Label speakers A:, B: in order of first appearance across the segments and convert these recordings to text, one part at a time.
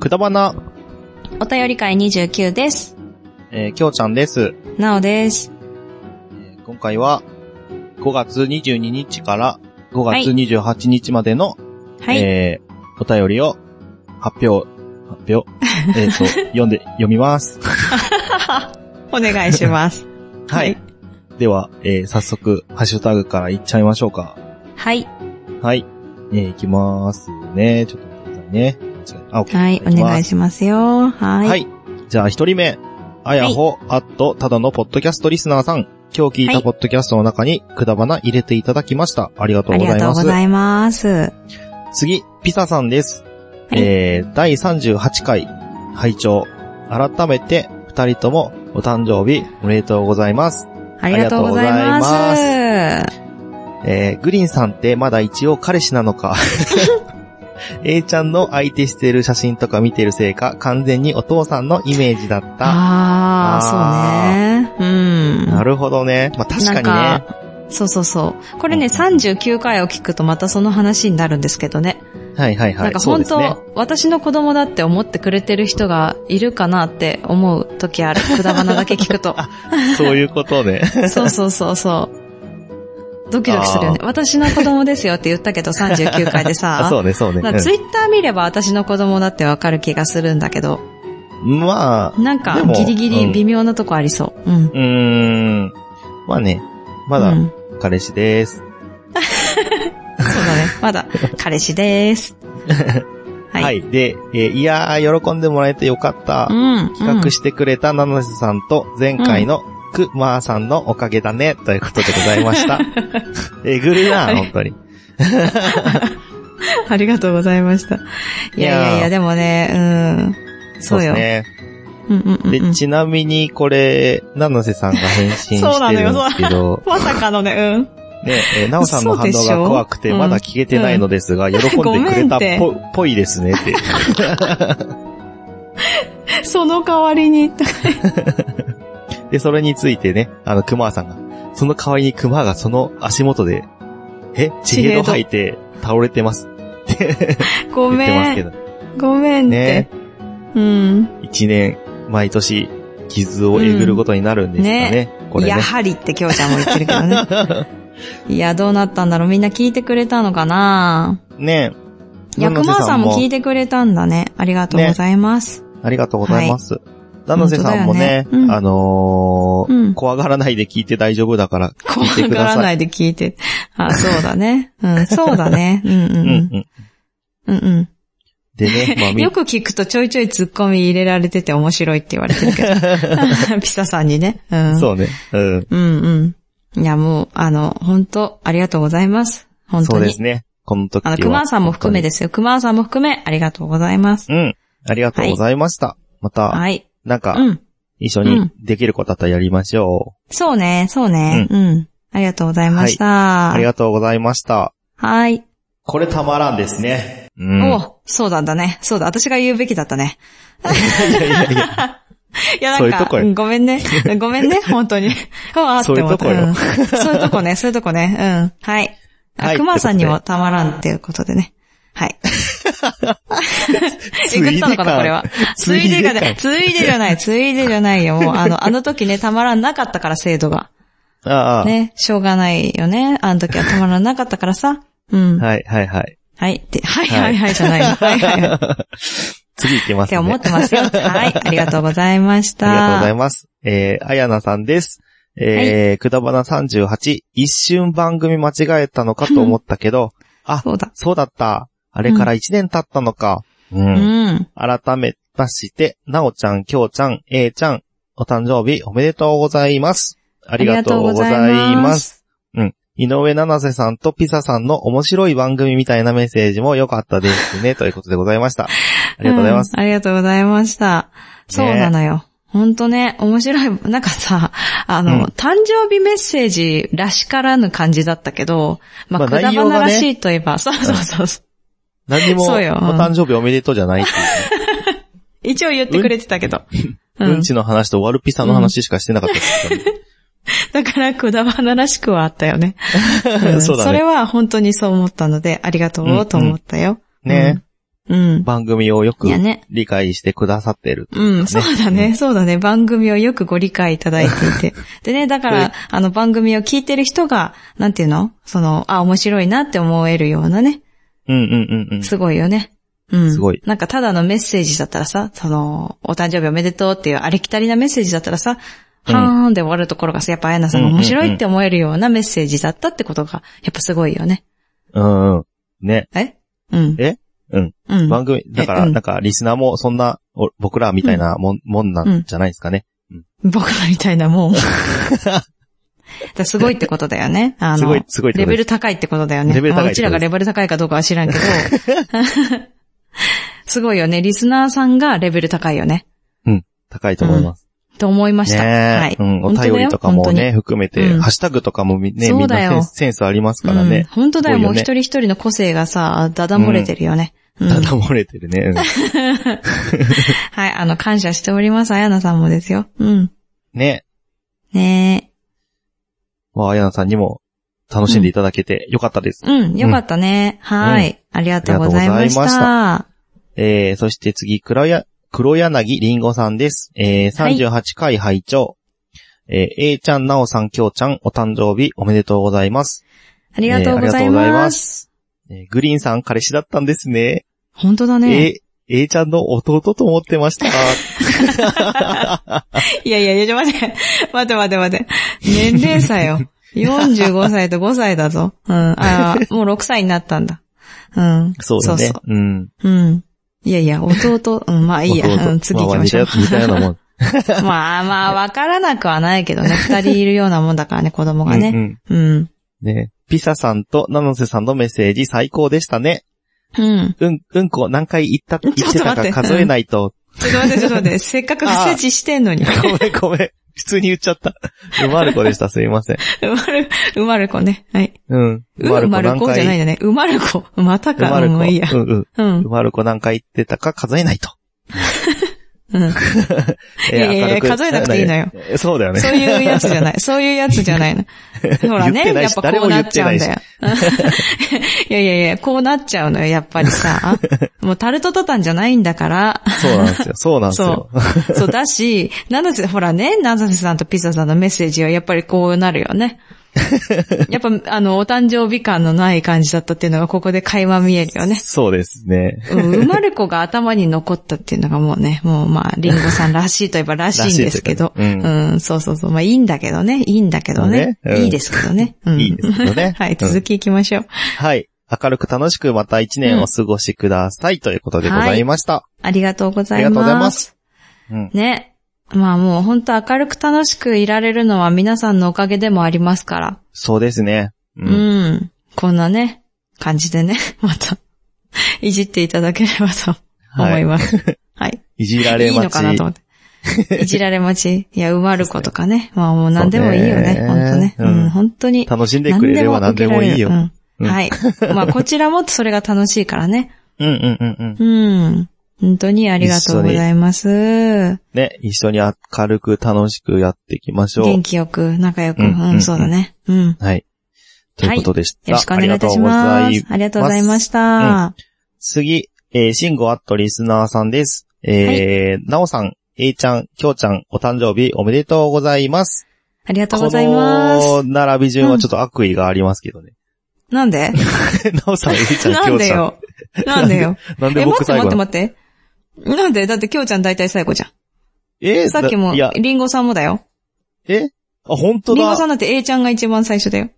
A: くだばな、
B: お便り会29です。
A: えー、きょうちゃんです。
B: なおです。
A: えー今回は、5月22日から
B: はい
A: 5月28日までの、
B: はい。
A: えー、お便りを発表、発 表、えっと、読んで、読みます。
B: お願いします。
A: はい。では、えー、早速、ハッシュタグからいっちゃいましょうか。
B: はい。
A: はい。えー、いきますね。ちょっと待ってくださいね。間違えあ、OK。
B: はい。お願いしますよ。はい。
A: はい。じゃあ一人目。あやほ、あっと、ただのポッドキャストリスナーさん。今日聞い
B: は
A: た
B: い
A: ポッドキャストの中に、くだばな入れていただきました。ありがと
B: あ
A: うご
B: り
A: ざ
B: が
A: い
B: とう
A: ま
B: ご
A: す。
B: ざいます。
A: 次、ピサさんです。
B: はい
A: えー、第38回、拝聴。改めて、二人とも、お誕生日、おめでとうございます。
B: ありがとうございます。
A: あえー、グリーンさんってまだ一応彼氏なのか。A ちゃんの相手してる写真とか見てるせいか、完全にお父さんのイメージだった。
B: ああ、そうね。うん。
A: なるほどね。まあ、確かにね。
B: なんかそうそうそう。これね、39回を聞くとまたその話になるんですけどね。
A: はいはいはい。
B: なんか
A: そう
B: 本
A: です
B: 当、
A: ね。
B: 私の子供だって思ってくれてる人がいるかなって思う時ある。くだばなだけ聞くと。
A: そういうこと で。
B: そうそうそうそう。ドキドキするよね。私の子供ですよって言っ たけど39回で
A: あ
B: さ。
A: そうね、そうね。
B: ツイッター見れば私の子供だってわかる気がするんだけど、
A: うんまあ、
B: なんか
A: でも
B: ギリ
A: う
B: ギ
A: ん
B: リ微妙なとこありそう。うん。
A: うーん。まあね、まだ
B: うん
A: 彼氏です。
B: そうだね。ま だ、彼氏です。は。
A: はいい、で、えーいやー、喜んでもらえてよかった
B: う。ん。
A: 企画
B: し
A: してくれた七瀬さんと、前回のくまーさんのおかげだね、ということでございま した。えぐる
B: は
A: な、
B: い
A: 本当に。
B: ありがとうございました。いやいやい
A: いや
B: や、
A: ー
B: でもね、うん。そう
A: です
B: よ。
A: ね。
B: うんうんうんう
A: で、
B: ん。
A: ちなみに、これ、七瀬さんが返信
B: そう
A: し
B: な
A: て
B: の
A: る
B: よ
A: んですけど、
B: まさかのね、うん。
A: ね、えーなおさんの反応が怖くて、
B: 嘘でしょ
A: まだ聞けてないのですが、喜んでくれたっぽっぽいですねって。
B: その代わり に、
A: で、それについてね、あの、熊さんが、その代わりに熊がその足元で、え、血ヘド吐いて倒れてます。
B: ご
A: 言ってま
B: め
A: すけ
B: ん。
A: ど。
B: ごめんって
A: ね。
B: うん。
A: 一年、毎年、傷をえぐることになるんですかね。これ
B: や
A: ね。
B: はりって京ちゃんも言ってるけどね。 いや、どうなったんだろうみんな聞いてくれたのかな
A: ねえ。
B: 薬
A: 七瀬
B: 丸さんも聞いてくれたんだね。ありがとうございます。
A: ありがとうございます。七瀬さんもね
B: 本、当だよねうん
A: あのー
B: うん
A: 怖がらないで聞いて大丈夫だから、聞
B: 怖
A: いてく
B: が
A: だ
B: ら
A: さ。
B: ないいで聞いて。あ、そうだね。うん、そうだね。うんう
A: うんう
B: ん
A: ん。
B: うん。うん
A: で ね、まあ
B: うん。
A: み
B: よく聞くとちょいちょい突っ込み入れられてて面白いって言われてるけ ど。ピサさんにね。うん。
A: そうね。うん。
B: うんうん。いや、もう、あの、本当ありがとうございます。本
A: そ
B: 当
A: うで
B: に
A: す。ね。この時
B: あ
A: は。
B: の、熊さんも含めですよ。熊さんも含め、ありがとうございます。
A: うん。ありがとうございました。また、
B: はい。
A: なん
B: う
A: か、
B: ん。
A: 一緒
B: う
A: に
B: ん
A: できることあったらやりましょ
B: そうね、そうね。うん。ありがとうございました。
A: う。ありがとうございました。
B: はい。
A: これたまらんですね。うん。
B: おそうなんだね。そうだ、私が言うべきだったね。
A: いやいやいや。
B: いや、
A: そういう
B: なん
A: とこ
B: か、
A: よ
B: うんごめん ね。ごめんね、本当に。うわーって思った
A: そういうとこよ
B: んそういうとこね、そういうとこね。うん。はい。
A: は
B: あ、
A: い
B: 熊さんにもたまらんっていうことでね。 はい。えぐったのかな、これは。つ
A: つ
B: い
A: い
B: で
A: でか
B: がね、ついでじゃない、ついでじゃないよ。もう、あの、あの時ね、たまらんなかったから、制度が。
A: ああ。
B: ね、しょうがないよね。あの時はたまらなかったからさ。うん。
A: はいはいはい。
B: はい。って、はいはいはい じゃないの。はいはいはい。
A: 次行き
B: っ
A: ます
B: て
A: ね。
B: 思っ てますよ。はい。ありがとうございました。
A: ありがとうございます。えー、あやなさんです。えー、くだばな38、一瞬番組間違えたのかと思ったけど、あ、
B: そうだ。
A: そうだった。あれから1年経ったのか。うん
B: うん。
A: 改めまして、なおちゃん、きょうちゃん、えいちゃん、お誕生日おめでとうございます。あ
B: あ
A: りがとうございます。
B: す。
A: 井上七瀬さんとピサさんの面白い番組みたいなメッセージも良かったです ね、ということでございました。あ
B: あ
A: りがとうございます。
B: ありがとうございました。そうなのよ。ほんとね、面白い。なんかさ、あの、
A: うん
B: 誕生日メッセージらしからぬ感じだったけど、ま
A: ま
B: あ、
A: あ
B: くだ
A: 内
B: ば
A: 容がね
B: ならしいといえば、そうそうそうそう。
A: 何も、お
B: そうようん
A: 誕生日おめでとうじゃないっていう
B: 一応言ってくれてたけど。
A: ね、
B: う
A: うん
B: ん
A: ちの話と悪ピサの話しかしてなかったです
B: だから、くだばならしくはあったよね。
A: からねそうだ
B: れ
A: ね。
B: は本当にそう思ったので、ありがとうと思ったよ。
A: ね
B: うん。
A: 番組をよく
B: いやね。
A: 理解してくださってる。
B: うん、そうだね、そうだね。番組をよくご理解いただい ていて。でね、だか
A: はい
B: ら、あの番組を聞いてる人が、なんていうのその、あ、面白いなって思えるようなね。
A: うんうんうんうん。
B: すごいよね。うん。
A: すごい
B: なんかただのメッセージだったらさ、その、お誕生日おめでとうっていうありきたりなメッセージだったら
A: う
B: さ、
A: ん
B: はーんで終わるところがさ、やっぱあやなさんが面白いって思えるようなメッセージだったってことが、やっぱすごいよね。
A: うんうん。ね。
B: えうん。
A: えうん。
B: うん。
A: 番組、だか
B: え
A: ら、
B: うん
A: なんか、リスナーもそんな、お僕らみたいなもん、もんなんじゃないですかね。
B: 僕らみたい なもん。だからすごいってことだよね。あの、
A: すごい、すごいって
B: レ
A: こと
B: ベ
A: です。
B: ル高いってことだよね。
A: レベル高い
B: まあ
A: ってことで
B: う
A: す
B: ちらがレベル高いかどうかは知らんけ ど。すごいよね。リスナーさんがレベル高いよね。
A: 高いと思います。
B: と思いました。
A: ねえ
B: はい。
A: うん。お
B: 本当だよ
A: 便りとかも
B: 本当に
A: ね、含めて、
B: うん
A: ハッシュタグとかもみね、
B: そ
A: みん
B: うだよ
A: なセンスセンスありますから
B: うん
A: ね。
B: 本当だよ、
A: すご
B: もう
A: いよね
B: 一人一人の個性がさ、だだ漏れてるよね。うん
A: ただ漏れてるね。うん
B: はい、あの、感謝しております、あやなさんもですよ。うん。
A: ね。
B: ね
A: まあ、あやなさんにも楽しんでいただけてよかったです。
B: え。うん、よかったね。はい、ありがとうございまし
A: ありがとうご
B: た。
A: えー、そして次、黒や、黒柳りんごさんです。えー、
B: はい
A: 38回拝聴。えー、A ちゃん、なおさん、きょうちゃん、お誕生日おめでとうございます。
B: ありがとうござい
A: ねありがとうござい
B: ま。
A: ますえーグリーンさん、彼氏だったんですね。
B: 本当だね。
A: えー、A ちゃんの弟と思ってま した。
B: いやいやいや、ちょ待って、待って待って待って。年齢差よ。45歳と5歳だぞ。うん。ああ、もう6歳になったんだ。うん。
A: そうだね。。
B: そう
A: ん。
B: う。うん。いやいや、弟、うん、まあいいや。
A: 弟
B: うん、次行きましょう
A: あ。あ似たよ似たようなも ん。
B: まあまあ、わからなくはないけどね。二人いるようなもんだからね、子供が
A: うん
B: ね。
A: うん
B: うん。
A: ね。ピサさんとナノセさんのメッセージ最高でしたね。
B: うん。
A: うん、うんこ何回言った、言ってたか数えないと。
B: ちょっと待って、ちょっと待 って。せっかく不正知してんのに。
A: ごめんごめん。普通に言っちゃった。うまる子でした。すいません。
B: うまる、うまる子ね。はい。
A: うん。
B: ううまる子じゃないんだね。うまる子。また
A: う
B: か。
A: ま
B: う
A: る
B: ん、も
A: 子。
B: ういいや。
A: うんうん。
B: う。
A: うんまる子何回言ってたか数えないと。
B: うん。
A: えー
B: いやいやいや
A: 明るく
B: 数えなくていいのよ
A: えーそうだよね。
B: そういうやつじゃ ない。そういうやつじゃないの。ほら
A: 言って
B: ね、
A: な
B: や
A: い
B: っ
A: し
B: ぱこうなっちゃうんだ
A: 誰
B: よ。 いやいやいや、こうなっちゃうのよ、やっぱ りさ。もうタルトタタンじゃないんだから。
A: そうなんですよ。そうなんですよ
B: そ。う。そうだし、なので、ほらね、ナザセさんとピザさんのメッセージはやっぱりこうなる よね。やっぱ、あの、お誕生日感のない感じだったっていうのがここで垣間見えるよね。
A: そうですね。
B: うん、生まれ子が頭に残ったっていうのがもうね、 もうまあ、リンゴさんらしいといえばらしいんですけど。
A: らしいというか
B: うん、そうそうそう。まあ、いいんだけどね。いいんだけどね。
A: そうねうん
B: いいですけどね。うん、
A: いいですけどね
B: はい、
A: うん
B: 続き行きましょう。
A: はい。明るく楽しくまた一年お過ごしくださいということでございました。
B: ありがとうござい
A: あ
B: ます。
A: りがとうございますうん
B: ね。まあもう本当明るく楽しくいられるのは皆さんのおかげでもありますから。
A: そうですね。
B: う。
A: うん
B: こんなね、感じでね、 また、いじっていただければと思います。はい。
A: いじら
B: い、
A: れ
B: い
A: 待
B: の
A: ち
B: か。なと思 って。いじられ待ち。いや、埋まる子とかね。まあもう何でもいいよね。
A: そうね
B: 本当ね。う
A: うん
B: ん、本当に。
A: 楽しんでくれれば何でもいいよ。
B: 何でも受け
A: うん
B: られるうんはい。まあこちらもそれが楽しいからね。
A: うんうんうんうん。
B: うん。本当にありがとうございます。
A: ね、一緒に明るく楽しくやっていきましょう
B: 元。気よく、仲良く。
A: うん
B: う、
A: うんん
B: そうだね。うん。よ
A: はい。ということでした。
B: ろしくお願いいたしま
A: ありがとうござい
B: す。ありがとうございました。
A: 次、えー、シンゴアットリスナーさんです。えー、なおさん、えいちゃん、きょうちゃん、お誕生日おめでとうございます。
B: ありがとうございます
A: こ。の並び順はちょっと悪意がありますけど ね。
B: なんで
A: なおさん、えいちゃん、き
B: な
A: ょ
B: ん
A: う
B: で
A: ちゃん。
B: よ。なんでよ。
A: なん で
B: え、待
A: 僕
B: って
A: 最後
B: 待って
A: なの
B: 待って。なんでだってきょうちゃん大体最後じゃん。
A: えー
B: さっきも
A: いや、、
B: りんごさんもだよ。
A: えあ、本
B: り
A: 当
B: んごさ
A: だ。
B: んだって A ちゃんが一番最初だよ。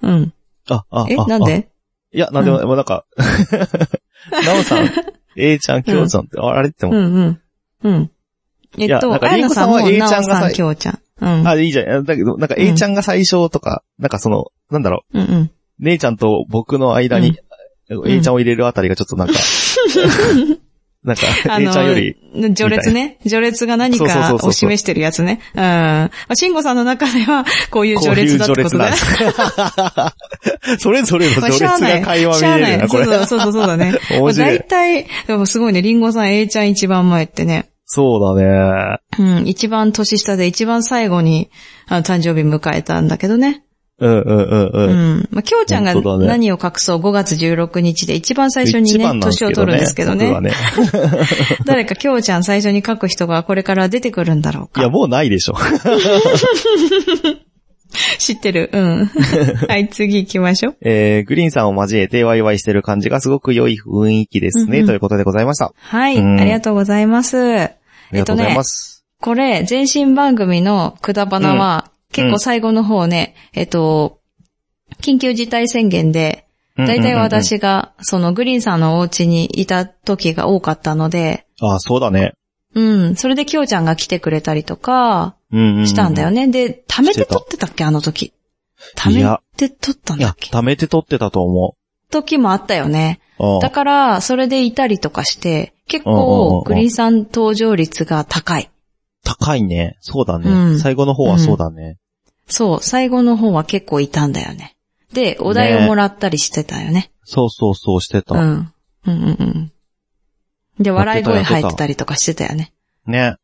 B: うん。
A: あ、あ、
B: え、
A: あ
B: なん
A: あ
B: で
A: いや、なんでもない、もうなん か、なおさん、えいちゃん、きょうちゃんって、ああれって
B: う
A: も、
B: んうん。うん。えっ
A: いやなん
B: と、
A: か
B: あやなさんも、
A: りんごさんは A ちゃんが
B: なおさん、
A: 最
B: きょうちゃん。うん。
A: あ、いいじゃん。だけど、なんか、
B: うん
A: えいちゃんが最初とか、なんかその、なんだろう、
B: うんうん。
A: 姉ちゃんと僕の間に、
B: ん
A: A ちゃんを入れるあたりがちょっとなん か、なんか、A ちゃんより、
B: 序列ね。序列が何
A: そうそうそう
B: か
A: そうそう
B: を示してるやつね。うん。まあ、慎吾さんの中で は、こういう
A: こう
B: 序
A: い
B: 列
A: う
B: だっ
A: 序
B: てこと
A: 列
B: だ
A: なん
B: よ
A: で。す。 それぞれの
B: ま
A: 序列
B: あしゃあな
A: が
B: い
A: 会話
B: しゃあ
A: 見
B: な
A: れる
B: い
A: な、こ
B: そう
A: れ。
B: そうそうそうそうだね。ま
A: 面
B: あ、
A: 白
B: 大
A: い。
B: 体、でもすごいね、リンゴさん、A ちゃん一番前ってね。
A: そうだね。
B: うん、一番年下で一番最後に、あの、誕生日迎えたんだけどね。
A: うんうんうんう。
B: うんん。まあ、きょうちゃんが
A: 本当だね
B: 何を隠そう5月16日で一番最初に
A: 一
B: ね、
A: 番なんです
B: 年
A: け
B: を
A: ど
B: 取るんですけどね。
A: 僕はね。
B: 誰かきょうちゃん最初に書く人がこれから出てくるんだろう
A: い
B: か。
A: や、もうないでしょ。
B: 知ってる。 うん。はい、次行きましょう。
A: えー、グリーンさんを交えてワイワイしてる感じがすごく良い雰囲気ですね、
B: うんうん
A: ということでございました。あ
B: はい、
A: うん
B: ありがとうございます。
A: りがとうございます。
B: これ、前身番組のくだばなは、結構最後の方ね、えっと、緊急事態宣言で、
A: うんうんうん
B: だ
A: う
B: い
A: ん
B: たい。私が、そのグリーンさんのお家にいた時が多かったので、
A: あ、そうだね。
B: うん、それできょうちゃんが来てくれたりとか、
A: うんうん、うん。
B: したんだよ
A: ね。
B: ね。で、貯めて撮ってたっけあの時。貯
A: い
B: め
A: や
B: て撮ったん
A: い
B: だ
A: や
B: っ、け
A: 貯めて撮ってたと思
B: 時もあったよね。
A: う。うん
B: だから、それでいたりとかして、結
A: うんうんうんう
B: 構
A: ん、
B: グリーンさん登場率が高い。
A: 高いね。そうだね、
B: うん
A: 最後の方はそうだね。
B: そう、最後の方は結構いたんだよね。で、お題をもらったりしてたよね。
A: そうそうそうしてた。
B: うん。うんうんうん。で、笑い声入ってたりとかしてたよね。
A: ね。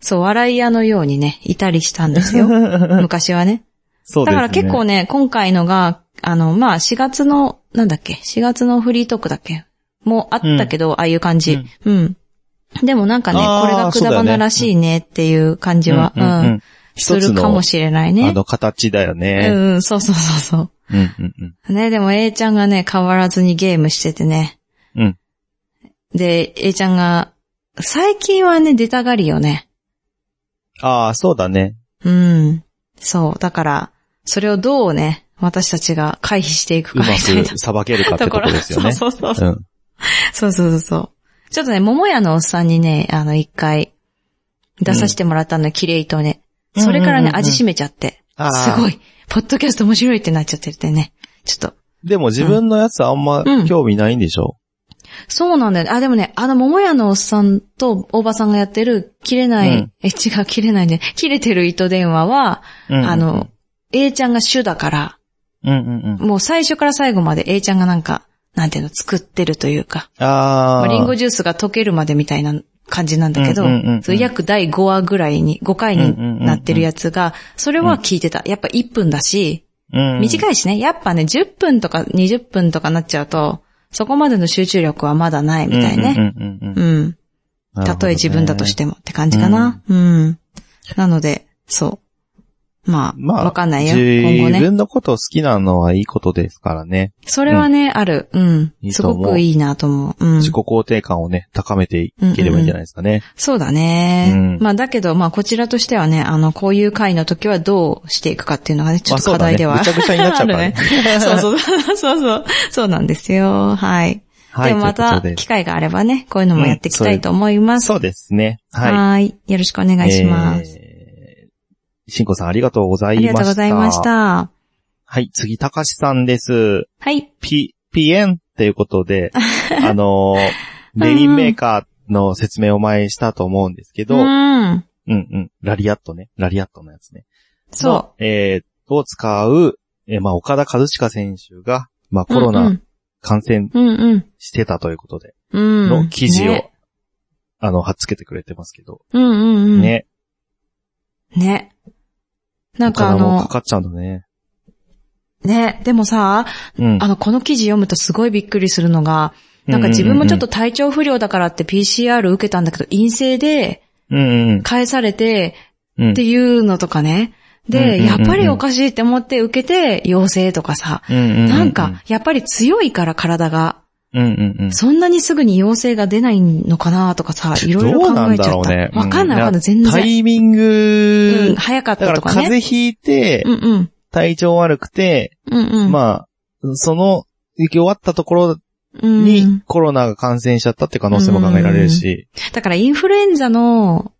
B: そう、笑い屋のようにね、いたりしたんで すよ。昔はね。
A: そうで
B: だ
A: すね。
B: から結構ね、今回のが、あの、まあ、4月の、なんだっけ、4月のフリートークだっけもうあったけど、ああいう感じ。うん。でもなんかね、
A: あー
B: これがくだばならしいねっていう感じは、
A: うんうんうん
B: うんするかもしれない
A: あ
B: ね。
A: の形だよ
B: う
A: ね。
B: んうん、そうそうそうそう。
A: うんうんうん。
B: ね、でも A ちゃんがね、変わらずにゲームしててね。
A: うん。
B: で、A ちゃんが、最近はね、出たがりよね。
A: ああ、そうだね。
B: うん。そう。だから、それをどうね、私たちが回避してい
A: う
B: くかみ
A: ま
B: たいな
A: くさばけるかって
B: と
A: こ
B: ころ。
A: とですよね。
B: そうそうそう。
A: うん。
B: そうそうそうそう。ちょっとね、桃屋のおっさんにね、あの、一回、出させてもらったの、キレイとね。それから
A: うんうん
B: ね
A: う、んうん
B: 味しめちゃって。
A: あ
B: す
A: ー
B: ごい。ポッドキャスト面白いってなっちゃっててね。ちょっと、
A: でも自分のやつあんま
B: うん
A: 興味ないんでしょ、
B: そうなんだよね。あ、でもね、あの、桃屋のおっさんとおばさんがやってる、切れない、
A: うん
B: え、違う、切れないね。切れてる糸電話は、
A: うん
B: あの、、A ちゃんが主だから、
A: うんうんうん。
B: もう最初から最後まで A ちゃんがなんか、なんていうの、作ってるというか、
A: あ
B: ま
A: あ。
B: あ、リンゴジュースが溶けるまでみたいな感じなんだけど、
A: うんうんうんうん
B: そう約第5話ぐらいに、5回になってるやつが、それは聞いてた。やっぱ1分だし、
A: うん、
B: 短いしね、やっぱね、10分とか20分とかなっちゃうと、そこまでの集中力はまだないみたいね。
A: うんうんうんうん
B: うん。
A: なるほ
B: た
A: ど
B: と
A: ね
B: え自分だとしてもって感じかな。うん。なので、そう。まあ、
A: まあ、
B: わかんないよ。今後
A: 自
B: ね。
A: 分のことを好きなのはいいことですからね。
B: それはね、ある。うん。
A: いい
B: す
A: と思う
B: ごくいいなと思う。うん
A: 自己。肯定感をね、高めていければいいんじゃないですかね。
B: そうだね。
A: うん
B: まあ、だけど、まあ、こちらとしてはね、あの、こういう回の時はどうしていくかっていうのがね、ち
A: ま
B: ょ
A: あ
B: っと
A: そう
B: 課
A: だね
B: 題では。
A: ぐ ちゃぐちゃになっちゃうからね
B: あるね。 そうそう。そうそう。そうなんですよ。はい。
A: はい、
B: でもま
A: というこ
B: た、
A: とで
B: 機会があればね、こういうのもやっていきたいと思います。
A: そうですね。はい。
B: はい。よろしくお願いします。
A: えー。しんこさんありがとうござ
B: あ
A: いま
B: り
A: した。
B: がとうございまし。た。
A: はい、次、たかしさんです。
B: はい。
A: ピ、ピエンっていうこと で、あのー、レインメーカーの説明を前にしたと思うんですけど、
B: う
A: うん
B: ん。
A: うん、ラリアットね、ラリアットのやつね。
B: そ
A: の。えー、を使う、えーまあ、岡田和親選手が、まあ、
B: う。
A: コロ
B: う
A: ナ
B: ん
A: 感染
B: うん。うん
A: してたということで、
B: うん。
A: の記事を、
B: ね
A: あの、貼っつけてくれてますけど、
B: うんうんうん。ね。
A: ね。
B: なんかあ
A: 岡田もか
B: の、
A: かっちゃうんだね。
B: ね、でもさ、
A: うん。
B: あの、この記事読むとすごいびっくりするのが、なんか自分もちょっと体調不良だからって PCR 受けたんだけど、陰性で
A: うんうんうん、
B: 返されて
A: うんうん。
B: っていうのとかね。
A: うん
B: で、
A: うん
B: やっぱりおかしいって思って受けて陽性とかさ、な
A: なん
B: か、、やっぱり強いから体が、
A: うんうんうん。
B: そんなにすぐに陽性が出ないのかなとかさ、いろい
A: ど
B: ろ
A: うな
B: 考
A: ん
B: えち
A: だ
B: ゃ
A: ろ
B: っ
A: う
B: た。
A: ね。
B: わかんないわかんない、
A: う
B: 全
A: タ
B: 然。
A: イミン
B: うん、
A: グ、
B: 早かっ
A: だか
B: た
A: ら
B: とか
A: 風
B: ね。
A: 邪ひいて
B: う、んうん。
A: 体調悪くて、
B: うんうん。
A: まあ、その、行き終わったところ
B: うん
A: にコロナが感染しちゃったって可能性も考えられるし。
B: だからインフルエンザの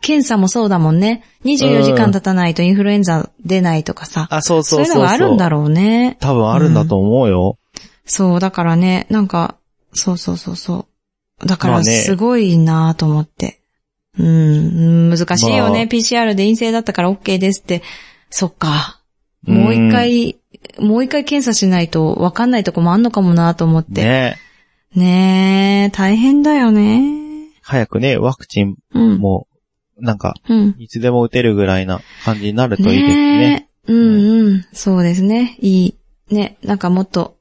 B: 検査もそうだもんね。24時間経たないとインフルエンザ出ないとかさ。
A: あ、そう
B: そ
A: そうう
B: いう
A: そう
B: の
A: そう。
B: があるんだろうね。
A: 多分あるんだと思うよ。
B: そう、だからね、なんか、そうそうそうそう。だか
A: ま
B: ら
A: あね
B: すごいなと思って。うん、難しいよね。
A: まあ
B: PCR で陰性だったから OK ですって。そっか。もう一回、もう一回検査しないと分かんないとこもあんのかもなと思って。
A: ね
B: ねえ、大変だよね。
A: 早くね、ワクチン
B: うん。
A: も、なんか、
B: うん。
A: いつでも打てるぐらいな感じになるといいですね。
B: ねえ。うんうん。そうですね。いい。ね。なんかもっと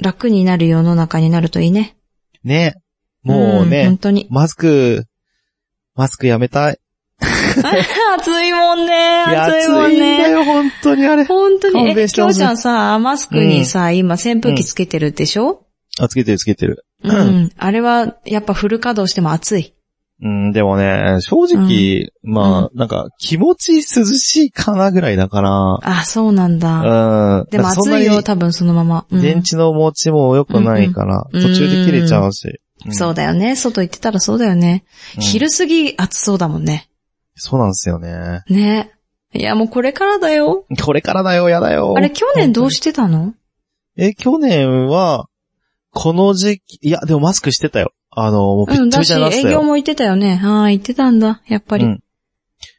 B: 楽になる世の中になるといいね。
A: ね。もう
B: うん
A: ね
B: 本、当に。
A: マスク、マスクやめたい。
B: 暑いもん
A: い
B: ね。
A: や
B: 暑いもん
A: 暑いんだ
B: ね。
A: よ、本当にあれ。
B: 本当に。
A: 勘
B: え、
A: 弁して
B: きょ
A: ほ
B: う
A: しい
B: ちゃんさ、マスクにさ、今扇風機つけてるでしょ
A: あ、つけてるつけてる。
B: うんん。あれは、やっぱフル稼働しても暑い。
A: うん、でもね、正直、まあ、なんか、気持ち涼しいかなぐらいだから、
B: あ、そうなんだ。
A: うん。
B: でも
A: なんかそん
B: 暑
A: ないに
B: よ、多分そのまま。うん
A: 電池の持ちも良くないから、
B: うん
A: 途中で切れちゃうし。うん
B: そうだよね。外行ってたらそうだよね。
A: うん
B: 昼過ぎ暑そうだもんね。
A: そうなんですよね。
B: ね。いや、もうこれからだよ。
A: これからだよ、やだよ。
B: あれ、去年どうしてたの
A: え、去年は、この時期、いや、でもマスクしてたよ。あの、もうびっち
B: う
A: ょ
B: ん、
A: びちょ
B: だ
A: に
B: し、
A: なって
B: 営
A: た
B: 業
A: よ。
B: も行ってたよね。はい、行ってたんだ。やっぱり。
A: うん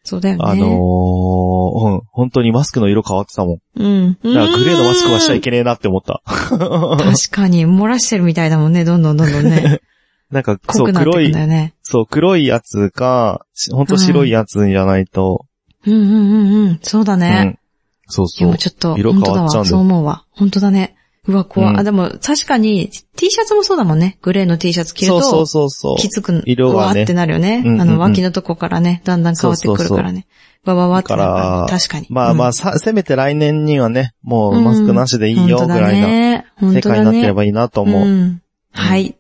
B: そうだよね。
A: あのー、うん、本当にマスクの色変わってたもん。
B: うん。
A: だからグレーのマスクはしちゃい
B: け
A: けねえなって思っ た。
B: 確かに、漏らしてるみたいだもんね。どんどんどんどんね。
A: なんか、
B: 濃
A: そ
B: く
A: う、
B: なって
A: 黒
B: くん
A: い
B: だ、よね。
A: そう、黒いやつか、しほんと白いやつじゃないと、
B: うんうんうんうん。そうだ
A: う
B: ね。
A: ん。そう
B: で
A: そ
B: も
A: う。
B: ちょっと、
A: 色
B: 本当
A: 変
B: だ
A: わっちゃうんだよ
B: わ。そう思うわ。本当だね。うわ、怖
A: う
B: い。
A: ん
B: あ、でも、確かに、T シャツもそうだもんね。グレーの T シャツ着る
A: そうそう
B: と、
A: そうそう。
B: きつく、
A: 色がね
B: わーってなるよね。
A: うんうんうん
B: あの、脇のとこからね、だんだん変わってくるからね。わわわってなるからね
A: だから
B: 確かに。
A: まあまあ、さ、せめて来年にはね、もうマスクなしで
B: い
A: いいよぐらいな
B: な。本
A: 世
B: 当
A: 界
B: だ
A: になって
B: ね
A: れ。ばいいなと思う。
B: ん。はい。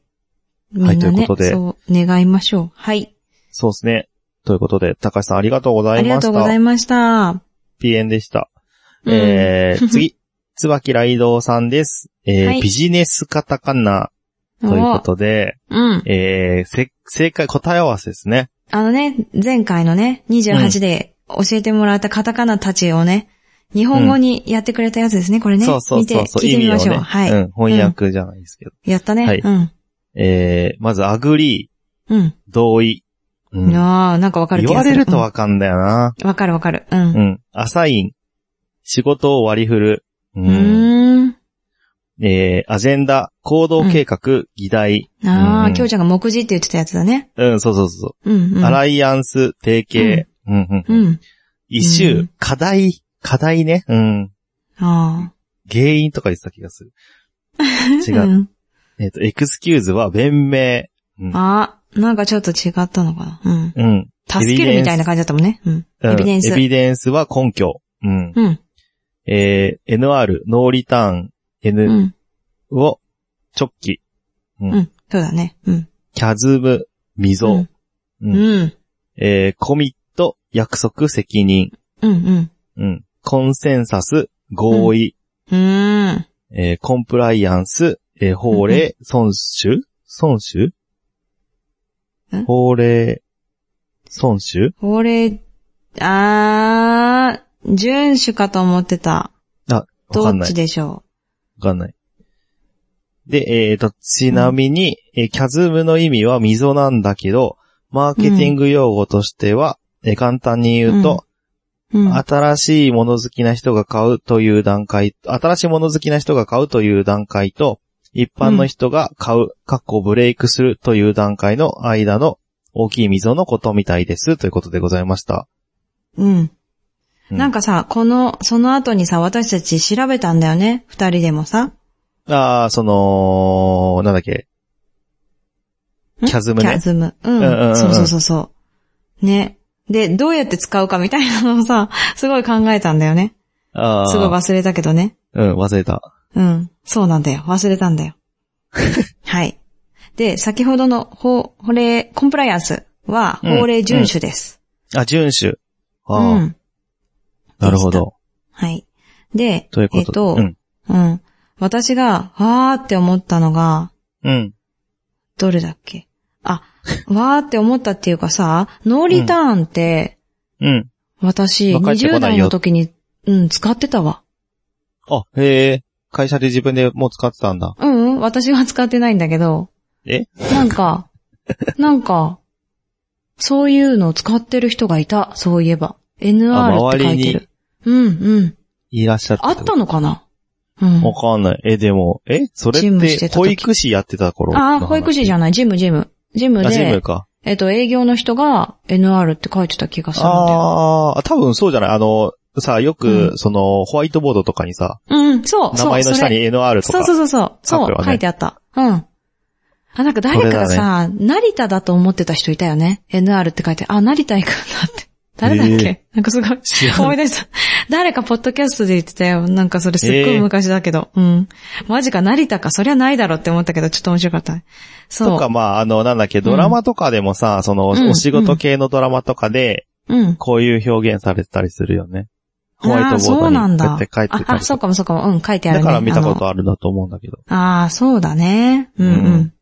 B: みんなね、
A: ということで
B: そう、願いましょう。はい。
A: そうですね。ということで、高橋さんありがとうござ
B: あ
A: い
B: りが
A: ま
B: と
A: し
B: うござい
A: た。
B: ました。
A: ピエンでした。
B: うん
A: えー、 次。椿雷道さんです。えー
B: はい
A: ビジネスカタカナということで、
B: おうん。
A: えー、せ、正解、答え合わせですね。
B: あのね、前回のね、28で教えてもらったカタカナたちをね、日本語にやってくれたやつですね、これね。
A: そうそうそうそう、
B: 見て、聞いてみましょう。
A: 意味をね、
B: はい、
A: うん、翻訳じゃないですけど。
B: やったね。
A: はい
B: うん。
A: えー、まず、アグリ
B: うん。
A: ー、同意。うん
B: ああ、なんかわかる
A: 言
B: 気が
A: わ
B: する。
A: れるとわかんだよな。
B: うんわかるわかる。うん。
A: う。
B: うん
A: アサイン、仕事を割り振る。う
B: ーん。
A: えー、アジェンダ、行動計画、議題。
B: あ
A: う
B: あ、
A: ん
B: きょうちゃんが目次って言ってたやつだね。
A: うん、そうそうそう。
B: うん、うん。
A: アライアンス、提携。うん、うん、
B: う
A: うん。
B: ん。
A: 一周、
B: うん
A: 課題、課題ね。うん。
B: あ
A: 原因とか言ってた気が する。
B: あ。
A: 違う。
B: ん
A: えっ、と、エクスキューズは弁明。うん。
B: ああ、なんかちょっと違ったのかな。うん。
A: うん。
B: 助けるみたいな感じだったもんね。うん。
A: うん
B: エビデンス
A: エビデンスは根拠。うん。
B: うん。
A: えー、NR、ノーリターン、
B: う
A: N
B: ん。
A: を、直帰。うん
B: うん。そうだね。うん。
A: キャズム、溝。う。
B: うんん。
A: えー、コミット、約束、責任。
B: うん。うん。
A: うん。コンセンサス、合意、
B: うーん。
A: えーコンプライアンス、えー法令、損守損守
B: ん
A: 法令、損守
B: これ、あー、順守かと思ってた。
A: あ、わ
B: ど
A: かん
B: っ
A: な
B: ち
A: い。
B: でしょ
A: わかんない。で、えっ、と、ちなみに、えーキャズムの意味は溝なんだけど、マーケティング用語としては、えー簡単に言うと、
B: う。うん。
A: 新しいもの好きな人が買うという段階、新しいもの好きな人が買うという段階と、一般の人が買う、かっこブレイクするという段階の間の大きい溝のことみたいです。ということでございました。
B: うん。
A: うん
B: なんかさ、この、その後にさ、私たち調べたんだよね。二人でもさ。
A: ああ、その、なんだっけ。
B: ん
A: キャズム
B: キャ
A: ね。
B: ズム。
A: んうん
B: う。
A: うんん
B: そうそうそうそう。ね。で、どうやって使うかみたいなのをさ、 すごい考えたんだよね。
A: ああ、
B: すごい忘れたけどね。
A: うん、忘れた。
B: うん。そうなんだよ。忘れたん だよ。はい。で、先ほどの法、法令、コンプライアンスは
A: うん
B: 法令遵守です。
A: あ、遵守。
B: う
A: ああ、
B: ん。
A: なるほど。
B: はい。で、
A: ということ
B: えっと、
A: うん。
B: うん。私が、わーって思ったのが、
A: うん。
B: どれだっけあ、 わーって思ったっていうかさ、ノーリターンって、
A: うん。
B: 私、
A: わかって
B: 20
A: こない
B: 代
A: よ
B: の時に、うん、使ってたわ。
A: あ、へえ、会社で自分でもう使ってたんだ。
B: うん、うん、私は使ってないんだけど、
A: え
B: なんか、なんか、そういうのを使ってる人がいた、そういえば。NR って書いてる。うん、うん。
A: いらっしゃった
B: あ
A: ってこと
B: ったのかなうん。
A: わかんない。え、でも、えそれ
B: ジ
A: っ
B: ムし
A: て、
B: てた
A: 保
B: 時
A: 育士やってた頃
B: ああ、保育士じ
A: ゃ
B: ゃない、ジム、ジム。ジム
A: あ、ジム
B: で、
A: か。
B: えっと、営業の人が NR って書いてた気がするんだよ。
A: ああ、多分そうじゃない。あの、さ、よ
B: う
A: く、
B: ん
A: その、ホワイトボードとかにさ、
B: うん、そう、
A: 名前の下に NR と
B: そう
A: か
B: そ、うそうそう。
A: 書
B: そ
A: く
B: う
A: よ、ね
B: 書いてあった。うん。あ、なんか誰かがさ、成田だと思ってた人いたよね。NR って書いて、あ、成田行くんだって。誰だっけ、なんかすごい、
A: 知らん
B: 思い出した。誰かポッドキャストで言ってたよ。なんかそれすっご
A: え
B: い
A: ー
B: 昔だけど。うん。マジか、成田か。そりゃないだろって思ったけど、ちょっと面白かった。そう。
A: とか、まあ、あの、なんだっけ、ドラマとかでもさ、その、
B: うん
A: お仕事系のドラマとかで、
B: うん。
A: こういう表現されてたりするよね。ホワイ
B: あー
A: トボー
B: そ
A: ド
B: うなん
A: に
B: だ
A: 絶対書いて
B: あ
A: た
B: あ、
A: り
B: そ
A: と
B: うかもそうかも。うん、書いてある、
A: だ
B: ね。
A: から見たこと
B: あ
A: あるんだと思うんだけど。
B: のあー、そうだね。うんうん。
A: うん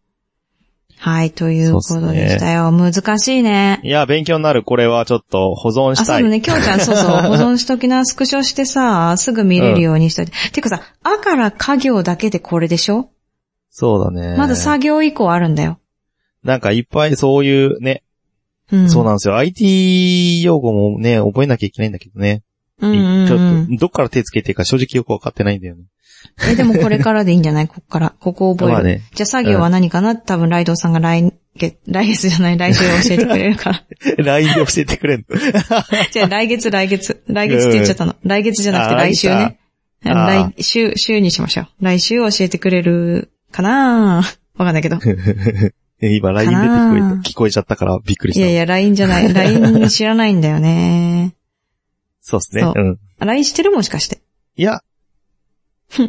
B: はい、ということでしたよ。難しいね。
A: いや、勉強になる。これはちょっと保存し
B: あ、そ
A: た
B: うだ
A: い。
B: ね。きょうちゃん、そうそう。保存しと きな、スクショしてさ、すぐ見れるようにしといて。てかさ、あから家業だけでこれでしょ
A: そうだね。
B: まだ作業以降あるんだよ。
A: なんかいっぱいそういうね、
B: うん。
A: そうなんですよ。IT 用語もね、覚えなきゃいけないんだけどね。
B: うんうん、
A: ち
B: う
A: ょっ
B: ん。
A: と、どっから手つけていいか正直よくわかってないんだよね。
B: え、でもこれからでいいんじゃないここから。ここ覚える。
A: まあね。
B: じゃあ作業は何かな、多分ライドウさんが来月、来月じゃない、来週教えてくれるから。
A: LINE で教えてくれんの。
B: じゃあ来月、来月。来月って言っちゃったの。来月じゃなく
A: あー
B: て来週ね。
A: 来月あー
B: 来週、週にしましょう。来週教えてくれるか なわかんないけど。
A: 今 LINE 出て聞こえ
B: かな
A: た聞こえちゃったからびっくりし
B: い
A: た。
B: やいや、LINE じ ゃない。LINE 知らないんだよね。
A: そうですね。
B: そう
A: うん。
B: あ LINE してるもしかして。
A: いや、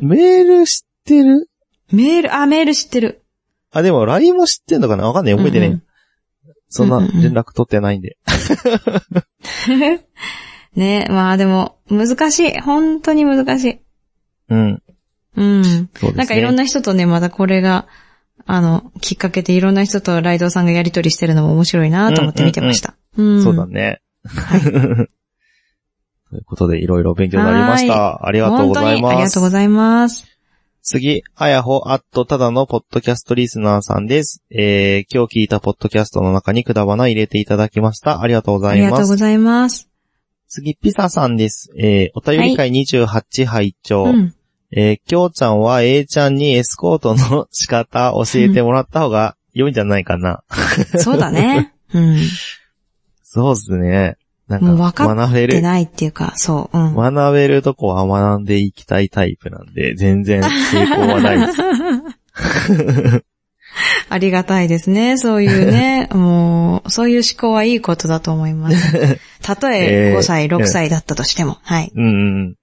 A: メール知ってる
B: メール、あ、メール知ってる。
A: あ、でも LINE も知ってんのかなわかんない。覚えてね。
B: うん
A: そんな
B: うんうんうん
A: 連絡取ってないんで。
B: うんねまあでも、難しい。本当に難しい。
A: うん。
B: う
A: そう
B: ん。
A: ですね。
B: なんかいろんな人とね、またこれが、あの、きっかけでいろんな人とライドウさんがやりとりしてるのも面白いなと思って見てました。うん。
A: そうだね。ということで、いろいろ勉強になりました。ありがとう
B: 本
A: ご
B: 当
A: ざい
B: にあり
A: ま
B: が
A: す
B: とう。ございます。
A: 次、あやほ、あっと、ただのポッドキャストリスナーさんです。えー、今日聞いたポッドキャストの中にくだばな入れていただきました。ありがとうござ
B: あ
A: い
B: りが
A: ま
B: とう
A: す。
B: ございます。
A: 次、ピサさんです。えー、お便り会28拝聴、
B: うん。
A: えー、きょうちゃんは A ちゃんにエスコートの仕方教えてもらった方が良いんじゃないかな。
B: そうだね。うん。
A: そうですね。なん
B: もう分
A: か、
B: か
A: 学べ
B: 出
A: る、
B: ないっていうか、そう。うん。
A: 学べるとこは学んでいきたいタイプなんで、全然抵抗はない です。
B: ありがたいですね。そうい うね、もう、そういう思考はいいことだと思 います。たと
A: え
B: え
A: ー
B: 5歳、6歳だったとしても。はい。
A: うんうん。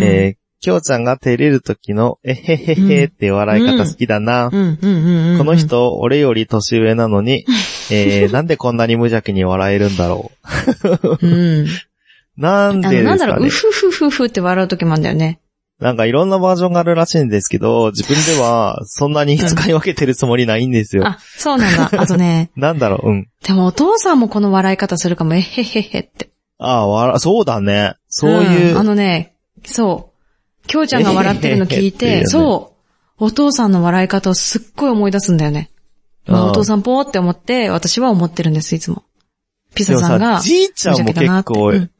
A: えー、きょうちゃんが照れる時の、えへへへって笑い方好きだな。
B: うん、うん、うんうん。
A: この。人、俺より年上なのに、えー、なんでこんなに無邪気に笑えるんだろ
B: うん。
A: う。なん
B: あ
A: でで
B: の、なん
A: す
B: だ
A: か
B: ろう、う
A: ね。
B: ふふふふって笑うときもあるんだよね。
A: なんかいろんなバージョンがあるらしいんですけど、自分ではそんなに使い分けてるつもりないんですよ。
B: あ、そうなんだ。あとね、
A: なんだろう、うん。
B: でもお父さんもこの笑い方するかも、えへへへって。
A: ああ、わら、そうだね。そうい
B: んあ
A: う、
B: のね、そう。きょうちゃんが笑ってるの聞い
A: えへへへっていうよ
B: て、
A: ね
B: そう。お父さんの笑い方をすっごい思い出すんだよね。まあ
A: うん
B: お父さんぽーって思って、私は思ってるんです、いつも。ピ
A: でも
B: ザさん
A: さ、
B: が。
A: じいちゃんも
B: 無邪気だな
A: 結
B: って
A: 構、
B: うん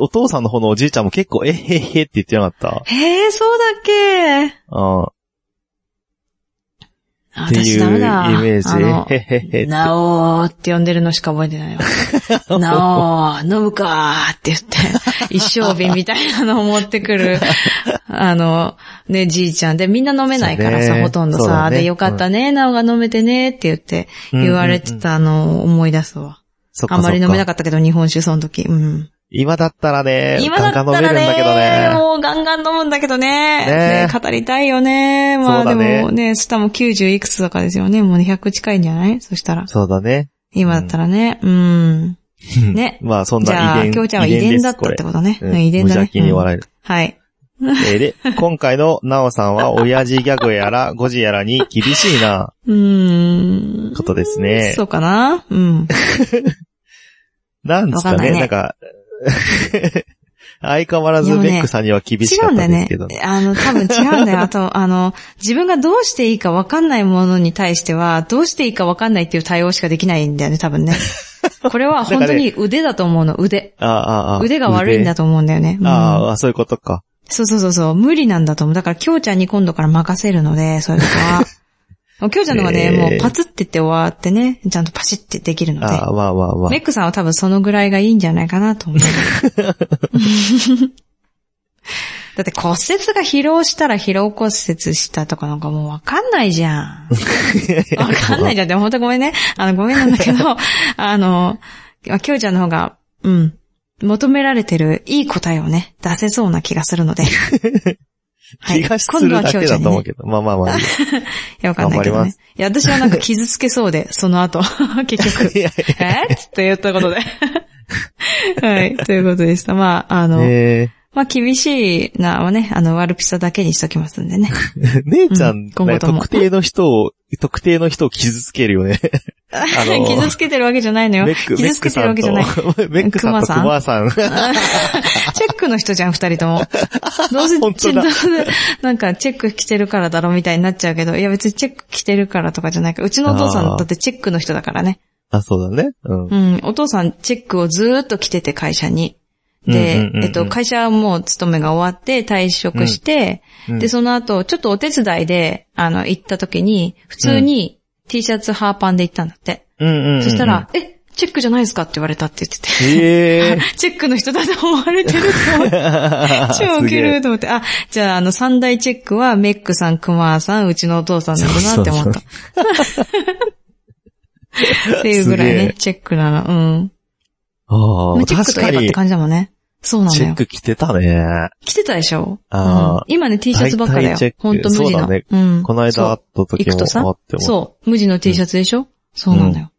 A: お、お父さんの方のおじいちゃんも結構、えへへって言ってなかった
B: へえ、そうだっけ
A: うん。っ
B: あ
A: ていう
B: 私
A: イ
B: ダメだ。
A: メージ。
B: あの
A: へへへ って。
B: なおーって呼んでるのしか覚えてな いわ。なおー、飲むかーって言って、一生瓶みたいなのを持って くる、あの、ね、じいちゃんで、みんな飲めないから
A: そ
B: さ、
A: うね
B: ほとんど
A: そうだ
B: さ、
A: ね
B: で、よかったね、なおが飲めてねって言って、言われてたのを思い出すわ。
A: そっか
B: あんまり飲めな
A: かっ
B: かったけど、日本酒その時。うん。
A: 今だったらね、
B: 今だっ
A: ガ
B: た
A: ンガン飲
B: ら
A: めるんだけど
B: ね、
A: ね。
B: もうガンガン飲むんだけどね。
A: ね
B: ね語りたいよね。まあ
A: そ
B: で
A: うだね
B: もね、下も90いくつとかですよね。もうね100近いんじゃないそしたら。
A: そうだね。
B: 今だったらね。うん。ね
A: まあそん
B: じ
A: な
B: ゃ
A: 遺
B: あ、
A: 伝。
B: きょうちゃんは遺伝だったって
A: こ
B: ことね。
A: れ
B: うん遺伝
A: 無
B: だね。
A: 邪気に笑える。
B: うんはい。
A: えーで、今回のなおさんは、親父ギャグや ら、ゴジやらに厳しいな、
B: うーん。
A: ことですね
B: そ。うかなうん。
A: なんですか
B: わかんな
A: ね、
B: いね
A: なんか、 相変わらずベックさんには厳し
B: 違
A: か
B: う
A: っ
B: んだ
A: た
B: よ
A: んです
B: ね
A: けど。。
B: あの、多分違うん だよ。あと、あの、自分がどうしていいか分かんないものに対しては、どうしていいか分かんないっていう対応しかできないんだよね、多 分ね。これは本当に腕だと思うの、腕。
A: ああ、ああ。
B: 腕が悪いんだと思うんだよね。う
A: 腕。
B: ん
A: ああああ、そういうことか。
B: そうそうそうそう、無理なんだと思う。だから、きょうちゃんに今度から任せるので、そういうことは。今日ちゃんのはね、
A: えー
B: もうパツってって終わってね、ちゃんとパシってできるので。
A: ああ、まあまあまあ
B: メ。ックさんは多分そのぐらいがいいんじゃないかなと思う。だって骨折が疲労したら疲労骨折したとかなんかもうわかんない じゃん。わかんないじゃん。でも本当ごめんね。あの、ごめんなんだ けど、あの、きょうちゃんの方が、うん、求められてるいい答えをね、出せそうな気がする ので。はい
A: 気がするだけだと思うけど。まあまあまあいいや。
B: いや、わかんないけど
A: 頑張りま
B: ね
A: す。
B: いや、私はなんか傷つけそうで、その後、 結局。
A: いやい
B: え っつって言ったことで。はい、ということでした。まあ、あの、
A: やえ
B: まあ、厳しいなはね、あの、悪ピサだけにしときますんで ね。
A: ー姉ちゃん、ね
B: 今後とも
A: 特定の人を、特定の人を傷つけるよ ね。あのー
B: 傷つけてるわけじゃないのよ。
A: メ
B: チ
A: ック、メ
B: 傷
A: ッ
B: つけ
A: ク
B: て
A: さ
B: るわ
A: ん
B: けじ
A: と
B: ゃない、
A: メックさんとクマさん。
B: ェックの人じゃん、二人とも。どうせ、
A: 本当だ
B: どうせ なんか、チェック着てるからだろみたいになっちゃうけど、いや、別にチェック着てるからとかじゃないから、うちのお父さ
A: あ
B: ん
A: ー
B: だってチェックの人だからね。
A: あ、そうだね。うん。
B: うん、お父さんチェックをずーっと着てて会社に。で、
A: うんうんうんうん
B: えっと、会社はもう勤めが終わって退職して、
A: うん
B: で、その後、ちょっとお手伝いで、あの、行った時に、普通に T シャツ、ハーパンで行ったんだって。
A: うんうんうんうん
B: そしたら、、え、チェックじゃないですかって言われたって言ってて。
A: ええ
B: チェックの人だと思われてると 思って。
A: ー。
B: 超ウケる
A: す
B: と思って。あ、じゃあ、あの、三大チェックは、メックさん、クマさん、うちのお父さんなんだなって思った。っていうぐらい
A: すげえ
B: ね、チェックなの。うん。
A: げ
B: ま
A: え。ああ、
B: あチェッ
A: 確
B: クといえ
A: か
B: ばって
A: に、
B: 感じだもんね。そうな
A: チ
B: の
A: ェッ
B: よ。
A: ク着てたね。
B: 着てたでしょ
A: あー
B: うん今ね、T シャツばっかだ
A: 大体チェッ
B: よ
A: ク。
B: ほんと無地
A: そうだ
B: の。
A: ね
B: ん
A: この間会った
B: そ
A: 時
B: 行くとさ
A: もあって
B: う
A: も。
B: そう。無地の T シャツでしょそうなんだよ。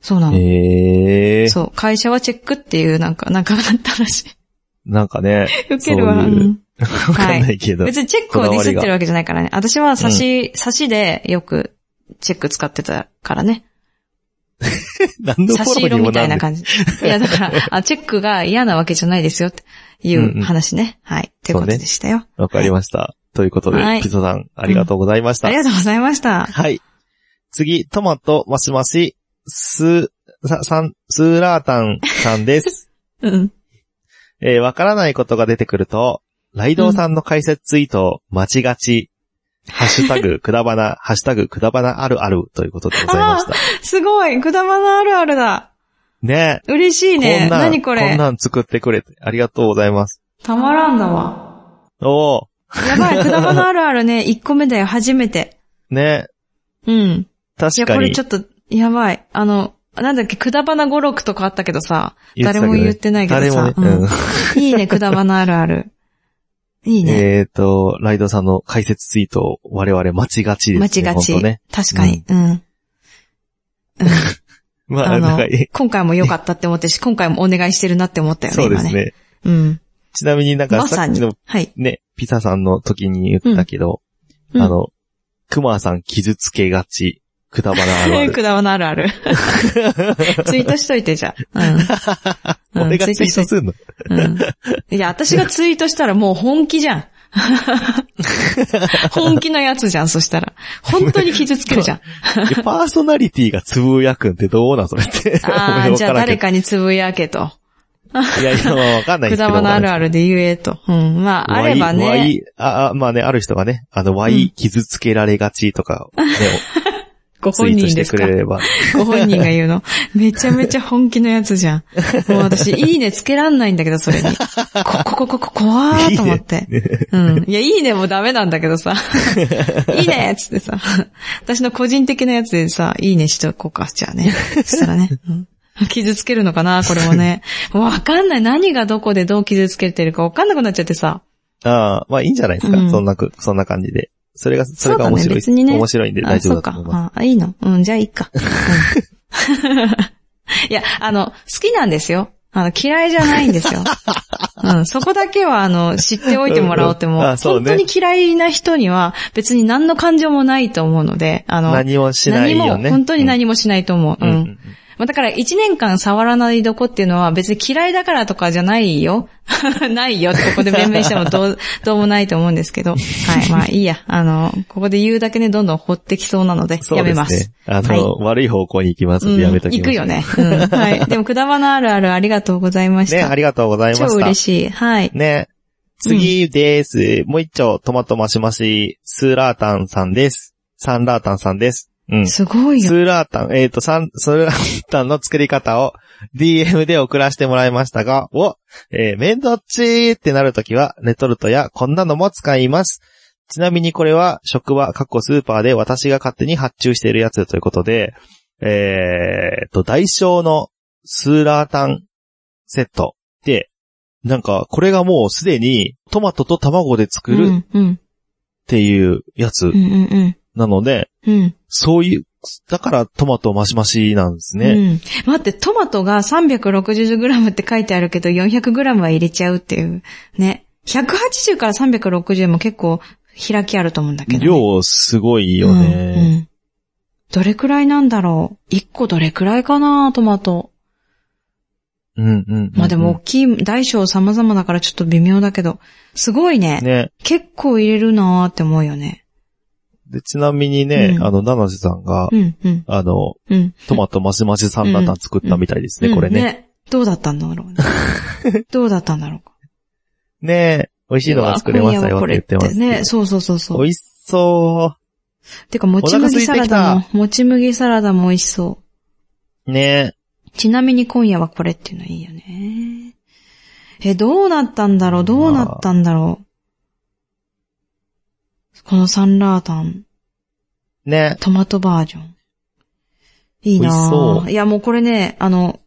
B: そうなの。
A: ええー。
B: そう。会社はチェックっていうなんか、なんかあったらしい。
A: なんかね、
B: 受けるわ。
A: そういう
B: うん
A: わかんないけど。
B: 別にチェックをディスってるわけじゃないからね。私は差し、差しでよくチェック使ってたからね。
A: 何のフ
B: 差し
A: ォロー
B: 色
A: にも
B: みた
A: ないん
B: な
A: で
B: 感じ。いや、だから、あ、チェックが嫌なわけじゃないですよっていう話ね。はい。ということでしたよ。
A: わかりました。ということで
B: は、い
A: ピザさん、ありがとうございました。
B: ありがとうございました。
A: はい。次、トマト、マシマシ、ス、さ、さん、スーラータンさんです。
B: うん。
A: えーわからないことが出てくると、ライドウさんの解説ツイートを待ちがち、ハッシュタ グ、くだばな、ハッシュタグ、くだばなあるあるということでございました。
B: すごいくだばなあるあるだ
A: ね
B: 嬉しい
A: え。
B: ね。
A: こんなん、
B: 何こ
A: ん
B: れ
A: なん作ってくれて、ありがとうございます。
B: たまらんだわ。
A: お
B: やばい、くだばなあるあるね、1個目だよ、初めて。
A: ー、ねえ。
B: うん。い
A: 確
B: や、
A: か
B: これ
A: に
B: ちょっと、やばい。あの、なんだっけ、くだばな語録とかあったけどさ、
A: 言ってたけどね、
B: 誰も言ってないけどさ
A: 誰もね、
B: いいね、くだばなあるある。いい
A: うん。
B: ね。
A: えっと、ライドウさんの解説ツイートを我々待ちがちですね。
B: 間違がち
A: ほんとね。。
B: 確かに。うん。
A: まあ、
B: あ
A: なん
B: の
A: か、え、
B: 今回も良かったって思ってし、今回もお願いしてるなって思ったよね、
A: そうです
B: 今ね。
A: ね。
B: うん。
A: ちなみになんか
B: ま
A: さ
B: さ
A: っき
B: に
A: の。
B: はい。
A: ね、ピサさんの時に言ったけど、
B: うん
A: あの、クマさん傷つけがち、くだばなあるある。
B: くだばなあるある。 ツイートしといて、じゃあ。うん。 うん
A: 俺がツイートするの。
B: うんいや、私がツイートしたらもう本気 じゃん。本気のやつじゃん、そしたら。本当に傷つけるじゃん。
A: でパーソナリティがつぶやくんってどうなんそれって。
B: あ
A: 俺
B: あ、
A: わ
B: じゃあ
A: らんけ
B: 誰かにつぶやけと。
A: ど。いやいや、まあわかんないですけ
B: くだ
A: ど。
B: ばのあるあるで言えと。うん。まあ、あれば
A: Y、
B: ね、
A: Y あ、あまあね、ある人がね、あの、
B: う
A: Y
B: ん
A: 傷つけられがちとか、ね、
B: ご
A: ツ
B: 本
A: イート
B: 人
A: し
B: で
A: て
B: す
A: く
B: か
A: れ。れば。
B: ご本人が言うの。めちゃめちゃ本気のやつじゃん。もう私、いいねつけらんないんだけど、それに。こ、こ、こ、こ、こ怖ーと思って。うん。いや、いいねもダメなんだけどさ。いいねっつってさ。私の個人的なやつでさ、いいねしとこうか、じゃあね。そしたらね。うん傷つけるのかなこれもね。わかんない。何がどこでどう傷つけてるかわかんなくなっちゃってさ。
A: ああ、まあいいんじゃないですか。
B: うん
A: そんなく、そんな感じで。それが、それが
B: そうだね
A: 面白い。
B: 別にね
A: 面白いんで
B: あ、
A: 大丈
B: そ
A: 夫
B: う
A: だ
B: か
A: と思いま。
B: あ、いいの。うん、じゃあいいか。うん いや、あの、好きなんですよ。あの、嫌いじゃないん ですよ。うん、そこだけは、あの、知っておいてもらおうっても
A: うんうんあ
B: う、
A: そう
B: 本
A: ね
B: 当に嫌いな人には、別に何の感情もないと思うので、あ
A: す。
B: の、
A: 何もしないよ
B: 何も、
A: ね。
B: 本当に
A: も。
B: 何もしないと思う。
A: う
B: うん。
A: うんん。
B: まあ、だから、一年間触らないどこっていうのは、別に嫌いだからとかじゃないよ。 ないよってここで弁明してもど う、どうもないと思うんですけど。はい、まあいいや。あの、ここで言うだけね、どんどん掘ってきそうなので、
A: そう
B: や
A: で
B: め
A: すね
B: ます。。
A: あの、悪い方向に行きますんで、やめと
B: うん
A: き
B: 行
A: ます。
B: くよ。ね。うんはい。でも、くだばなあるあるありがとうございまし
A: ね、
B: た。
A: ありがとうございました。
B: 超嬉しい。はい。
A: ね。次です。もう一丁、トマトマシマシ、スーラータンさんです。サンラータンさんです。うん。
B: すごい
A: ス
B: よ。
A: ーラータン、えっ、と、サン、スーラータンの作り方を DM で送らせてもらいましたが、お、えー、めんどっちーってなるときは、レトルトやこんなのも使います。ちなみにこれは、職場、過去スーパーで私が勝手に発注しているやつということで、えー、と、代償のスーラータンセットで、なんか、これがもうすでにトマトと卵で作
B: う
A: るっ
B: ん、うん、
A: ていうやつ
B: うん、うん、
A: なので、
B: うん。うん
A: そういう、だからトマトマシマシなんですね。
B: うん。待って、トマトが 360g って書いてあるけど、400g は入れちゃうっていう。ね。180から360も結構開きあると思うんだけど、ね。
A: 量すごいよ
B: うんう
A: ね。
B: んどれくらいなんだろう ?1 個どれくらいかなトマト。
A: うんうんうんうん
B: まあでも大きい、大小様々だからちょっと微妙だけど、すごいね。
A: ね。
B: 結構入れるなーって思うよね。
A: で、ちなみにね、
B: うん
A: あの、七瀬さんが、
B: うん、うん、
A: あの、
B: うん。
A: トマトマシマシサンラータン作ったみたいですね、
B: うん
A: これね。
B: どうだったんだろう ね。どうだったんだろうか。
A: ね美味しいのが作れましたよって言ってますけど。
B: 今夜はこれね、そうそうそうそう。
A: 美味しそ
B: てか、もち麦サラダ
A: お。
B: も、もち麦サラダも美味しそう
A: ね
B: う。ちなみに今夜はこれっていうのいいよね。え、どうなったんだろうどうなったんだろうこのサンラータン、
A: ね
B: トマトバージョン。いいな
A: 美味しそ
B: ぁ。いや、もうこれね、あの、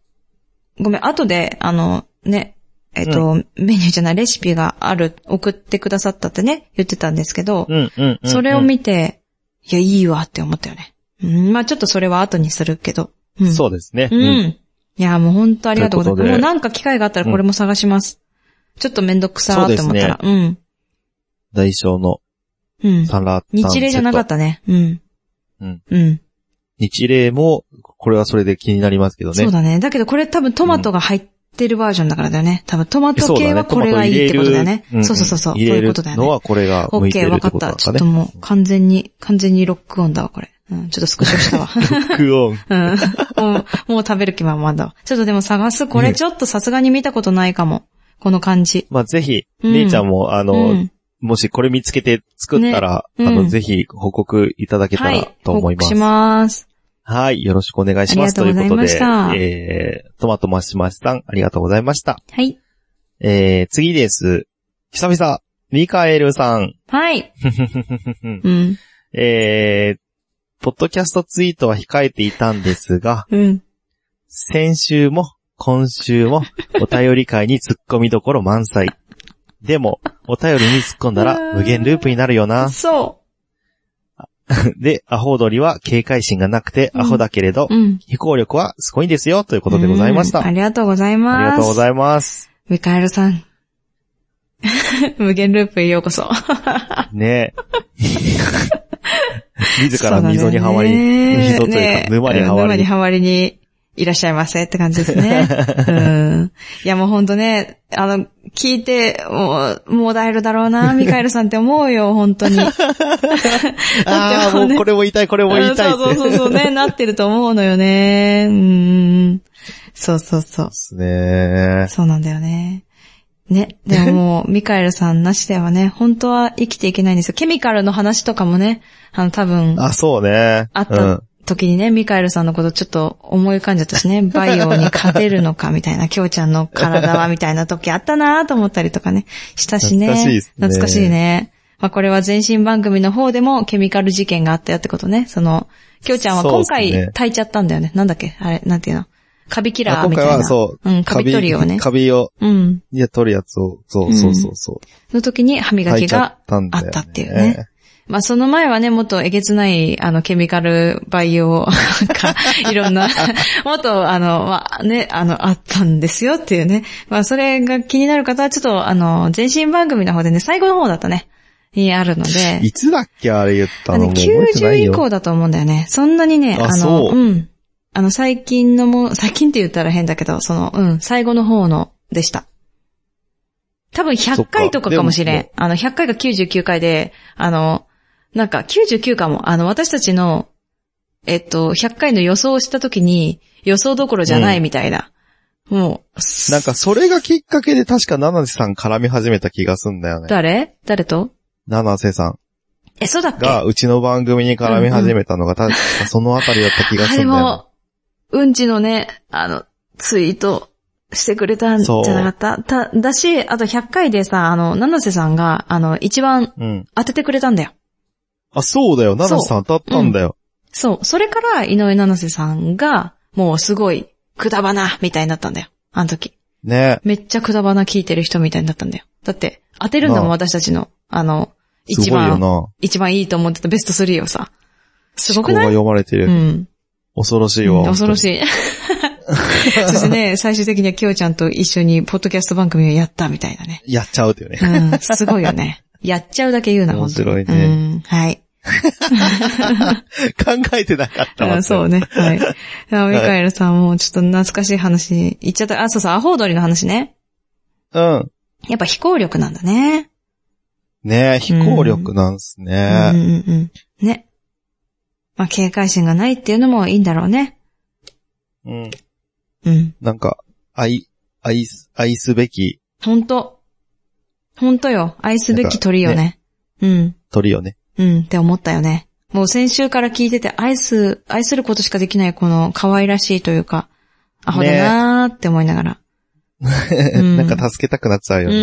B: ごめん、後で、あの、ね、えっと、メニューじゃない、レシピがある、送ってくださったってね、言ってたんですけど、
A: うんうんうんうん。
B: それを見て、いや、いいわって思ったよね。うん、まあちょっとそれは後にするけど。うん、
A: そうですね。
B: う。ん。いや、もう本当ありがとうございま
A: という
B: す。
A: こ
B: も
A: と
B: う
A: で
B: なんか機会があったらこれも探します。ちょっとめんどくさーって思ったら。う
A: 大小の
B: ん。うん。
A: サンラータン。
B: 日例じゃなかっ。たね。うん。
A: うん。
B: うん。
A: 日例も、これはそれで気になりますけどね。
B: そうだね。だけどこれ多分トマトが入ってるバージョンだからだよね。多分トマト
A: そうだ
B: 系
A: ね
B: はこれがいいってことだよね。
A: トマト入れるんん
B: そうそうそうそう。そう
A: 入れ
B: いう
A: る
B: ことだよね。
A: のはこれが
B: オ
A: 向
B: ッ
A: いて
B: ケ
A: る
B: ー、
A: っ
B: わか
A: てこ
B: っ
A: と
B: た。
A: だ
B: ち
A: か
B: ょっと
A: ね。
B: もう完全に、完全にロックオンだわ、これ。うん、ちょっとスクショしたわ。
A: クオン。
B: うん。もう、 もう食べる気満々だわ。ちょっとでも探す。これちょっとさすがに見たことないかも。この感じ。
A: まあ、ぜひ、
B: うん
A: 姉ちゃんも、あの、
B: うん。
A: もしこれ見つけて作ったら、
B: ねうん
A: あの、ぜひ報告いただけた
B: は
A: ら
B: い。
A: と
B: 報
A: 思い
B: 告
A: ます。
B: します。
A: はい。よろしくお願いします。
B: ありがとうございま
A: い
B: し
A: うこ
B: た
A: とで、えー、トマトマシマシさん、ありがとうございました。
B: はい。
A: えー、次です。久々、ミカエルさん。
B: はい。うん。
A: えー、ポッドキャストツイートは控えていたんですが、
B: うん。
A: 先週も今週もお便り会に突っ込みどころ満載。でも、お便りに突っ込んだら無限ループになるよな。
B: そ
A: で、アホ踊りは警戒心がなくて
B: うん
A: アホだけれど、
B: う。うん。
A: 飛行力はすごいんですよ、ということでございました。
B: うん
A: あ
B: あ
A: り
B: りがとうございます。
A: がとうござ
B: い
A: います。
B: ます。ミカエルさん。 無限ループへようこそ。
A: ね 自ら溝にはまり、
B: そうだね
A: 溝という
B: ね
A: か沼には
B: うん
A: ま
B: 沼
A: り
B: に。はまりにいらっしゃいませって感じで すね。うん。いやもうほんとね、あの、聞いて、もう、もうだえるだろうな、ミカエルさんって思うよ、本当に。
A: ああ、もうこれも言いたい、これも言いたいって。
B: うんそうそうそうそうね、なってると思うのよね。うん。そうそうそう。
A: そうで
B: そうなんだよね。ね。でももう、ミカエルさんなしではね、本当は生きていけないんですよ。ケミカルの話とかもね、あの、多分
A: すね。、あ、そうね。
B: あっ
A: うん
B: た。時にね、ミカエルさんのことちょっと思い浮かんじゃったしね、 バイオに勝てるのかみたいな、キョウちゃんの体はみたいな時あったなと思ったりとかね、したしね。
A: 懐かしいですね
B: 懐かしいね。まあこれは前身番組の方でもケミカル事件があったよってことね。その、キョウちゃんは今
A: そうです
B: 回
A: ね
B: 炊いちゃったんだよね。なんだっけあれ、なんていうのカビキラ
A: あ
B: ー
A: 今
B: みた
A: 回
B: いな。
A: はそう。
B: うん、カビ取りをね。
A: カビを、
B: うん。
A: いや、取るやつを、そうう、
B: ん
A: そうそうそう。
B: の時に歯磨
A: 入
B: き
A: っちゃ
B: が
A: ったんだ
B: あ
A: よ
B: ったっていうね。。まあその前はね、もっとえげつない、あの、ケミカル培養か、いろんな、もっと、あの、まあね、あの、あったんですよっていうね。まあそれが気になる方は、ちょっと、あの、前身番組の方でね、最後の方だったね、にあるので、
A: いつだっけあれ言った
B: あ
A: の
B: の
A: も
B: ね
A: う覚えてな
B: 90
A: い
B: 以
A: よ。
B: 降だと思うんだよね。そんなにね、
A: あ
B: あの、
A: そう
B: うん。あの、最近のも、最近って言ったら変だけど、その、うん、最後の方の、でした。多分
A: そっ
B: 100
A: か
B: 回とかかもしれ
A: で
B: ん。あの、100回が99回で、あの、なんか99回も、あの、私たちの、えっと、100回の予想をした時に、予想どころじゃないみたいな。もう、
A: なんか、それがきっかけで確か七瀬さん絡み始めた気がすんだよね。
B: 誰誰と
A: 七瀬さん。
B: え、そうだっけ
A: が、うちの番組に絡み始めたのが、確かそのあたりだった気が
B: あ
A: す
B: れ
A: るんだよね。
B: も、うんちのね、あの、ツイートしてくれたんじゃなかったた、だし、あと100回でさ、あの、七瀬さんが、あの、一番
A: うん。
B: 当ててくれたんだよ。
A: あ、そうだよ。ナナさん当たったんだよ。
B: そう。それから、井上七瀬さんが、もうすごい、くだばな、みたいになったんだよ。あの時。
A: ね。
B: めっちゃくだばな聞いてる人みたいになったんだよ。だって、当てるんだもん、
A: まあ
B: 私たちの、あの、
A: すごい
B: 一
A: よ
B: 番、
A: な。
B: 一番いいと思ってたベスト3をさ。すご
A: ここ
B: く
A: が
B: ない
A: 読まれて
B: う
A: る。
B: ん。
A: 恐ろしい
B: うん
A: わ。
B: 恐ろしい。そしてね、最終的にはきよちゃんと一緒にポッドキャスト番組をやったみたいなね。
A: い。やっちゃうっていうね。
B: うん、すごいよね。やっちゃうだけ言うな、
A: 面
B: 本当に。
A: 白いね
B: うん、はい。
A: 考えてなかった
B: う
A: わ。
B: んそうね。 はい。あミカエルさんもちょっと懐かしい話言っちゃった。あ、そうそう、アホウドリの話ね。
A: うん。
B: やっぱ飛行力なんだね。
A: ね飛行力なんす
B: うん
A: ね。
B: うんうん。ね。まあ、警戒心がないっていうのもいいんだろうね。
A: うん。
B: うん。
A: なんか、愛、愛す、愛すべき
B: ほんと。ほんとよ。愛すべき鳥よね。うん。
A: 鳥よね。
B: うん、って思ったよね。もう先週から聞いてて、愛す、愛することしかできないこの可愛らしいというか、アホだなーって思いながら。ん
A: なんか助けたくなっちゃうよね。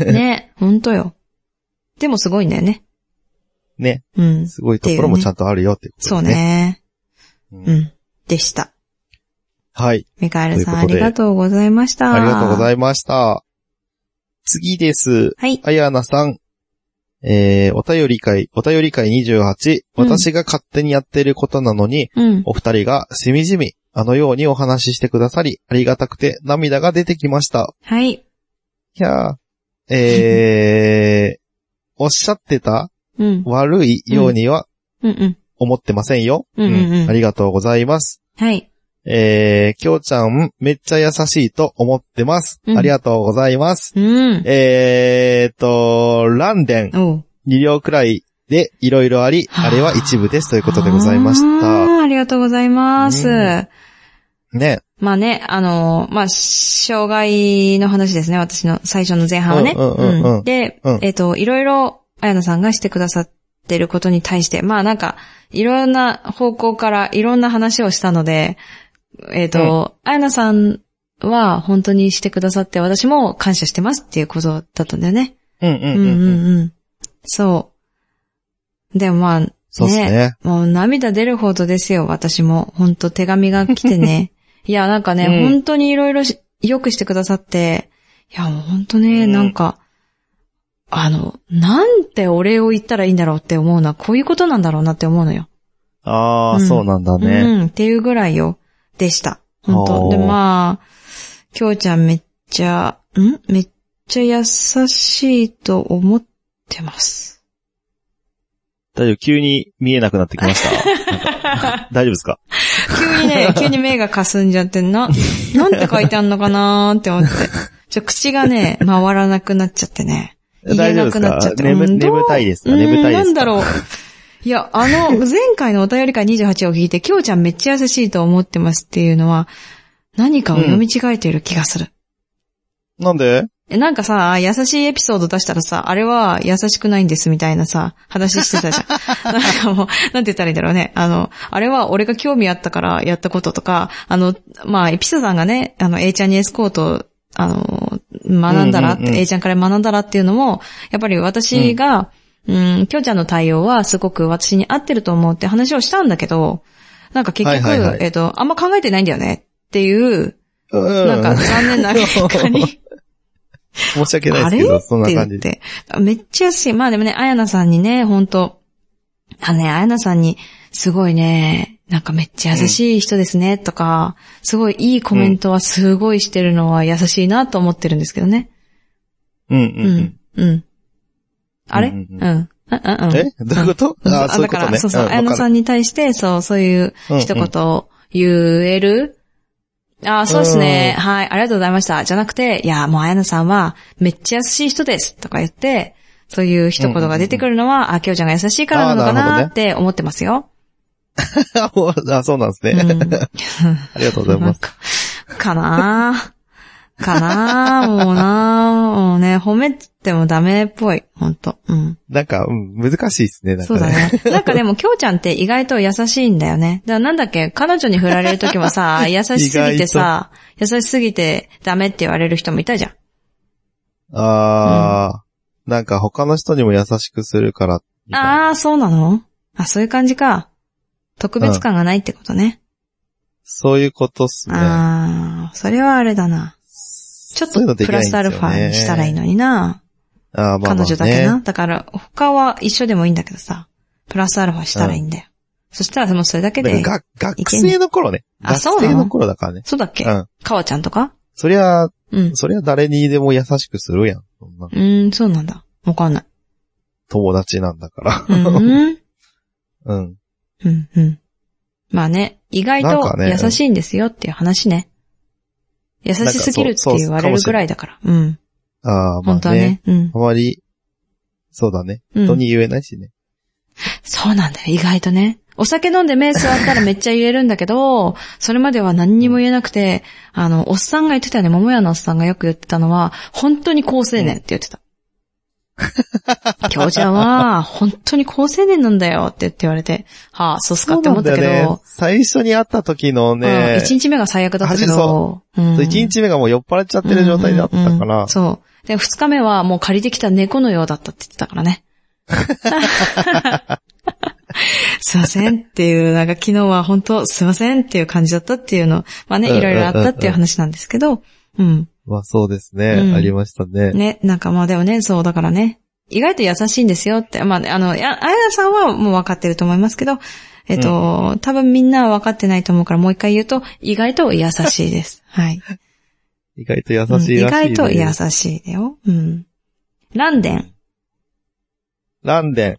B: うん。ね、 ほんとよ。でもすごいんだよね。
A: ね。
B: うん。
A: すごいところもちゃんとあるよってこと
B: そう
A: だね。
B: ね。
A: うん
B: うん。でした。
A: はい。
B: ミカエルさ
A: という
B: ん、
A: こ
B: あ
A: とで
B: りがとうございました。
A: ありがとうござ
B: い
A: いました。次です。
B: はい。
A: あやなさん。えー、お便り会、お便り会28。
B: うん
A: 私が勝手にやっていることなのに、
B: うん。
A: お二人がしみじみ、あのようにお話ししてくださり、ありがたくて涙が出てきました。
B: はい。
A: いやーえー、おっしゃってた
B: うん。
A: 悪いようには
B: うんうん。
A: 思ってませんよ。
B: うんうんうん
A: ありがとうございます。
B: はい。
A: えー、きょうちゃん、めっちゃ優しいと思ってます。
B: うん
A: ありがとうございます。
B: うん。
A: えーと、ランデン、
B: おう。
A: 2両くらいでいろいろあり、
B: はあ
A: あれは一部ですということでございました。
B: あー。ありがとうございます。
A: うんね。
B: まあね、あのー、まあ、障害の話ですね、私の最初の前半はね。
A: うんうんうんうん
B: うんで、
A: うん
B: えっ、と、いろいろ、あやなさんがしてくださってることに対して、まあなんか、いろんな方向からいろんな話をしたので、えっ、と、あやなさんは本当にしてくださって、私も感謝してますっていうことだったんだよね。
A: うんう
B: うんんう
A: うんうん。
B: んうん。そう。でもまあ、
A: そうですね。
B: もう涙出るほどですよ、私も。ほんと手紙が来 てね。いや、なんかね、
A: うん
B: 本当にいろいろしよくしてくださって、いや、もうほんとね、
A: うん
B: なんか、あの、なんてお礼を言ったらいいんだろうって思うのは、こういうことなんだろうなって思うのよ。
A: ああ、
B: うん
A: そうなんだ
B: う
A: ね。
B: ん、っていうぐらいよ、でした。本当
A: お
B: で、
A: ー
B: まあ、きょうちゃんめっちゃ、んめっちゃ優しいと思ってます。
A: 大丈夫、急に見えなくなってきました。なん か大丈夫ですか
B: 急 にね、急に目がかすんじゃって、な、なんて書いてあんのかなーって思って。ちょ、口がね、回らなくなっちゃってね。言え
A: 大丈夫
B: な
A: です
B: くなっちゃっ
A: か
B: て。
A: 眠
B: うんどう
A: 眠たいですか
B: うん
A: 眠たいですか
B: なんだろう。いや、あの、 前回のお便り会28を聞いて、きょうちゃんめっちゃ優しいと思ってますっていうのは、何かを読み違えている気がする。
A: なんで
B: えなんかさ、優しいエピソード出したらさ、あれは優しくないんですみたいなさ、話してたじ ゃん。なんかもう、なんて言ったらいいんだろうね。あの、あれは俺が興味あったからやったこととか、あの、まあ、エピサさんがね、あの、A ちゃんにエスコートを、あの、学んだらって、
A: うんうんうん
B: A ちゃんから学んだらっていうのも、やっぱり私が、うん、きょうちゃんの対応はすごく私に合ってると思うって話をしたんだけど、なんか結局、
A: はいはいはい
B: えっと、あんま考えてないんだよねっていう、
A: な
B: なんか残念な結 果に。
A: 申し訳ないで
B: あ
A: す
B: れ
A: けど、
B: っ
A: そんな
B: て言
A: 感
B: っ
A: じで。
B: て。めっちゃ安い。まあでもね、あやなさんにね、本当あのね、あやなさんに、すごいね、なんかめっちゃ優しい人ですね、とか、すごいいいコメントはすごいしてるのは優しいなと思ってるんですけどね。
A: うんう
B: うんん。うん。あれう
A: うんん。
B: う。
A: うんん
B: うんう。
A: うんん。えどういうこと
B: うん
A: あー、
B: あ
A: そういうこ
B: だか
A: と
B: ら、
A: ね。
B: そうそう、あやなさ
A: ん
B: んに対して、そう、そういう
A: うん
B: 一言を言える、ああ、そうですね。はい、ありがとうございました。じゃなくて、いや、もうあやなさんは、めっちゃ優しい人です。とか言って、そういう一言が出てくるのは、あ、きょうちゃんが優しいからなのか
A: あーな
B: な
A: る
B: っ
A: ほ
B: て思ってますよ。
A: わかるあ、そうなんですね。
B: うん
A: ありがとうございます。
B: かかなかなもうなもうね、褒めてもダメっぽい。ほんと。うん。
A: なんか、うん、難しいですね、なんか
B: そうだね。なんかでも、きょうちゃんって意外と優しいんだよね。だからなんだっけ、彼女に振られるとき もさ、優しすぎてさ、優しすぎてダメって言われる人もいたじゃん。
A: あー、なんか他の人にも優しくするから、みたいな
B: ああ、そうなのあ、そういう感じか。特別感がないってことね。
A: そういうことっすね。
B: ああ、それはあれだな。ちょっ
A: そういう
B: と
A: のでき
B: プ
A: ない
B: ラ
A: んです
B: ス
A: よ
B: ア
A: ね
B: ルファにしたらいいのにな。
A: あーまあまあ、ね、
B: 彼女だけな。だから、他は一緒でもいいんだけどさ、プラスアルファしたらいいんだよ。そしたらもうそれだけ
A: だ
B: で
A: か、らが学生の頃ね。
B: あ
A: 学
B: そうなの
A: 生の頃だからね。
B: そうだっけ
A: うん。
B: かわちゃんとか
A: そりゃ、
B: うん。
A: そりゃ誰にでも優しくするやん。そんな
B: うーん、そうなんだ。わかんない。
A: 友達なんだか
B: うん、うん、
A: ら。うん。
B: うん、うん。まあね、意外
A: なん
B: と
A: かね
B: 優しいんですよっていう話ね。優しすぎるって言われるぐらいだから。うん。
A: ああ、ま
B: 本当
A: あ
B: は
A: ね。
B: ね。うん
A: あ。まり、そうだね。
B: うん
A: 人に言えないしね。
B: そうなんだよ、意外とね。お酒飲んで目座ったらめっちゃ言えるんだけど、それまでは何にも言えなくて、あの、おっさんが言ってたよね、桃屋のおっさんがよく言ってたのは、本当に高青年って言ってた。教授は、本当に高青年なんだよって言って言われて、はあ、そうっすかって思ったけ
A: そうなんだよね
B: ど、。
A: 最初に会った時の
B: うん
A: ね、
B: 一、日目が最悪だったけ
A: 恥
B: ど
A: そ、
B: うん
A: 一日目がもう酔っ払っちゃってる状態だったから、
B: うんうんうんそう。で、二日目はもう借りてきた猫のようだったって言ってたからね。すいませんっていう、なんか昨日は本当すいませんっていう感じだったっていうの、まあね、
A: うん
B: い
A: うんうん
B: ろいろあったっていう話なんですけど、うん。
A: まあそうですね、
B: うん
A: ありましたね。
B: ね、なんかまあでもね、そうだからね、意外と優しいんですよって、まあね、あの、あやなさんはもう分かってると思いますけど、えっと、多分みんなは分かってないと思うからもう一回言うと、意外と優しいです。はい。
A: 意外と優しいらしい、ね
B: うん意外と優しいよ。うん。ランデン。
A: ランデ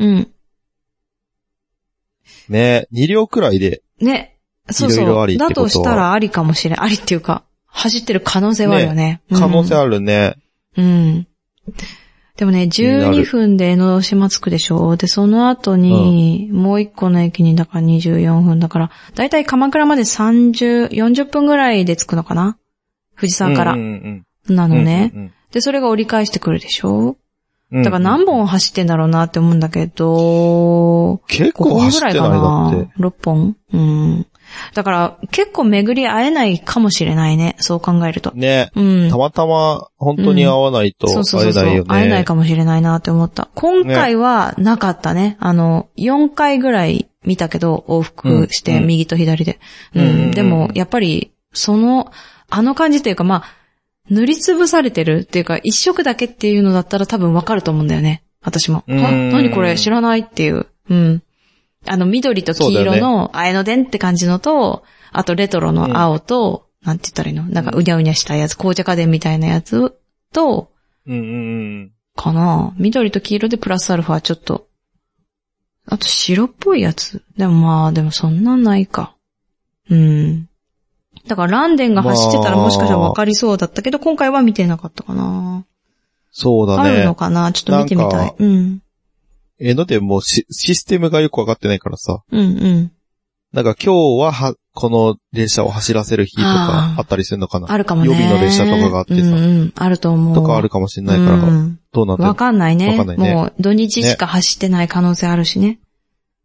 B: うん。
A: ン。ね、2両くらいで、
B: ね。そう
A: いろい
B: そ
A: ろ
B: う。
A: ありって
B: だ
A: こと
B: と
A: は
B: したらありかもしれん。ありっていうか、走ってる可能性はあるよね。
A: 可能性
B: あ
A: あるね。
B: る。うん。でもね、12分で江ノ島着くでしょで、その後に、もう一個の駅に、だから24分だから、だいたい鎌倉まで30、40分ぐらいで着くのかな藤沢から
A: うん。うん
B: な
A: うん
B: のね
A: う。ん
B: で、それが折り返してくるでしょ
A: うんうん
B: だから何本走ってんだろうなって思うんだけど、
A: 結
B: 5
A: 構
B: 本
A: 走
B: ぐ
A: って
B: ら
A: ないい
B: か
A: だっ
B: な
A: て。
B: ?6 本うん。だから、結構巡り会えないかもしれないね。そう考えると。
A: ね。
B: うん
A: た。またま、本当に会わないと
B: そうそう
A: 会
B: そ
A: え
B: うそう
A: ないよね。
B: 会えないかもしれないなって思った。今回はなかったね。あの、4回ぐらい見たけど、往復し
A: うん
B: て、
A: うん
B: 右と左で。う。
A: うんうんうんん
B: でも、やっぱり、その、あの感じというか、まあ、塗りつぶされてるっていうか、一色だけっていうのだったら多分わかると思うんだよね。私も。
A: うん
B: は何これ知らないっていう。うん。あの、緑と黄
A: そうだ
B: 色
A: よ
B: の、あえのでんって感じのと、あとレトロの青と、なんて言ったらいいのなんかうにゃうにゃしたやつ、紅茶家電みたいなやつと、
A: うんうんうん。
B: かな緑と黄色でプラスアルファちょっと。あと白っぽいやつ。でもまあ、でもそんなんないか。うん。だからランデンが走ってたら
A: まあ
B: もしかしたら分かりそうだったけど、今回は見てなかったかな、
A: そうだ
B: あるの
A: ね。
B: かなちょっと見てみた
A: なん
B: い
A: か。
B: うん。
A: えのでもうシシステムがよくわかってないからさ。
B: うんうん。
A: なんか今日はは、この列車を走らせる日とか
B: あー
A: あったりするのかな
B: あるかもね。
A: 予備の列車とかがあってさ
B: うんうん。あると思う。
A: とかある
B: か
A: かもしれないから、
B: うん。
A: どうなってる
B: わかんないね。
A: わかんないね
B: もう土日しか走ってない可能性あるしね。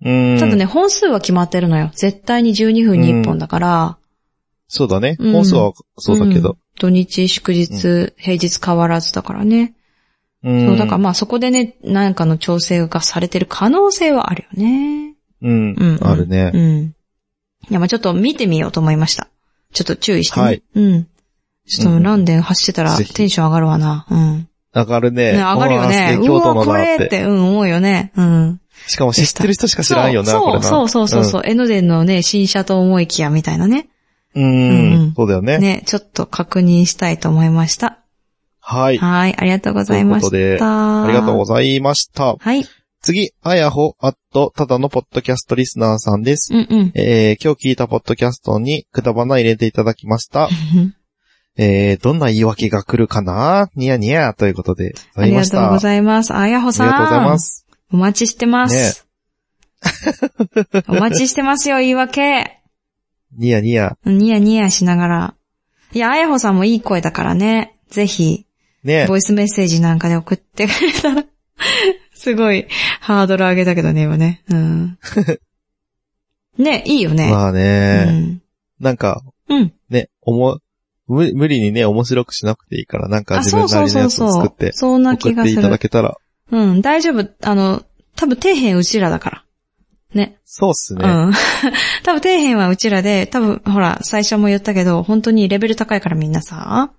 A: うん。
B: ただね、本数は決まってるのよ。絶対に12分に1本だから。
A: そうだね。
B: うん
A: 本数はそうだけど。
B: 土日、祝日、平日変わらずだからね。
A: うん。
B: そう、だからまあそこでね、何かの調整がされてる可能性はあるよね。
A: うん
B: うんうん。
A: あるね。
B: うん。いやまあちょっと見てみようと思いました。ちょっと注意して、ね。
A: はい
B: うん。ちょっ
A: う
B: と
A: ん
B: ランデン走ってたら
A: ぜひ
B: テンション上がるわな。うん。
A: 上がるね。
B: ね、上がるよね
A: うわーす。げえ
B: う
A: 京都
B: わ、
A: の
B: こ
A: だ
B: れ
A: っ。
B: ってて、うん、思うよね。うん。
A: しかも知ってる人しか知らんよな、これ
B: そう
A: な。
B: そうそうそうそう。江ノ電のね、新車と思いきやみたいなね。
A: うん。
B: うん
A: う
B: うん
A: ん。そうだよね。
B: ね、ちょっと確認したいと思いました。
A: はい。
B: はい、ありがとうございました。
A: ということでありがとうございました。
B: はい。
A: 次、あやほ、あっと、ただのポッドキャストリスナーさんです。
B: うんうん。
A: えー、今日聞いたポッドキャストにくだばな入れていただきま した。えー、どんな言い訳が来るかなニヤニヤということで、ご
B: あ
A: ざい
B: り
A: ま
B: が
A: し
B: とう
A: た。
B: ございます。あやほさん。
A: ありがとうございま。す。
B: お待ちしてます。 お待ちしてますよ、言い訳。
A: ニヤニヤ。
B: ニヤニヤしながら。いや、あやほさんもいい声だからね。ぜひ、
A: ね
B: ボイスメッセージなんかで送ってくれたら、 すごいハードル上げたけどね、今ね。 うん。ね、いいよね。
A: まあ
B: う
A: ね、
B: ん。
A: なんか、
B: うん。
A: ね、おも、無無理にね、面白くしなくていいから、なんか
B: あ、
A: 自
B: そ
A: 分
B: うそ
A: な
B: う
A: りの
B: そ
A: や
B: う
A: つを
B: そ
A: 作
B: う
A: って。、
B: そんな
A: 送
B: 気
A: っ
B: が
A: てい
B: す
A: ただ
B: る。
A: けたら。
B: うん、大丈夫。あの、多分底辺うちらだから。ね。
A: そうっすね。
B: うん。 多分底辺はうちらで、多分ほら、最初も言ったけど、本当にレベル高いからみんなさ、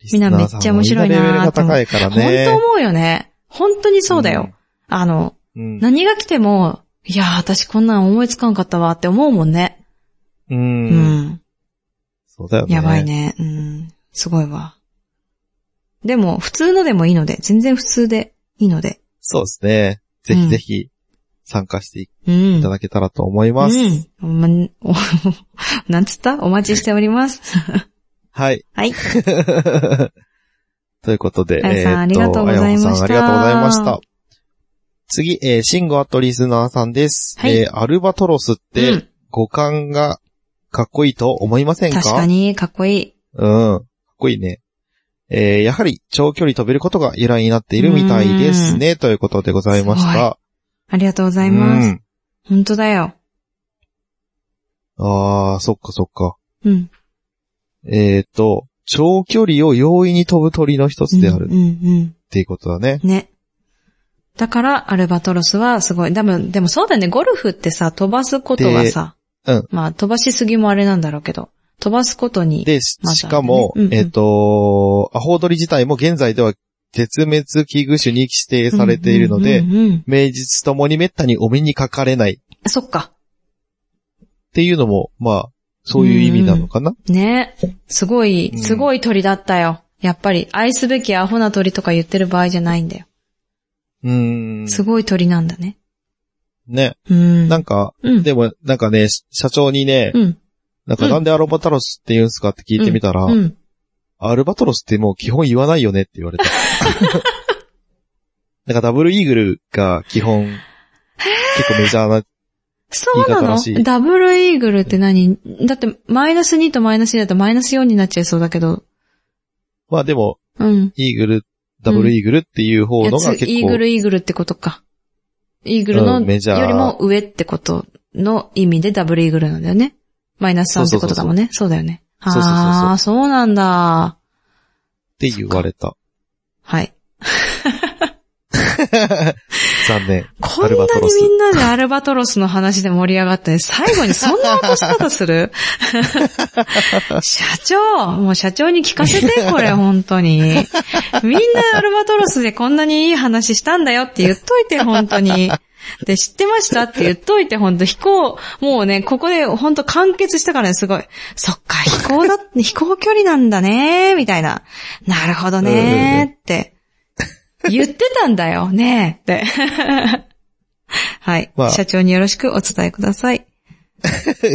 A: リスナーさも
B: みんなめっちゃ面白いなー
A: みんレベルが高いから
B: 本当
A: ね。
B: 思うよね。本当にそうだよ。あの、
A: うん。うん。
B: 何が来ても、いやー、私こんなん思いつかんかったわって思うもんね。
A: う。
B: うんん。
A: そうだよね。
B: やばい。ね。うん。すごいわ。でも、普通のでもいいので、全然普通でいいので。
A: そうですね。ぜひぜひ参加してい
B: うん。
A: ただけたらと思います。
B: うん。おまん、おなんつったお 待ちしております。
A: はい。
B: はい。
A: ということで、
B: あやさん
A: ーっ
B: ありがとうございました
A: あやほさんありがとうございました。次、えー、シンゴアットリスナーさんです。
B: はい
A: えーアルバトロスっ
B: う
A: て
B: ん、
A: 五感がかっこいいと思いませんか
B: 確かに、かっこいい。
A: うん。かっこいいね。えーやはり長距離飛べることが由来になっているみたいですね、ということでございました。
B: ありがとうござ
A: う
B: います。
A: ん。
B: 本当だよ。
A: あー、そっかそっか。
B: うん。
A: えーっと、長距離を容易に飛ぶ鳥の一つである
B: うん、うん、
A: っていうことだね。
B: うん。ね。だから、アルバトロスはすごい。でも、でもそうだよね。ゴルフってさ、飛ばすことがさ、
A: でうん
B: まあ、飛ばしすぎもあれなんだろうけど、飛ばすことに、
A: で、し
B: まだね
A: しかも、
B: うんうん
A: えーっと、アホウドリ自体も現在では絶滅危惧種に指定されているので、
B: うんうんうんうん
A: 名実ともに滅多にお目にかかれないっ
B: そっか。
A: ていうのも、まあ、そういう意味なのかな、
B: ね。すごい
A: うん、
B: すごい鳥だったよ。やっぱり、愛すべきアホな鳥とか言ってる場合じゃないんだよ。
A: うん、
B: すごい鳥なんだね。
A: ね。
B: うん。
A: なんか、
B: うん。
A: でも、なんかね、し社長にね、
B: うん。
A: なんか
B: うん
A: なんでアルバトロスって言うんすかって聞いてみたら、
B: うん。
A: アルバトロスってもう基本言わないよねって言われ た。なんかダブルイーグルが基本、結構メジャーな、
B: そうな
A: 言い方ら
B: の
A: しい
B: ダブルイーグルって何だって、マイナス2とマイナス2だとマイナス4になっちゃいそうだけど。
A: まあでも、
B: うん。
A: イーグル、ダブルイーグルっていう方のが
B: やつ
A: 結
B: イーグ
A: 構、
B: ルイーグルってことか。イーグルの
A: うんメジャー
B: よりも上ってことの意味でダブルイーグルなんだよね。マイナス3ってことだもんね。そうだよね。
A: そうそうそうそう
B: ああ、そうなん
A: っ
B: だ。
A: て言われた。
B: はい。
A: 残 念。
B: こん
A: アル
B: な
A: バトロ
B: に
A: ス
B: みんなでアルバトロスの話で盛り上がって、最後にそんな落とし方する社長もう社長に聞かせて、これ、本当に。みんなアルバトロスでこんなにいい話したんだよって言っといて、本当に。で、知ってましたって言っといて、本当飛行、もうね、ここで本当完結したからね、すごい。そっか、飛行だ、飛行距離なんだね、みたいな。なるほどね、って。言ってたんだよね、って。はい、
A: まあ
B: 社長によろしくお伝えください。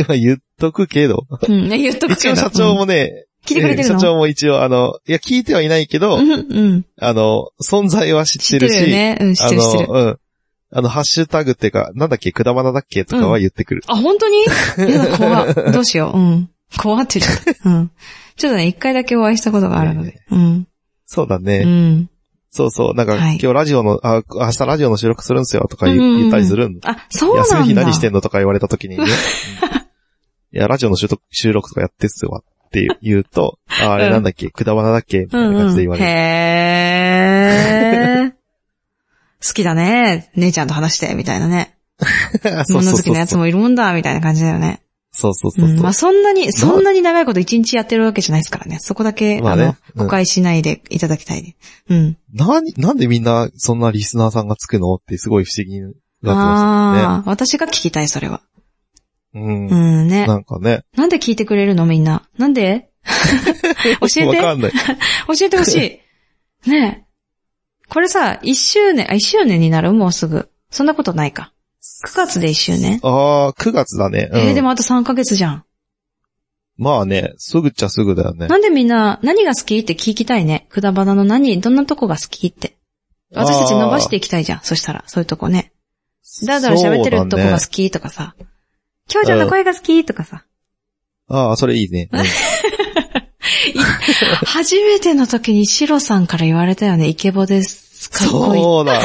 A: まあ言っとくけど。
B: うん、ね言っとくけ
A: 一
B: ど。
A: 応社長
B: うん
A: もね、
B: 聞いてくれてる
A: 社
B: の
A: 長も一応あの、いや聞いてはいないけど、
B: うん、うん。
A: あの、存在は知
B: 知
A: っ
B: って
A: る
B: てる
A: し、
B: よね。うん、知っ
A: あ
B: てる、知ってる。
A: の、うん。あの、ハッシュタグっていうか、なんだっけ、くだばなだっけとかは言ってくる。
B: あ、本 当にやだ、怖っどうしよう。うん。怖って言っちゃった。うん。ちょっとね、一回だけお会いしたことがあるので。うん。
A: そうだ
B: う
A: ね。
B: ん。
A: そうそう。なんか、
B: はい
A: 今日ラジオの、あ、明日ラジオの収録するんすよとか言,、
B: うんうんうん
A: 言ったりするん
B: あ、そうなんだ。
A: 休み日何してんのとか言われた時 にね。うんいや、ラジオの収録収録とかやってっすわっていう言う と、ああれなんだっけ、くだばなだっけみたいな感じで言われる。
B: へー。好きだね。姉ちゃんと話して、みたいなね。
A: そう
B: 物
A: そう
B: 好き
A: そう
B: なやつ
A: そう。
B: もいるもんだ、みたいな感じだよね。
A: そうそうそううそう。
B: んまあそんなに、そんなに長いこと一日やってるわけじゃないですからね。そこだけ、
A: まあ
B: あの
A: ね、うん
B: 誤解しないでいただきたいね。うん。
A: なに、なんでみんなそんなリスナーさんがつくのってすごい不思議になってま
B: ああ、私が聞きたい、それは。
A: したね。うん。
B: うんね。
A: なんかね。
B: なんで聞いてくれるのみんな。な んで教え
A: わ
B: て、
A: かんない。
B: 教えてほし い。ねえ。これさ、一周年、あ、一周年になるもうすぐ。そんなことないか。9月で一周年、
A: ああ、9月だね。うん、
B: えーでもあと3ヶ月じゃん。
A: まあね、すぐっちゃすぐだよね。
B: なんでみんな、何が好きって聞きたいね。くだばなの何、どんなとこが好きって。私たち伸ばしていきたいじゃん。そしたら、そういうとこね。だらだら喋ってるとこが好
A: そう
B: きとかさ。きょうちゃんの声が好きとかさ。
A: だねああ、それいいね。うん
B: 初めての時にシロさんから言われたよね。イケボです。 かっこいい。
A: そうだ。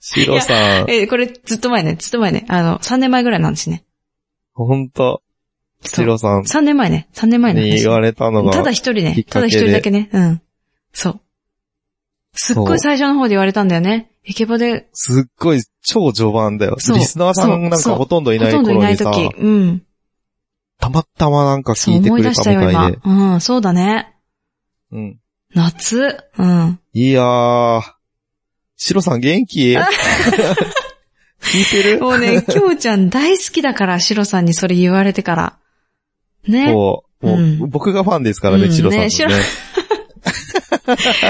A: シロさん。
B: え、これずっと前ね、ずっと前ね。あの、3年前ぐらいなんですね。
A: ほんと、
B: そ
A: シ
B: う
A: ロさん
B: 3年前ね。3年前の
A: に
B: 話
A: 言。われたのが。
B: ただ一
A: き
B: 人
A: っ
B: ね。
A: かけで
B: ただ一人だけね。うん。そう。すっごい最初の方で言われたんだよね。イケボで、
A: すっごい超序盤だよ。
B: そう
A: リスナーさんなん
B: そ
A: か
B: う
A: ほとんどい
B: ほ
A: ない
B: とんどい
A: 頃
B: な
A: に
B: い
A: さ、
B: 時。うん。
A: たまたまなんか
B: そう
A: 聞いて
B: 思
A: く
B: い
A: れ
B: 出した
A: たみ
B: よ、
A: たい
B: 今
A: で。。
B: うん、そうだね。
A: うん。
B: 夏。うん。
A: いやー。シロさん元気聞いてる
B: もう ね、きょうちゃん大好きだから、シロさんにそれ言われてから。ね。も
A: そう。もう、
B: うん
A: 僕がファンですから
B: う
A: ね、
B: ん
A: チロさんの
B: ねシロ
A: ね。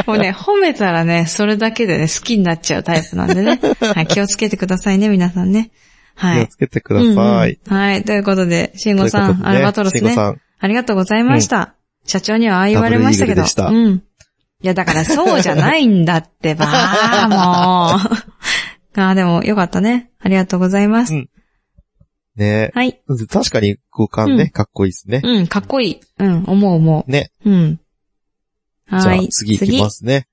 B: うね、褒めたらね、それだけでね、好きになっちゃうタイプなんで ね。はい、気をつけてくださいね、皆さんね。は
A: 気を
B: い。
A: つけてください。
B: うんうんはい、ということで、シン
A: とい
B: ゴ
A: うこと
B: さん、
A: で
B: アルバトロ
A: シ
B: ス
A: ンゴ
B: ね。
A: さん。
B: ありがとうございました。社長にはああ言われましたけど。
A: ダブルイーグルでした
B: うん。いや、だからそうじゃないんだっ てば、もう。ああ、でもよかったね。ありがとうございます。
A: うんね
B: はい。
A: 確かに五感ね、
B: うん
A: かっこいいですね。
B: うん、かっこいい。うん、思う思
A: ね。
B: う。うん。
A: じゃ
B: は
A: あ
B: い。
A: 次行きますね。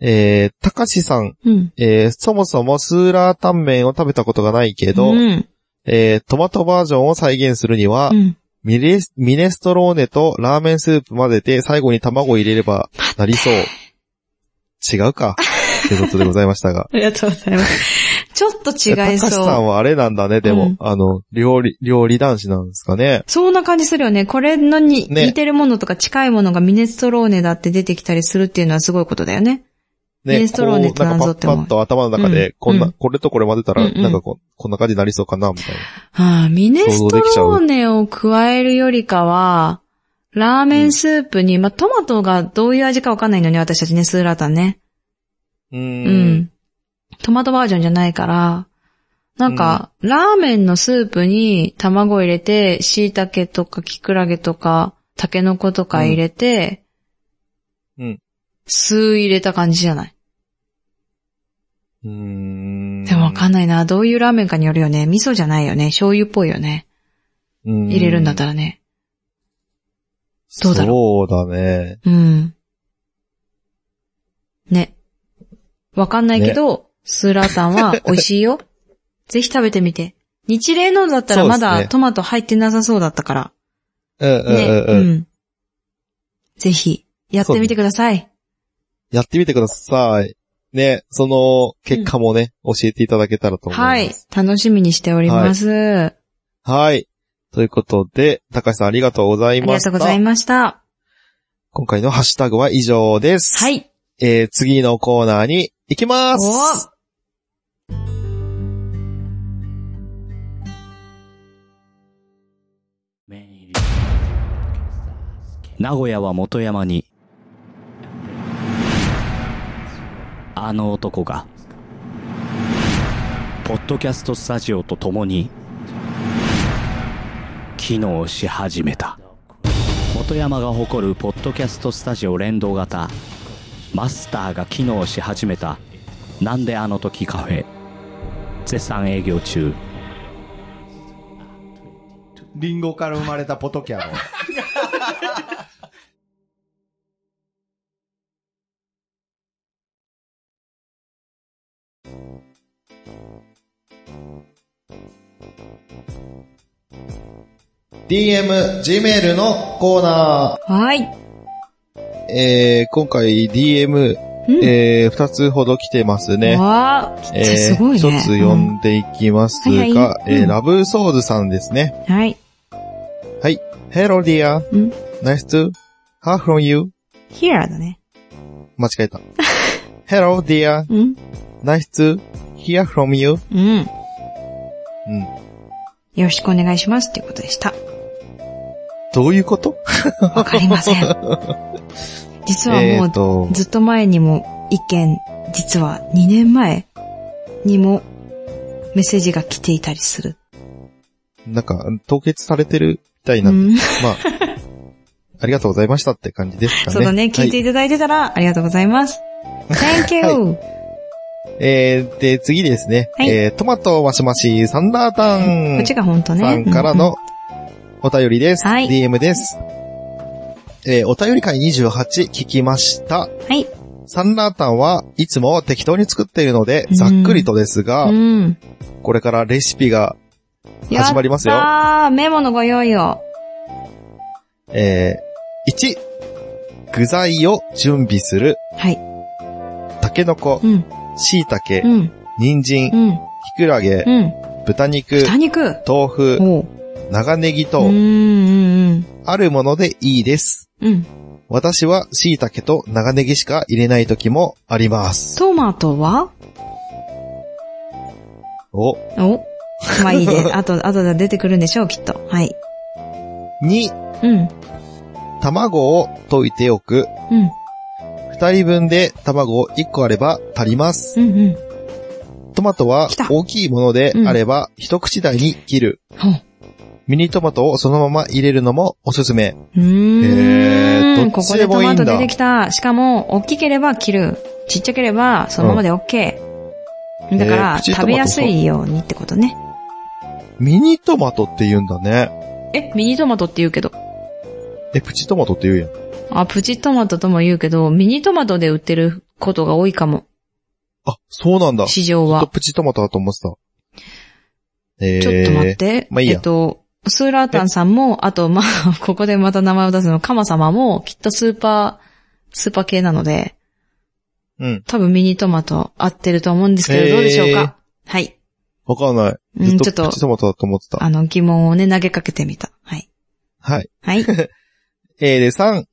A: えー、たかしさん、
B: 次。うん。
A: えー、そもそもスーラータンメンを食べたことがないけど、
B: うん。
A: えー、トマトバージョンを再現するには、
B: うん
A: ミレス、ミネストローネとラーメンスープ混ぜて最後に卵を入れればなりそう。違うか。ということでございましたが。
B: ありがとうございます。ちょっと 違
A: 高橋
B: い
A: さん
B: そう。
A: はあれなんだね、でも。
B: うん
A: あの、料理、料理男子なんですかね。
B: そんな感じするよね。これのに
A: ね
B: 似てるものとか近いものがミネストローネだって出てきたりするっていうのはすごいことだよね。
A: ね、
B: ミネストローネっ
A: こ
B: て
A: うなんかパ
B: なんぞ
A: ッ
B: って
A: パ
B: 思う
A: ッと頭の中
B: う
A: で
B: ん、
A: こんな、
B: うん
A: これとこれ混ぜたら、
B: うんうん
A: なんかこう、こんな感じになりそうかな、みたい
B: ああ、ミネス
A: 想像
B: ト
A: できちゃう
B: ローネを加えるよりかは、ラーメンスープに、まあ、トマトがどういう味かわかんないのね、私たちね、スーラータンね。
A: な。うー。
B: うんん。トマトバージョンじゃないから、なんか、ラーメンのスープに卵入れて、椎茸とかキクラゲとか、タケノコとか入れて、
A: うんうん。
B: 酢入れた感じじゃない。
A: うーん。
B: でもわかんないな。どういうラーメンかによるよね。味噌じゃないよね。醤油っぽいよね。
A: 入
B: 入れるんだったらね。どうだ
A: ろう。そうだね。
B: うん。ね。わかんないけど、スーラータンは美味し いよ。ぜひ食べてみて。日例のだったら
A: そ
B: ま
A: うです
B: だ
A: ね
B: トマト入ってなさそうだったから。
A: うんうん
B: ね。
A: う
B: うん
A: うん。
B: ん。ぜひ、やってみてください。
A: やってみてください。ね、その結果もね、教えていただけたらと思いま
B: は
A: す。
B: い。楽しみにしております。あ
A: はい。ということで、高橋さんありがとうござい
B: り
A: ま
B: が
A: した。
B: とうございました。
A: 今回のハッシュタグは以上です。
B: はい。
A: えー、次のコーナーに行きます。
C: 名古屋は元山にあの男がポッドキャストスタジオと共に機能し始めた元山が誇るポッドキャストスタジオ連動型マスターが機能し始めた「なんであの時カフェ」絶賛営業中
D: リンゴから生まれたポトキャロ。
A: DM、Gmail のコーナ
B: はい。
A: ー。えー、今回 DM、
B: うん。
A: えー、二つほど来てますね。
B: わあ、
A: えー
B: すごいね。
A: 一つ読んでいきますが、
B: うんはいはい
A: えー
B: うん
A: ラブソーズさんですね。
B: うんはい。
A: Hello dear.
B: うん
A: Nice to hear from you.
B: Here だね。
A: 間違え た。Hello dear.
B: うん。
A: Nice to hear from you.
B: うん。
A: うん。
B: よろしくお願いしますっていうことでした。
A: どういうこと
B: わかりま せん。実は
A: え
B: も
A: ー
B: う、
A: と、
B: ずっと前にも一件、実は2年前にもメッセージが来ていたりする。
A: なんか、凍結されてるみたいな。
B: う
A: ま
B: ん
A: あ、ありがとうございましたって感じですかね。
B: そうだね。聞いて
A: はい
B: ただいてたらありがとうございます。Thank you!
A: いえー、で、次ですね。
B: はい
A: えー、トマトマシマシサンダータ
B: こ
A: ン
B: っちが本当ね。
A: さんからのお便りです。
B: はい
A: DM です。えーお便り会28聞きました。
B: はい。
A: サンラータンはいつも適当に作っているので、ざっくりとですが
B: う、ん。
A: これからレシピが、始まりますよ
B: ああ、メモのご用意を。
A: えー、1、具材を準備する、
B: はい。
A: タケノコ
B: う、ん。
A: 椎茸
B: う、ん。
A: 人参
B: う、ん。
A: きくらげ、
B: うん。
A: 豚肉、
B: 豚肉。
A: 豆腐、
B: おう。
A: 長ネギ
B: うん。
A: と、
B: うん。
A: あるものでいいです。
B: うん。うん。
A: 私は椎茸と長ネギしか入れない時もあります。
B: トマトは
A: お、
B: お。まあい いで。あと、あとで出てくるんでしょう、きっと。はい。
A: 2、
B: うん。
A: 卵を溶いておく。
B: うん。
A: 2人分で卵1個あれば足ります。
B: うん。うん。
A: トマトは
B: 来た
A: 大きいものであれば一口大に切る。
B: ほう。
A: ミニトマトをそのまま入れるのもおすすめ。
B: う
A: へ
B: ー
A: ーど
B: ん。こ
A: っち
B: こ
A: で
B: で
A: も
B: ト
A: いいん
B: マ
A: だ
B: ト出てきた。しかも、大きければ切る。ちっちゃければ、そのままで OK。
A: ん
B: だから、
A: えープチトマ
B: 食
A: ト
B: べやすいようにってことね。
A: ミニトマトって言うんだね。
B: え、ミニトマトって言うけど。
A: え、プチトマトって言うやん。
B: あ、プチトマトとも言うけど、ミニトマトで売ってることが多いかも。
A: あ、そうなんだ。
B: 市場
A: ちょっと
B: は。
A: プチトマトだと思ってた。えー、
B: ちょっと待って。
A: まあいいや
B: えっと、スーラータンさんも、あと、まあ、ここでまた名前を出すの、カマ様も、きっとスーパー、スーパー系なので、
A: うん。
B: 多分ミニトマト合ってると思うんですけ
A: へー
B: ど、どうでしょうかはい。
A: わかんない。
B: うん
A: ずっと
B: ちょっと
A: プチトマトだと思ってた。
B: あの、疑問をね、投げかけてみた。はい。
A: はい。
B: はい。
A: えー、で、3。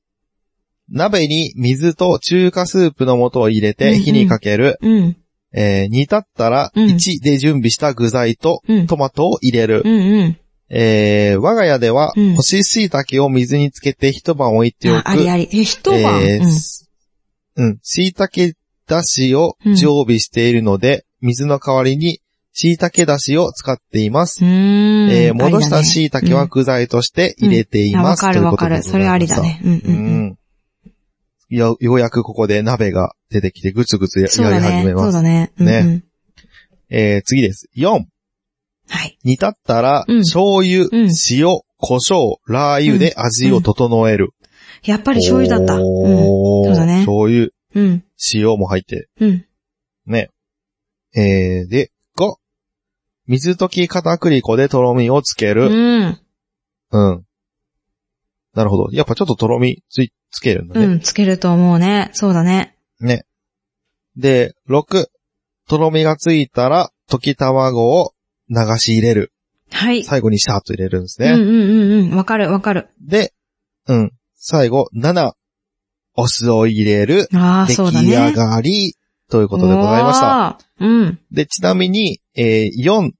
A: 鍋に水と中華スープの素を入れ
B: うんう
A: て
B: ん
A: 火にかける。
B: うん。
A: えー、煮立ったら
B: うん
A: 1で準備した具材と
B: うん。
A: トマトを入れる。
B: うんうん。
A: えー、我が家では
B: うん
A: 干し椎茸を水につけて一晩置いてお
B: あ
A: く。
B: ありあり。え、一晩、
A: えーうん。椎茸だしを常備しているので、水の代わりに椎茸だしを使っています。
B: うん。うーん。
A: えー戻した椎茸は
B: ありだね
A: 具材として入れてい
B: うんあわ
A: ます。
B: かるわかる。
A: ということでございました
B: それありだ。ね。うん
A: う
B: うんうん。
A: ん。よ、ようやくここで鍋が出てきてぐつぐつややり
B: そうだ
A: 始め
B: ね。そ
A: ま
B: う
A: す。
B: だね。うんうん。
A: えー、次です。4。
B: はい。
A: 煮立ったら、
B: うん
A: 醤油、
B: うん
A: 塩、胡椒、ラー油で味を整える。
B: やっぱり醤油だった。うん。う
A: おー
B: うんそうだね
A: 醤油、
B: ん。
A: 塩も入って
B: うん。
A: ね。えー、で、5。水溶き片栗粉でとろみをつけ
B: う
A: る。
B: ん。
A: うん。なるほど。やっぱちょっととろみつい、つけるんだね。
B: うん。つけると思うね。そうだね。
A: ね。で、6。とろみがついたら、溶き卵を流し入れる。
B: はい。
A: 最後にシャーッと入れるんです
B: うん
A: ね。
B: うんうんうん。わかるわかる。
A: で、うん。最後、7。お酢を入れる。
B: ああ、
A: 出
B: そうだ
A: 来
B: ね。
A: 上がり。ということでございました。
B: おー。うん。
A: で、ちなみに、えー、4、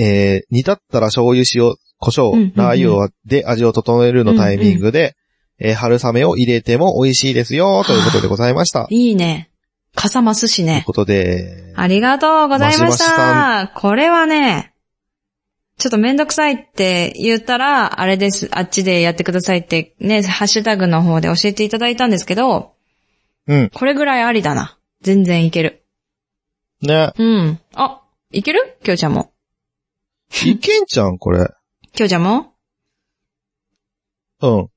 A: えー、煮立ったら醤油、塩、胡椒、
B: うんうんうん
A: ラー油をで味を整えるのタイミングで、えー春雨を入れても美味しいですよ、ということでございました。とい
B: いいね。かさますし
A: う
B: ね。
A: ことで、
B: ありがとうございま
A: マシマ
B: し
A: シさ
B: た。これはね、ちょっとめんどくさいって言ったら、あれです、あっちでやってくださいってね、ハッシュタグの方で教えていただいたんですけど、
A: うん、
B: これぐらいありだな。全然いける。
A: ね、
B: うん。あ、いけるきょうちゃんも。
A: いけんちゃん、これ。
B: きょうちゃんも
A: うん。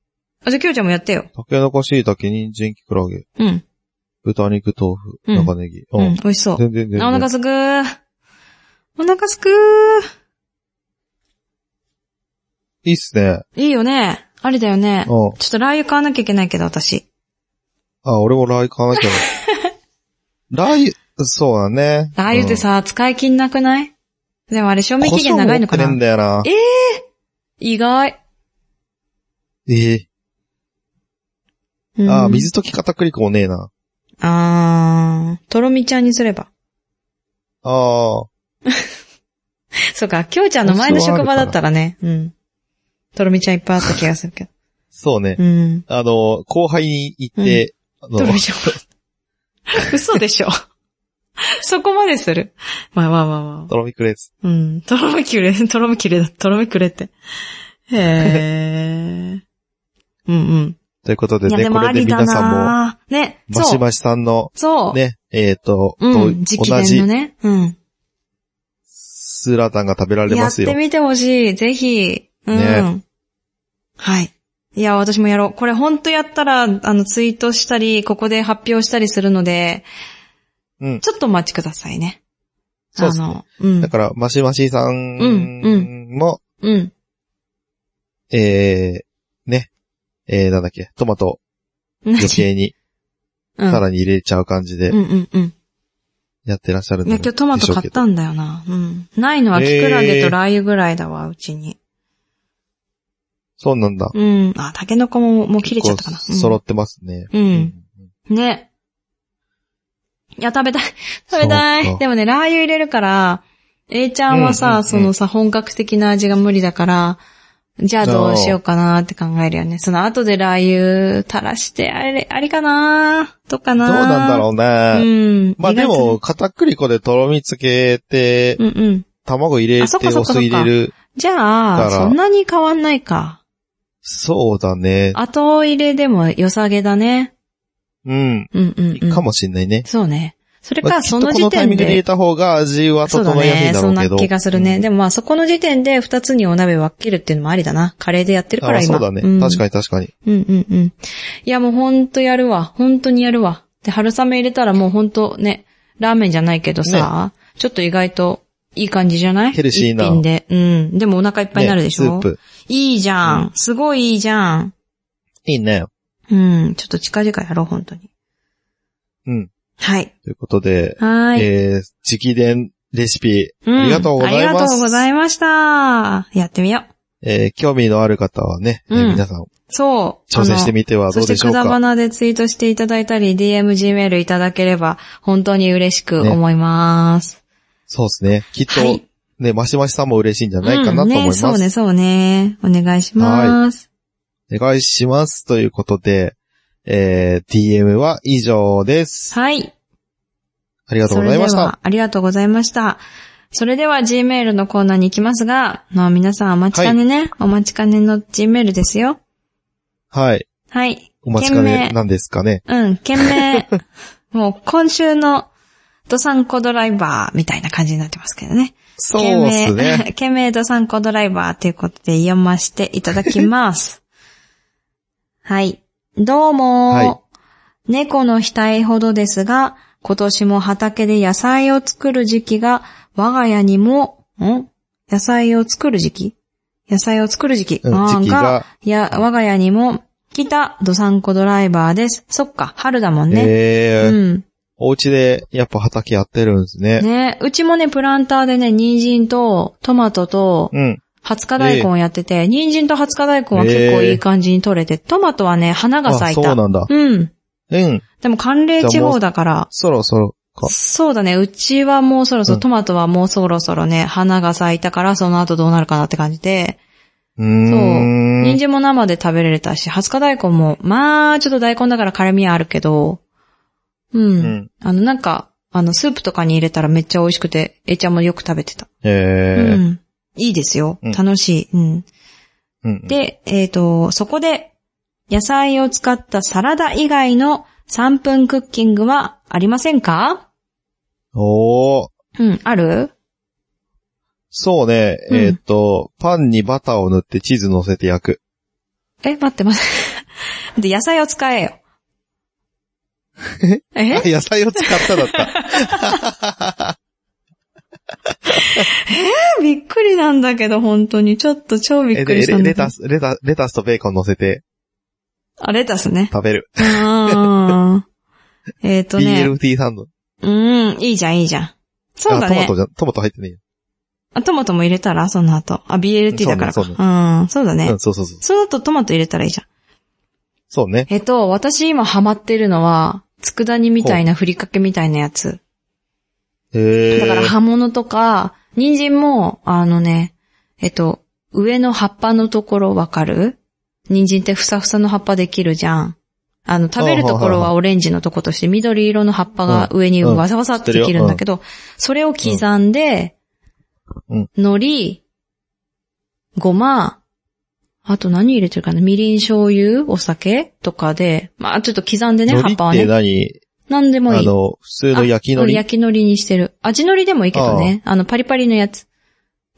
B: あ、じゃあきょうちゃんもやってよ。
A: タケノコ、椎茸、人参、きくらげ、
B: うん。
A: 豚肉、豆腐、
B: うん
A: 長ネギ。う
B: うんん。。美味しそう。
A: 全然全
B: あお
A: 然。
B: 腹すくー。お腹すくー。
A: いいっすね。
B: いいよね。ありだよね。ち
A: う
B: ょ
A: ん
B: っとラー油買わなきゃいけないけど、私。
A: あ、俺もラー油買わなきゃ。 ラー油、そうだね。
B: ラー油ってさ、使い切んなくないでもあれ、賞
A: うん、
B: 味期限長いのか
A: 胡椒持ってねえん
B: な
A: だよな。
B: 意外。
A: ええ
B: うん
A: あー、水溶き片栗粉もねえな。
B: あー、とろみちゃんにすれば。
A: ああ、
B: そうか、きょうちゃんの前の職場だったらね。うん。とろみちゃんいっぱいあった気が するけど。
A: そうね。
B: うん。
A: あの、後輩に行って、あ
B: と
A: の
B: ろみちゃん。 嘘でしょ。そこまでする。まあまあまあまあ。
A: とろみくれっつ。
B: うん。とろみきれ、とろみきれだ、とろみくれって。へえ。うんうん。
A: ということで
B: いや、
A: ね、
B: で
A: こ
B: もあ
A: れで
B: りだ
A: 皆さんも、
B: なぁね、
A: マ
B: そ
A: シ
B: う。
A: マシさんの、
B: そう。
A: ね、えっ、と、
B: う
A: と
B: ん、時期
A: 同
B: 伝
A: じ
B: のね。うん。
A: スーラータンが食べられ
B: や
A: ま
B: っ
A: すよ
B: て。みてほしい。ぜひ。うん。
A: ね
B: はい。いや、私もやろう。これほんとやったら、あの、ツイートしたり、ここで発表したりするので、
A: うん
B: ちょっとお待ちくださいね。
A: そうですね
B: あの、うん。
A: だから、マシマシさんも、
B: うんうん。
A: えー、ね、えー、なんだっけ、トマト余計に
B: うん。
A: さらに入れちゃう感じで
B: うんうんうん。
A: やってらっしゃるん
B: い
A: で
B: や、
A: し
B: 今日トマト買ったんだよな。うん。ないのはキクラゲとラー油ぐらいだわ、うちに。
A: そうなんだ。
B: うん。あ、タケノコももう切れちゃったかな。
A: 結構揃ってますね。
B: うん
A: う
B: うん。ね。いや、食べたい。 食べた
A: そう
B: い。
A: か
B: でもね、ラー油入れるから、A ちゃんはさ、
A: うんうんうん
B: そのさ、本格的な味が無理だから、じゃあどうしようかなって考えるよね。その後でラー油垂らして、あれ、ありかなとか
A: ど
B: な
A: うなんだろう
B: う
A: ね。
B: ん。
A: まあ
B: 意外
A: で
B: とね
A: も、、片栗粉でとろみつけて、
B: うんうん。
A: 卵入れ、
B: あそってかそ
A: お
B: っかそっか
A: 酢入れる。
B: じゃ
A: だ
B: あ、
A: から
B: そんなに変わんないか。
A: そうだね。
B: 後入れでも良さげだね。
A: うん。
B: うんうん、うん。
A: かもしんないね。
B: そうね。それ
A: ま
B: か、
A: あきっ
B: そ
A: と
B: の
A: こ
B: 時
A: のタイミング
B: 点
A: で入れ
B: で。
A: た方が味は
B: そうだ
A: 整えやすい
B: ね
A: ん。だろ
B: そ
A: うんけ
B: な
A: ど。
B: 気がするね。
A: うん
B: でもまあそこの時点で二つにお鍋分けるっていうのもありだな。カレーでやってるから
A: あ
B: 今。
A: そうだね。
B: ん
A: 確かに確かに。
B: うんうんうん。いやもうほんとやるわ。ほんとにやるわ。で、春雨入れたらもうほんとね、ラーメンじゃないけどさ、ちょっと意外といい感じじゃない
A: ヘルシーな
B: 一品で。うん。でもお腹いっぱいになるでしょ、
A: ねスープ。
B: いいじゃん,、
A: うん
B: すごいいいじゃん。
A: いいね。
B: うん。ちょっと近々やろう、本当に。
A: うん。
B: はい。
A: ということで、
B: はーい。
A: えー、直伝レシピ、
B: うん
A: ありがとうございます
B: ありがとうございました。やってみよう。
A: えー、興味のある方はね、えー
B: うん
A: 皆さん
B: そう。
A: 挑戦して
B: み
A: みては
B: そ
A: どう
B: して
A: でしょ
B: く
A: う
B: だ
A: か。
B: ばなでツイートしていただいたり、DM、Gmail いただければ、本当に嬉しく思います。
A: そうですね。きっと、
B: はい。
A: ね、マシマシさんも嬉しいんじゃないかなと思います。
B: うんね、そうね、そうね。お願いします。
A: お願いします。ということで、えー、DM は以上です。
B: はい。
A: ありがとうございまし
B: それで
A: た。
B: は、ありがとうございました。それでは Gmail のコーナーに行きますが、あの皆さんお待ちかねね、お待ちかねの Gmail ですよ。
A: はい。
B: はい。
A: お待ちかねなんですかね。
B: 懸命。うん、懸 命。もう今週のドサンコドライバーみたいな感じになってますけどね。
A: そうですね。
B: 懸命ドサンコドライバーということで読ませていただき ます。はい。どうも、
A: はい
B: 猫の額ほどですが、今年も畑で野菜を作る時期が、我が家にも、ん野菜を作る時期野菜を作る時期,、
A: うん
B: あー
A: 時期が、
B: いや、我が家にも、来たドサンコドライバーです。そっか、春だもんね。
A: えー
B: うん。
A: お家でやっぱ畑やってるんですね。
B: ねうちもね、プランターでね、人参と、トマトと、
A: うん。
B: 二十日大根をやってて、人参と二十日大根は結構いい感じに取れて、トマトはね、花が咲い
A: あ、そう
B: た。
A: なんだ。
B: うん。
A: うん。
B: でも寒冷地方だから、
A: そろそろか。
B: そうだね、うちはもうそろそろ、
A: うん
B: トマトはもうそろそろね、花が咲いたから、その後どうなるかなって感じで、
A: うー。
B: そうん人参も生で食べれたし、二十日大根も、まあ、ちょっと大根だから辛みはあるけど、うん。
A: うん
B: あの、なんか、あの、スープとかに入れたらめっちゃ美味しくて、えいちゃんもよく食べてた。う
A: えー
B: ん。いいですよ。
A: うん
B: 楽しい。うん。
A: うん。
B: で、えっ、と、そこで、野菜を使ったサラダ以外の3分クッキングはありませんか
A: おー。
B: うん、ある
A: そうね、
B: うん
A: えーっと、パンにバターを塗ってチーズ乗せて焼く。
B: え、待って待って。 で、野菜を使えよ。え
A: あ野菜を使っただった。
B: びっくりなんだけど、本当に。ちょっと超 びっ
A: え
B: く
A: で
B: りした
A: レ
B: んだ
A: レ
B: けど
A: タス、レタ、レタスとベーコン乗せて
B: あ、レタスね。
A: 食べる。
B: うーん。えっとね。
A: BLT サンド。
B: うん、いいじゃん、いいじゃん。そうだ
A: あ、トマ
B: ね
A: ト。じゃ、トマト入ってね
B: あトマトも入れたらその後。あ、BLT だからか。
A: そうねそう
B: うん、そうだ
A: えよ。う
B: ね
A: ん、。そうそうそう。
B: その後トマト入れたらいいじゃん。
A: そうね。
B: えっと、私今ハマってるのは、佃煮みたいなふりかけみたいなやつ。
A: へえ。
B: だから葉物とか、人参も、あのね、えっと、上の葉っぱのところわかる人参ってふさふさの葉っぱできるじゃん。あの、食べるところはオレンジのとことして、緑色の葉っぱが上に
A: うん
B: わさわさってできるんだけど、それを刻んで、
A: うん
B: 海苔、ごま、あと何入れてるかなみりん醤油お酒とかで、まあちょっと刻んでね、葉
A: 海
B: っぱは
A: 苔って
B: ね。
A: 何
B: 何でもい
A: あ
B: い。
A: の、普通の焼き
B: あうん
A: 海苔
B: 焼き海苔にしてる。味海苔でもいいけどね。あの、パリパリのやつ。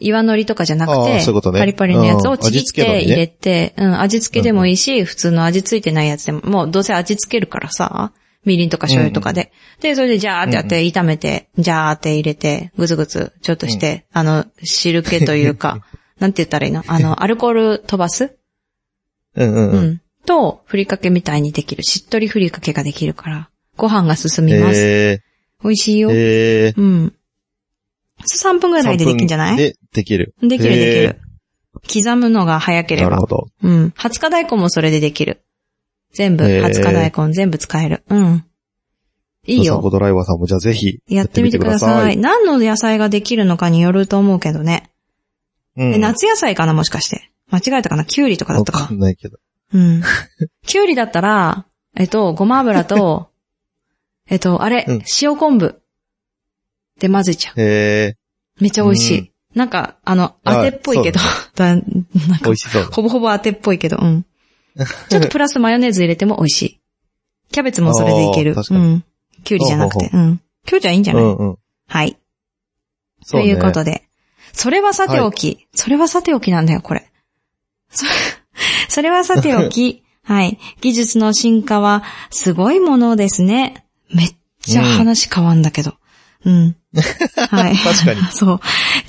B: 岩のりとかじゃなく
A: あ
B: て
A: ー、そういうことね
B: パリパリのやつ
A: う
B: を
A: ん
B: ちぎっ
A: 味付けの
B: て
A: りね
B: 入れて、うん、味付けでもいいし、普通の味付いてないやつでも、もうどうせ味付けるからさ、みりんとか醤油とかで。で、それでジャーってやって、炒めて、ジャーって入れて、ぐつぐつ、ちょっとして、あの、汁気とい うか、なんて言ったらいいのあの、アルコール飛ばす
A: うんうん
B: う
A: うん。
B: ん。と、ふりかけみたいにできる。しっとりふりかけができるから、ご飯が進みます。
A: え
B: 美味し
A: ー、
B: いよ。
A: えー。
B: うん。そう3分ぐらいでできるんじゃないで
A: で、できる。
B: きる
A: へー
B: できる。刻むのが早けれ
A: なる
B: ば
A: ほ。ど。
B: うん。20日大根もそれでできる。全部、
A: へー
B: 20日大根全部使える。うん。いい
A: サンコ
B: よ。
A: ドライバーさんもじゃあぜひ
B: やってみてください。。何の野菜ができるのかによると思うけどね。
A: う
B: え
A: ん。
B: 夏野菜かなもしかして。間違えたかなキュウリとかだっ
A: わ
B: たか
A: か。んないけど。
B: うん。きゅうりだったら、えっと、ごま 油と、えっと、あれ、
A: うん
B: 塩昆布。で混ぜちゃ
A: へえ
B: う。めっちゃ美味しい。
A: うん
B: なんか、あの、当
A: はい
B: てっぽいけど、 だなん
A: ー、美
B: か
A: 味、しそう。
B: ほぼほぼ当てっぽいけど、うん。ちょっとプラスマヨネーズ入れても美味しい。キャベツもそれでいける
A: あー。確
B: う
A: かに
B: ん。きゅうりじゃなくて。うん。きゅうりじゃいいんじゃ
A: う
B: ない、
A: んうん。
B: はい。
A: そ
B: と
A: ね
B: いうことで。それはさておき、それはさておきなんだよ、これ。そ それはさてお き、はい。技術の進化はすごいものですね。めっちゃ話変わんだけど。 うん。はい。
A: 確 かに
B: そう。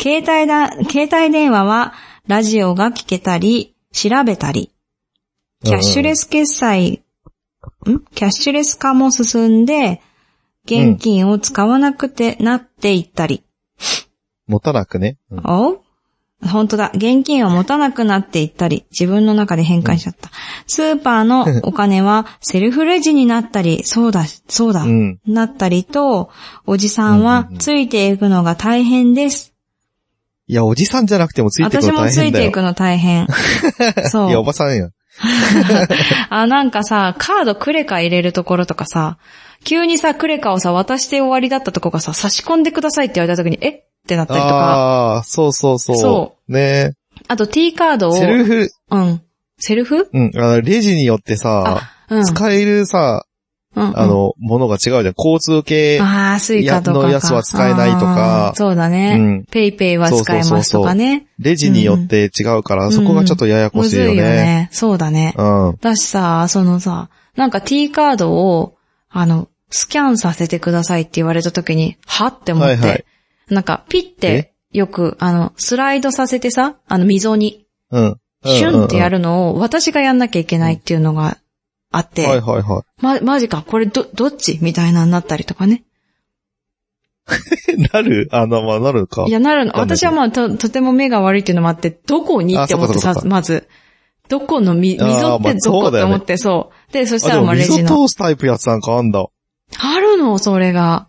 B: 携帯だ、携帯電話はラジオが聞けたり、調べたり、キャッシュレス決済、んキャッシュレス化も進んで、現金を使わなくてなっていったり、
A: 持たなくね。うん
B: お本当だ。現金を持たなくなっていったり、自分の中で変換しちゃった。スーパーのお金はセルフレジになったり、そうだ、そうだ、
A: うん。
B: なったりと、おじさんはついていくのが大変です。
A: いや、おじさんじゃなくてもついていく
B: 私
A: の
B: も
A: 大
B: つい
A: 変だ
B: て
A: よ
B: い。くの大 変。
A: いや、お
B: そう。
A: ばさんや。
B: あ、なんかさ、カードクレカ入れるところとかさ、急にさ、クレカをさ、渡して終わりだったとこがさ、差し込んでくださいって言われた時に、えってなったりとか、
A: ああー、そうそうそう。
B: そ
A: ね
B: あと T カー
A: え。
B: ドを、
A: セルフ、
B: うん。セルフ
A: うん、あの、レジによってさ、
B: うん。
A: 使えるさ、
B: うんうん
A: あの、ものが違うじゃん。交通系。
B: ああ、スイカとかか。
A: のやつは使えないとか
B: あーそう
A: う
B: だね。
A: ん。
B: ペイペイは使えますとかね。
A: レジによって違うから、
B: うん
A: そこがちょっとややこ
B: む
A: しい
B: ず
A: よ
B: いよ
A: ね。
B: ね。そうだね。
A: うん。
B: だしさ、そのさ、なんか T カードを、あの、スキャンさせてくださいって言われた時に、はって思って。
A: はいはい
B: なんか、ピって、よく、あの、スライドさせてさ、あの、溝に、
A: うん。
B: シュンってや
A: る。
B: るのを、私がやんなきゃいけないっていうのがあって、
A: はいはいは
B: ま、マジか、これど、どっちみたいなになったりとかね。
A: い。 なるあの、まあ、なるか
B: い。や、なるの。
A: わかんない
B: 私
A: けど
B: はまあ、と、とても目が悪いっていうのもあって、どこに
A: あ
B: って思って
A: そっかそっ
B: さ
A: か、そっ
B: まず。どこのみ、
A: あー
B: 溝っ
A: まあ
B: てどこ
A: そうだ
B: って
A: よね
B: 思って、そう。で、そし
A: あ、
B: た
A: で
B: らま
A: も、
B: あレ
A: 溝
B: ジの。
A: 通すタイプやつなんかあんだ。
B: あるの、それが。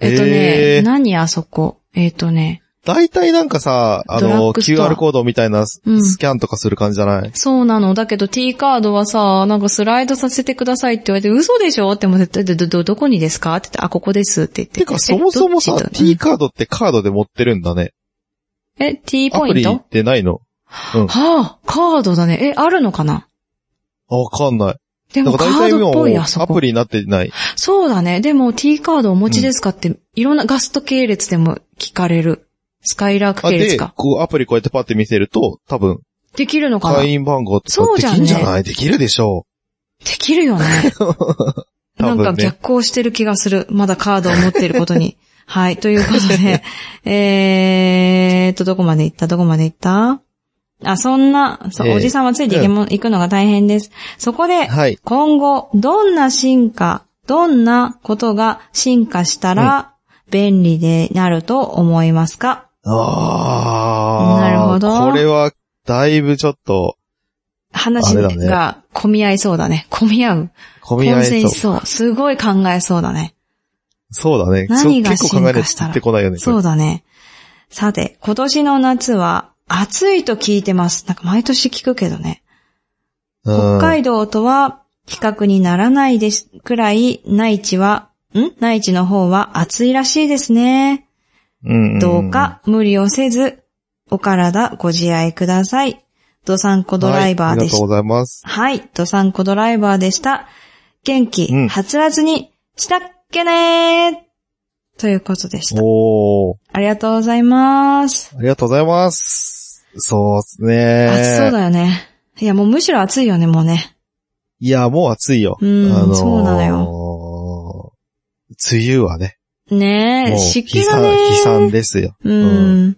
B: えっと
A: へ
B: ね、
A: ー
B: 何あそこ。えっとね、
A: 大体なんかさ、あ
B: ドラ
A: の、
B: ッグストア
A: QR コードみたいなス
B: うん
A: スキャンとかする感じじゃない
B: そうなの。だけど T カードはさ、なんかスライドさせてくださいって言われて、嘘でしょって思って、ど、ど、ど、どこにですかって言って、あ、ここですって言って。
A: てか、そもそもさ
B: えど、っち
A: T カードってカードで持ってるんだね。
B: え、T
A: ア
B: ポ
A: プ
B: イン
A: リ
B: ト
A: ってないのうん。
B: はあ、カードだね。え、あるのかな
A: あ、わかんない。
B: で
A: だ
B: も
A: か
B: カ
A: ら大体
B: ードっぽい、
A: 今
B: あそ
A: ア
B: こ
A: プ。リになってない。
B: そうだね。でも T カードお持ちですかって、いろんなガスト系列でも聞かれる。スカイラーク
A: あ、
B: 系列
A: で、
B: か。
A: こうアプリこうやってパッて見せると、多分、
B: できるのかな
A: 会
B: で
A: 員番号と
B: そう
A: かで
B: じゃんね
A: きんじゃないできるでしょ
B: きるよね。
A: う。 多
B: なんか
A: 分ね。
B: 逆行してる気がする。まだカードを持っていること に。はい。ということで、えーっと、どこまで行ったどこまで行ったあ、そんな、そう
A: ええ
B: おじさんはついていけも、行くのが大変です。そこで、
A: はい。
B: 今後、どんな進化、どんなことが進化したら、便利でなると思いますか、
A: あー。
B: なるほど
A: これは、だいぶちょっと、
B: 話ね
A: あれだね
B: が混み合いそうだね。混み合う。
A: 混み合
B: 混
A: い
B: 戦し
A: そう。
B: そう。すごい考えそうだね。
A: そうだね。
B: 何が
A: そう結構考えない
B: 進化し
A: と
B: たら
A: 出てこないよね。
B: そうだね。さて、今年の夏は暑いと聞いてます。なんか毎年聞くけどね。
A: うん
B: 北海道とは比較にならないですくらい、内地は、ん内地の方は暑いらしいですね。
A: うんんん
B: どうか無理をせず、お体ご自愛ください。ドサンコドライバー
A: はいあり
B: で
A: がと
B: し
A: うございます。
B: はい、ドサンコドライバーでした。元気、
A: うん
B: はつらつに、したっけねーということでした。
A: おー。
B: ありがとうございます。
A: ありがとうございます。そうですね。
B: 暑そうだよね。いや、もうむしろ暑いよね、もうね。
A: いや、もう暑いよ。
B: うん
A: あのー
B: そうなの
A: 梅雨はね、
B: ね
A: も
B: え、
A: う
B: 湿
A: 悲
B: 気が
A: 惨、
B: ね。
A: 悲惨ですよ。
B: うん。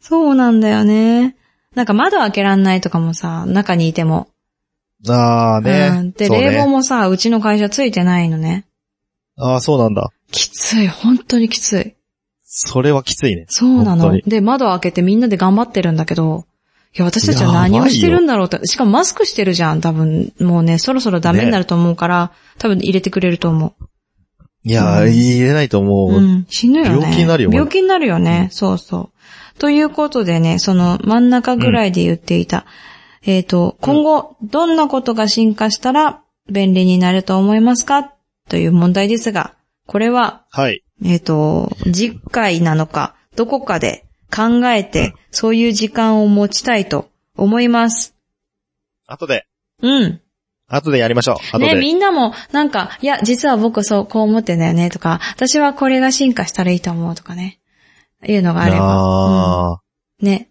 B: そうなんだよね。なんか窓開けらんないとかもさ、中にいても。
A: ああ
B: う
A: ね
B: ん。で、
A: そうね
B: 冷房もさ、うちの会社ついてないのね。
A: ああ、そうなんだ。
B: きつい、本当にきつい。
A: それはきついね。
B: そうな
A: 本当
B: の
A: に。
B: で、窓開けてみんなで頑張ってるんだけど、いや、私たちは何をしてるんだろうって、しかもマスクしてるじゃん、多分。もうね、そろそろダメになると思うから、多分入れてくれると思
A: いやー、
B: うん
A: 言えないと思
B: う。
A: う。
B: うん。死ぬよね。
A: 病気になるよ
B: 病気になるよね。そうそう。ということでね、その真ん中ぐらいで言っていた、えっ、と、今後、どんなことが進化したら便利になると思いますかという問題ですが、これは
A: はい。
B: えっ、と、次回なのか、どこかで考えて、そういう時間を持ちたいと思います。
A: 後で、
B: うん。
A: 後でやりましょう。後
B: ね、
A: で。
B: みんなも、なんか、いや、実は僕そう、こう思ってんだよね、とか、私はこれが進化したらいいと思うとかね、いうのがあれば、
A: ああ、
B: うんね、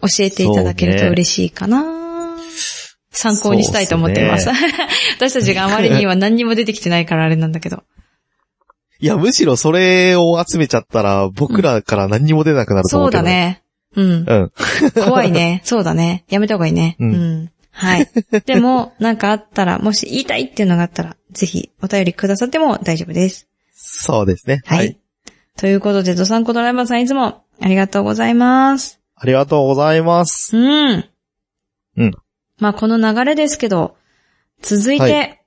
B: 教えていただける
A: そう
B: と
A: ね
B: 嬉しいかな、参考にしたいと思ってます。
A: そう
B: 私たちがあまりには何にも出てきてないからあれなんだけど。
A: いや、むしろそれを集めちゃったら、僕らから何にも出なくなると
B: そ
A: 思う
B: う
A: けど。
B: だ。ね。うん。
A: うん。
B: 怖いね。そうだね。やめた方がいいね。
A: う
B: うんん。はい。でも、なんかあったら、もし言いたいっていうのがあったら、ぜひお便りくださっても大丈夫です。
A: そうですね。
B: はい。
A: はい。
B: ということで、ドサンコドライバーさんいつもありがとうございます。
A: ありがとうございます。
B: うん。
A: うん。
B: まあ、この流れですけど、続い
A: は
B: て、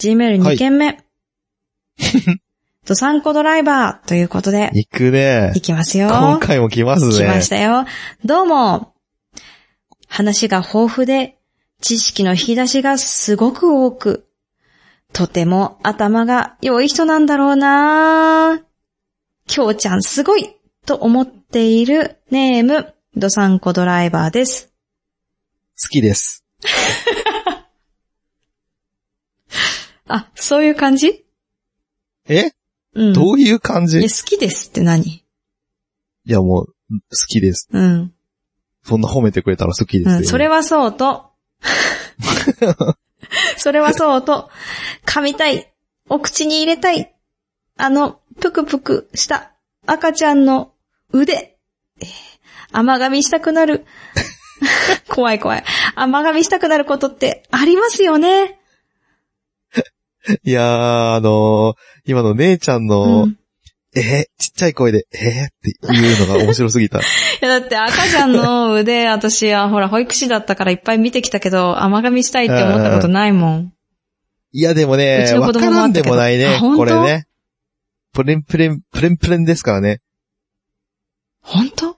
B: Gmail2 件目。 ドサンコドライバーということで、
A: 行くね
B: い。きますよ。
A: 今回も来ますね。
B: 来ましたよ。どうも。話が豊富で、知識の引き出しがすごく多く、とても頭が良い人なんだろうなきょうちゃんすごいと思っているネーム、ドサンコドライバーです。
A: 好きです。
B: あ、そういう感じ
A: え
B: うん。
A: どういう感じ
B: いや
A: い
B: 好きですって何
A: や、もう、好きです。
B: うん。
A: そんな褒めてくれたら好きです
B: う
A: よ。
B: ん、それはそうと、それはそうと、噛みたい、お口に入れたい、あの、ぷくぷくした赤ちゃんの腕、えー甘噛みしたくなる。 怖い怖い。甘噛みしたくなることってありますよね。
A: いやー、あのー、今の姉ちゃんの、
B: うん
A: えーちっちゃい声で、えーって言うのが面白すぎ た。
B: いやだって赤ちゃんの腕、私はほら保育士だったからいっぱい見てきたけど、甘噛みしたいって思ったことないもん。
A: いや、でも
B: う
A: ね
B: ち、の
A: わ
B: 子
A: か
B: 供も
A: ら
B: あ
A: ん
B: った
A: で
B: けど
A: もないね
B: あ、本当
A: これね。プレンプレン、プレンプレンですからね。
B: 本当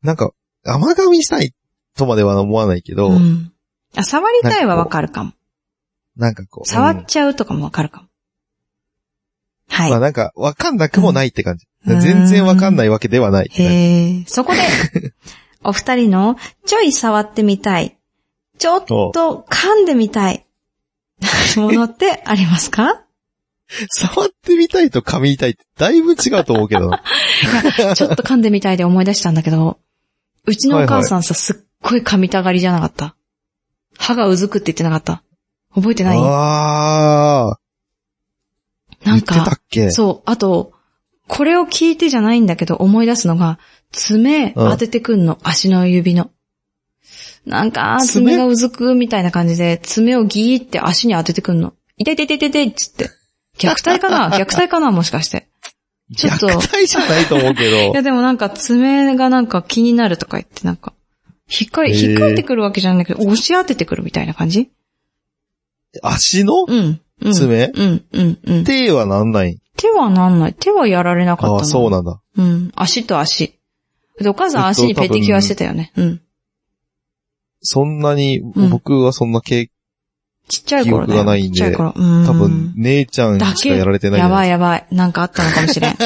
A: なんか、甘噛みしたいとまでは思わないけど、
B: うん。あ、触りたいはわかるかも。
A: なんかこう。
B: 触
A: うん
B: っちゃうとかもわかるかも。はい
A: まあ。なんか、わかんなくもないって感じ。
B: うん
A: 全然わかんないわけではないって感じ。
B: へえ、そ こで、お二人の、ちょい触ってみたい、ちょっと噛んでみたい、ものってありま すか
A: 触ってみたいと噛みたいって、だいぶ違うと思うけど。
B: ちょっと噛んでみたいで思い出したんだけど、うちのお母さんさ、すっごい噛みたがりじゃなかった。歯がうずくって言ってなかった。覚えてない
A: ああ、言
B: なん
A: ってた
B: か、
A: っけ
B: そう、あと、これを聞いてじゃないんだけど思い出すのが、爪当ててくんの、足の指の。なんか、
A: 爪
B: 爪がうずくみたいな感じで、爪をギーって足に当ててくんの。痛い痛い痛い痛い痛いっつって。虐待 かな虐待かなもしかして。ちょっと
A: 虐待じゃないと思うけど
B: いや。でもなんか爪がなんか気になるとか言ってなんか、引っか
A: へ
B: い、
A: ー
B: 引っかいてくるわけじゃないけど、押し当ててくるみたいな感じ
A: 足の
B: うん。うん、
A: 爪
B: うん、うん、うん。
A: 手はなんない。
B: 手はなんない。手はやられなかった
A: あ
B: な
A: あ、そうなんだ。
B: うん。足と足。で、お母さん足にペティキュアしてたよね。うん。
A: そんなに、
B: ん
A: 僕はそんな経
B: ちっちゃい頃だ
A: 記憶
B: よ。
A: がないんで
B: ちっちゃい頃。
A: 験、
B: うん。
A: 多分、姉ちゃん
B: だ
A: し
B: け。
A: かやられてないんじ
B: や
A: ゃな
B: ば
A: い
B: いやばい。なんかあったのかもしれん。うん、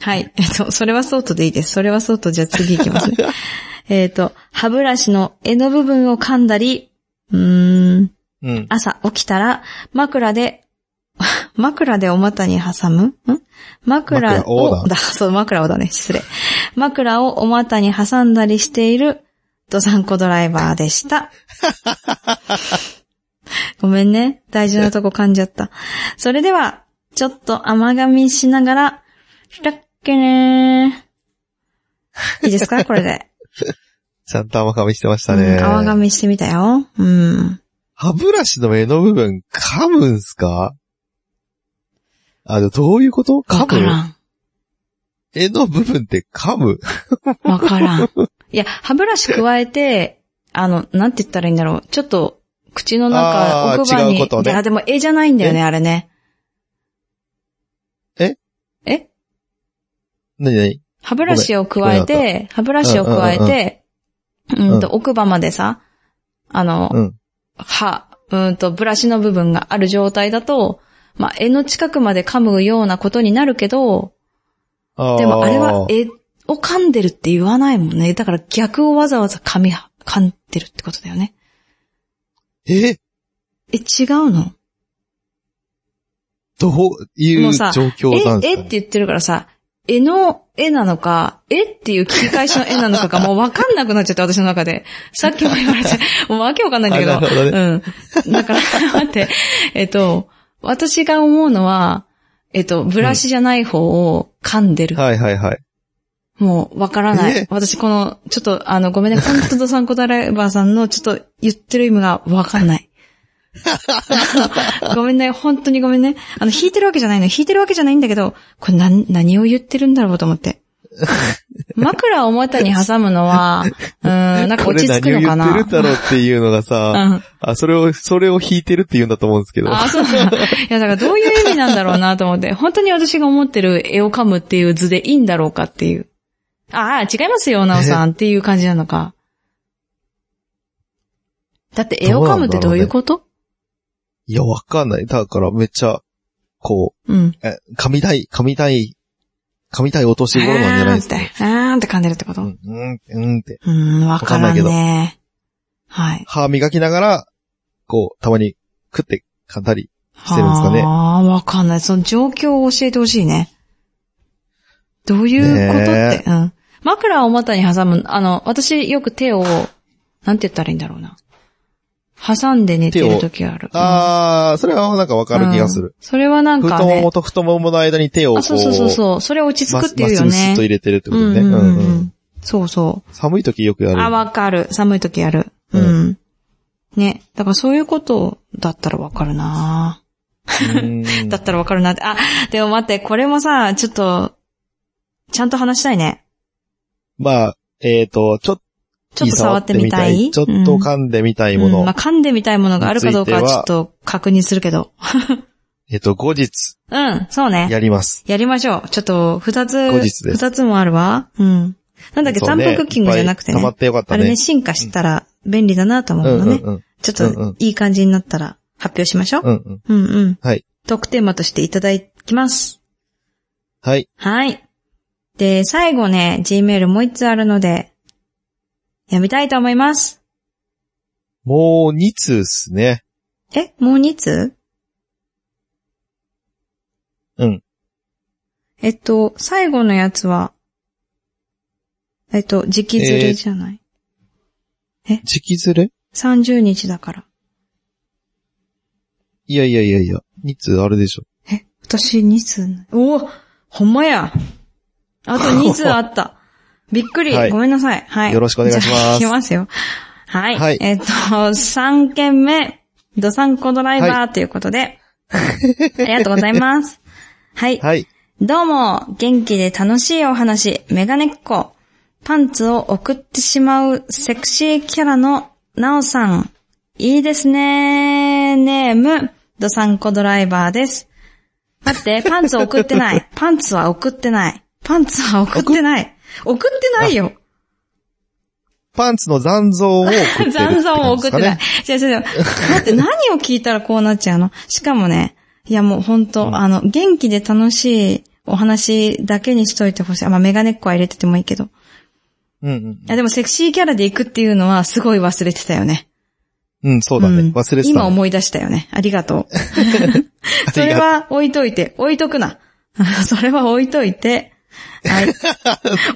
B: はい。えっと、それはそうとでいいです。それはそうと、じゃあ次行きますね。えっと、歯ブラシの柄の部分を噛んだり、うーん、
A: うん。
B: 朝起きたら枕で 枕でお股に挟むん枕
A: 枕を
B: を、
A: だ
B: だ、そう、枕をだね、失礼。枕をお股に挟んだりしている、ドサンコドライバーでした。 ごめんね、大事なとこ噛んじゃった。それでは、ちょっと甘噛みしながら、だっけねー。いいですかこ れで。
A: ちゃんと甘噛みしてました
B: う
A: ね。
B: ん甘噛みしてみたよ。うん。
A: 歯ブラシの目の部分噛むんすかあの、どういうこと
B: わ
A: 噛
B: から
A: む
B: ん。
A: 柄の部分って噛む
B: わからん。いや、歯ブラシ加えて、あの、なんて言ったらいいんだろう。ちょっと、口の
A: あー
B: 中、奥歯に。
A: 違うことね
B: いやでも、絵じゃないんだよね、あれね。
A: え
B: え
A: なになに
B: 歯ブラシを加え
A: ごめ
B: て、歯ブラシを加えて、
A: ん
B: うんと、奥歯までさ、あの、
A: うん。
B: 歯、うんと、ブラシの部分がある状態だと、まあ、絵の近くまで噛むようなことになるけど、
A: あー
B: でもあれは、絵を噛んでるって言わないもんね。だから逆をわざわざ噛み、噛んでるってことだよね。
A: え
B: え、違うの
A: どうい
B: も
A: う状
B: うさ
A: 況なんです
B: え、え
A: か、
B: って
A: ね、
B: 言ってるからさ、絵の絵なのか、えっていう聞き返しの絵なのかがもうわかんなくなっちゃって、私の中で。さっきも言われて、もうわけわかんないんだけ
A: あなるほど
B: うん。だから、待って、えっと、私が思うのは、えっと、ブラシじゃない方を噛んでる
A: はいはいはい。
B: もう、わからな
A: え
B: い。私、この、ちょっと、あの、ごめんね、本当ドサンコドライバーさんの、ちょっと、言ってる意味がわかん ない。ごめんね、本当にごめんね。あの、弾いてるわけじゃないの。弾いてるわけじゃないんだけど、これ、なん、何を言ってるんだろうと思って。 枕を股に挟むのは、うーん、なんか
A: こ
B: 落
A: れ
B: ち着
A: 何
B: く
A: を
B: の
A: 言
B: か
A: ってるんだ
B: な。
A: ろうっていうのがさ、
B: うん。
A: あ、それを、それを弾いてるって言うんだと思うんですけど。
B: あ、そうなんだ。いや、だからどういう意味なんだろうなと思って、 本当に私が思ってる絵を噛むっていう図でいいんだろうかっていう。ああ、違いますよ、なおさんっていう感じなのか。だって絵を噛むってどういうこと
A: いや、わかんない。だからめっちゃ、こ
B: う,、ん。
A: う、え、噛みたい、噛みたい、噛みたいお年頃なんじゃない
B: あー
A: で
B: っ
A: す
B: て
A: か。、
B: あーって噛んでるってこ
A: う、
B: とうん
A: うん、うんって。
B: ーん、わか
A: わかんな
B: ら
A: い
B: ん
A: けど
B: ね。はい。
A: 歯磨きながら、こう、たまに食って噛んだりしてるんですかね。
B: ああ、わかんない。その状況を教えてほしいね。どういうことっ
A: ね
B: て、うん。枕を股に挟む、あの、私よく手を、なんて言ったらいいんだろうな。挟んで寝てる時ある。
A: あー、それはなんかわ
B: うん、
A: かる気がする。
B: それはなん
A: 太
B: か
A: もも
B: ね。
A: と太ももの間に手をこう、
B: あ、そうそうそうそう。それ落ち
A: ま
B: 着くっていうよ
A: まっすぐスッ
B: ね
A: と。入れてるってことね。
B: うんう
A: う
B: んうん
A: うん
B: ん。そうそう。
A: 寒い時よくやる。
B: あ、わかる。寒い時やる。う。
A: うん
B: ね。だからそういうことだったらわかるなぁ。
A: うん
B: だったらわかるなって。あ、でも待って、これもさ、ちょっと、ちゃんと話したいね。
A: まあ、えっ、と、ちょっ
B: ちょっと触ってみたい。
A: ちょっと噛んでみたいもの。
B: うんまあ、噛んでみたいものがあるかどうかは
A: につい
B: ち
A: て
B: ょ
A: は
B: っと確認するけど。
A: えっ、と、後日、
B: うん、そうね。や
A: やります。
B: りましょう。ちょっと、二つ、
A: 後日です
B: 二つもあるわ。うん。なんだっけ、
A: そう
B: 三
A: ね
B: 分クッキングじゃなく
A: い
B: て
A: っぱい溜ま
B: ね
A: っ。てよかっ
B: あ
A: た
B: れ
A: ね
B: ね、。進化したら便利だなと思うのね。
A: うんうん。
B: ちょっ
A: うんうん
B: と、いい感じになったら発表しましょう。
A: うんうん。
B: うんうん。
A: はい。
B: トークテーマとしていただきます。
A: はい。
B: はい。で、最後ね、Gmail もう一つあるので、読みたいと思います。
A: もう2通っすね。
B: え、もう2通
A: うん。
B: えっと、最後のやつは、えっと、時期ずれじゃない。
A: 時期ずれ
B: 30日だから。
A: いやいやいやいや、2通あるでしょ。
B: え、私2通な。おおほんまや あと2通あった。びっくり、
A: はい
B: ごめんなさい。はい。
A: よろしくお願いします
B: じゃあいきますよ。はい。
A: はい
B: えっと、3件目、ドサンコドライバーということで、ありがとうございます。はい。
A: はい。
B: どうも、元気で楽しいお話、メガネっ子。パンツを送ってしまうセクシーキャラのなおさん。いいですねネーム、ドサンコドライバーです。待って、パンツ送って ない。パンツは送ってない。パンツは送ってない。送ってないよ。
A: パンツの残像を送ってる、
B: 残像も送ってない
A: 感。
B: 違う違う違う。待って、何を聞いたらこうなっちゃうのしかもね、いやもう本当、あの、元気で楽しいお話だけにしといてほしい。あまあ、メガネっ子は入れててもいいけど。い
A: じですかね。うんうん。
B: やでもセクシーキャラで行くっていうのはすごい忘れてたよね。
A: うん、そうだね。
B: うん
A: 忘れてたね。
B: 今思い出したよね。ありがとう。 それは置いといて、置いとくな。 それは置いといて。 はい。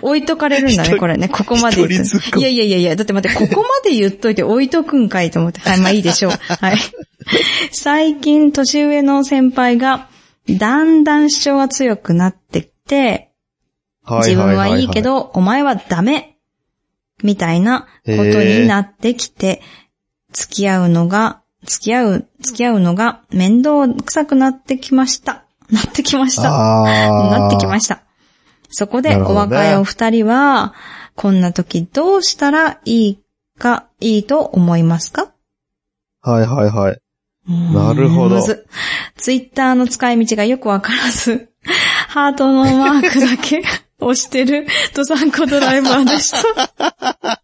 B: 置いとかれるんだ
A: 一
B: ね、
A: 人
B: これね。ここまで言
A: 一人突っ込
B: っ
A: む
B: いやいやいやいや、だって待って、ここまで言っといて置いとくんかいと思って。 はい、まあいいでしょう。はい。 最近、年上の先輩が、だんだん主張が強くなってきて、
A: は
B: 自
A: いは
B: 分
A: いは
B: はい
A: はい
B: いけ、ど、お前はダメみたいなことになってきて、付き合うのが、付き合う、付き合うのが面倒くさくなってきました。なってきました。
A: ああ。
B: なってきま
A: し
B: した。そこ
A: な
B: で
A: るほ
B: お
A: どね
B: 別れお二人は、こんな時どうしたらいいか、いいと思いますか
A: た。はいはいはい。
B: な
A: るほど
B: ツイッターの使い道がよくわからず、ハートのマークだ け押してるドサンコドライバーでした。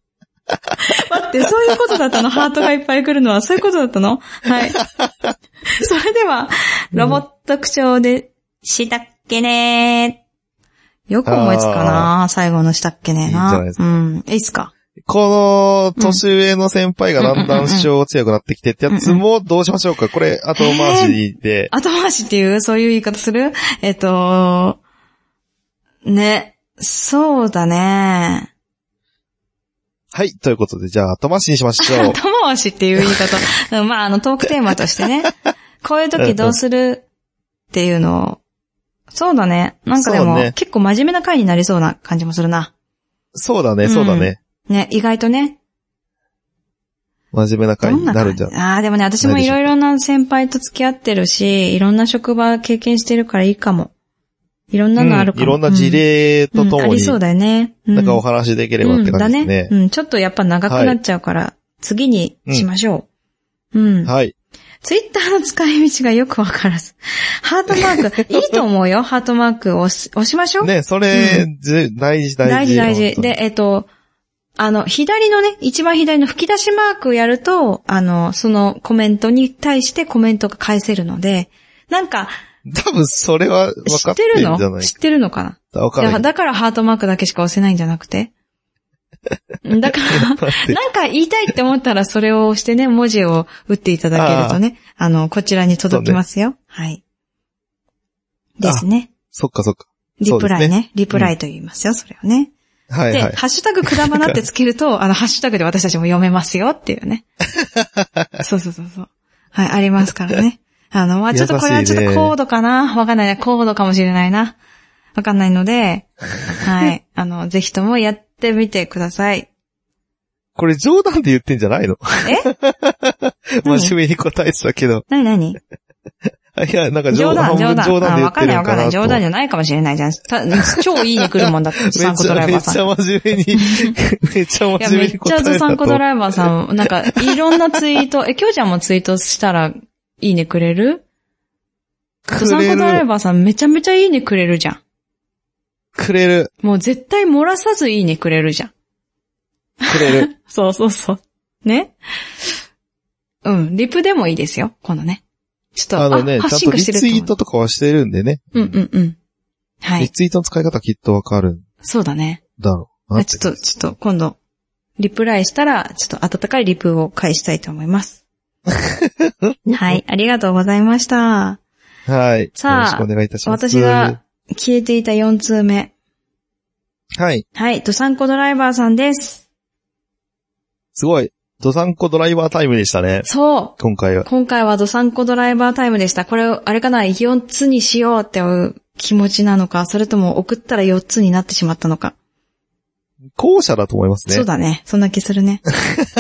B: 待って、そういうことだったのハートがいっぱい来るのは、そういうことだったのは い。それでは、ロボット口調で、したっけねー。よく思いつくな最後のしたっけねーな。
A: いいんじゃないですか
B: うん。いいっすか
A: この、年上の先輩がだんだん主張が強くなってきてってやつもどうしましょうかこれ、後回しで。
B: 後回しっていう、そういう言い方するえっと、ね、そうだね。
A: はい、ということで、じゃあ後回しにしましょう
B: 後。回しっていう言い方。 うんまあ、あの、トークテーマとしてね。こういう時どうするっていうのを。そうだね。なんかで
A: そ
B: も、
A: うね
B: 結構真面目な回になりそうな感じもするな。
A: そうだね、そうだね。
B: ね、意外とね。
A: 真面目な
B: ど
A: 回に
B: んな
A: な
B: 感
A: るんじ
B: じ
A: ゃん。
B: ああー、でもね、私もいろいろな先輩と付き合ってるし、いろんな職場経験してるからいいかも。いろんなのあるか
A: う
B: も。
A: んいろんな事例とと
B: うんうんあ
A: もに、
B: りそうだよね。う
A: なんかお話しできればって感じですね。
B: うん、だね。うん、ちょっとやっぱ長くなっちゃうから、次にしましょう。うん。
A: はい。
B: ツイッターの使い道がよくわからず。 ハートマー ク、いいと思うよ。ハートマークを押し押しましょう。
A: ね、それ、ず大事大事。
B: 大事大
A: 本
B: 事。
A: 当に
B: で、えっと、あの、左のね、一番左の吹き出しマークやると、あの、そのコメントに対してコメントが返せるので、なんか、
A: 多分それは分
B: 知
A: か
B: っ
A: っててる
B: る
A: んじゃ
B: の
A: ない
B: 知ってるのかな
A: か。分か
B: い
A: ら
B: や
A: ない。
B: だからハートマークだけしか押せないんじゃな くて。だから、なんか言いたいって思ったらそれを押してね、文字を打っていただけるとね、あの、こちらに届きますよ。はい。ですね。
A: そっかそっか。
B: リプライ
A: そう
B: ね
A: で
B: リプライと言いますよ、それをね。
A: はいは
B: で、
A: い。
B: ハッシュタグくだばなってつける と、あの、ハッシュタグで私たちも読めますよっていうね。そうそうそうそう。はい、ありますからね。あの、まあちょっとこれは
A: 優し
B: ち
A: い
B: ょ
A: ね
B: っと高度かなわかんないね。高度かもしれないな。わかんない ので、はい。あの、ぜひともやってみてください。
A: これ冗談で言ってんじゃないの
B: え
A: 真面目に答えてたけど。
B: なになに
A: あいや、なんか冗
B: 冗
A: 談、
B: 談、冗談。
A: 冗談で
B: あ
A: 言
B: わ
A: って
B: か
A: る
B: んない
A: の
B: わか
A: か
B: ん
A: な
B: な。
A: いと
B: 冗
A: 思って。
B: 談じゃないかもしれないじゃん。た超いいに来るもんだって、ド
A: め
B: サ
A: っ
B: ンコ
A: ち
B: ド
A: ゃ、
B: ライ
A: め
B: バ
A: っ
B: ーさん
A: ち。ゃ真面目に、 めっちゃ
B: い
A: 真
B: や、
A: 面
B: め
A: 目
B: っ
A: に
B: ち
A: 答
B: ゃ
A: えたと。
B: ずさんこドライバーさん、なんか、いろんなツイート、え、きょうちゃんもツイートしたら、いいねくれるずさ
A: く
B: ん
A: れ
B: こドライ
A: る、
B: バーさんめちゃめちゃいいねくれるじゃん。
A: くれる、
B: もう絶対漏らさずいいねくれるじゃん。
A: くれ る。
B: そうそうそう。ねうん、リプでもいいですよ、このね。ちょっと、
A: あ
B: あ
A: のね、ちゃ
B: あ
A: ん
B: 進
A: と
B: 化
A: リ
B: してる
A: ツイー
B: と
A: トとかはしてるんでね。
B: 思う。うんうんうん。は
A: リ
B: い。
A: ツイートの使い方きっとわかるん
B: そうだね。
A: だろうな
B: あ
A: って。
B: ちょっと、ちょっと、今度、リプライしたら、ちょっと温かいリプを返したいと思い ます。はい、ありがとうございまし
A: は
B: た。
A: い。
B: さあ
A: よろしくお願いいたします。
B: 私が。消えていた4通目。
A: はい。
B: はい、ドサンコドライバーさんです。
A: すごい。ドサンコドライバータイムでしたね。
B: そ
A: 今回は
B: う。。今回はドサンコドライバータイムでした。これを、あれかな、4つにしようっていう気持ちなのか、それとも送ったら4つになってしまったのか。
A: 後者だと思いますね。
B: そうだね。そんな気する ね。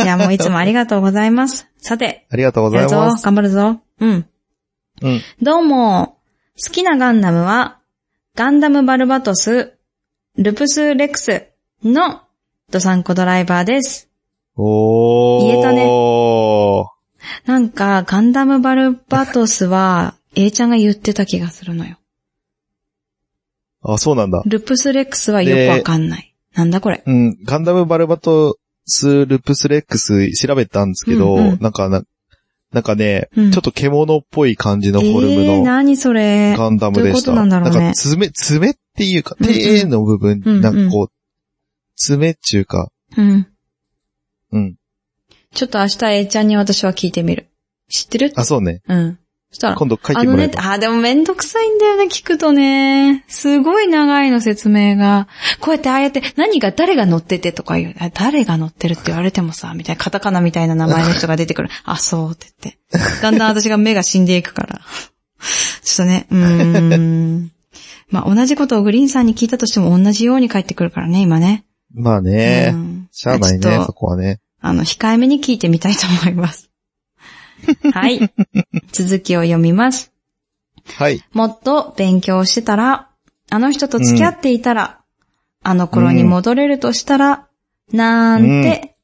B: いや、もういつもありがとうございます。さて、
A: ありがとうござ
B: や
A: い
B: るぞ
A: ま。す。
B: 頑張るぞ。うん。
A: うん。
B: どうも、好きなガンダムは、ガンダムバルバトス、ルプスレックスのドサンコドライバーです。
A: おー。
B: 言えたねなんか、ガンダムバルバトスは、A ちゃんが言ってた気がするのよ。
A: あ、そうなんだ。
B: ルプスレックスはよくわかんない。なんだこれ。
A: うん。ガンダムバルバトスルプスレックス調べたんですけど、
B: うんうん
A: なんかな、なんかね、
B: うん
A: ちょっと獣っぽい感じのフォルム
B: えー、
A: の
B: 何それ。
A: ガンダムでした。
B: どういうことなんだろうね
A: か爪、爪っていうか、
B: うんうん
A: 手の部分、
B: うんうん
A: なんかこう、爪っていうか、
B: うん。
A: うん。
B: ちょっと明日 A ちゃんに私は聞いてみる。知ってる
A: あ、そうね。
B: うん。そしたら、
A: 今度書い
B: あ
A: て
B: の
A: もらえ
B: ね、
A: ば。
B: あ、でもめんどくさいんだよね、聞くとね。すごい長いの、説明が。こうやって、ああやって、何が、誰が乗っててとか言う。あ誰が乗ってるって言われてもさ、みたいな、カタカナみたいな名前の人が 出てくる。あ、そうって言って。だんだん私が目が死んでいくから。ちょっとね、うーん。まあ、同じことをグリーンさんに聞いたとしても同じように返ってくるからね、今ね。
A: まあね
B: う。ん
A: しゃあない
B: ちょっ
A: ね、
B: と
A: そこはね。
B: あの、控えめに聞いてみたいと思 います。はい。続きを読みます。
A: はい。
B: もっと勉強してたら、あの人と付き合っていたら、あの頃に戻れるとしたら、なんて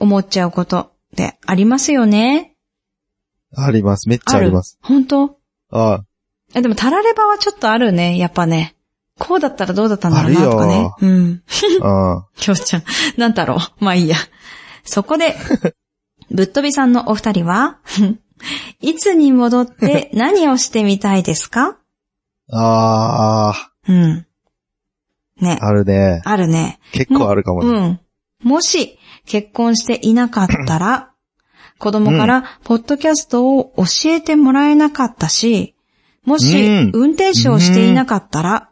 B: 思っちゃうことってありますよね。
A: あります。めっちゃあります。
B: 本当
A: あ
B: え、でも、タラレバはちょっとあるね、やっぱね。こうだったらどうだったんだろうな、とかね。うん。
A: あ、あ
B: きょうちゃん、なんだろう。まあいいや。そ こで、ぶっ飛びさんのお二人は、 いつに戻って何をしてみたいですか
A: あ。あ
B: うん。ね
A: あ、。あるね。
B: あるね。
A: 結構あるかも
B: う
A: ね。
B: ん。もし、結婚していなかったら、子供から、ポッドキャストを教えてもらえなかったし、も
A: うん
B: し、運転手をしていなかったら、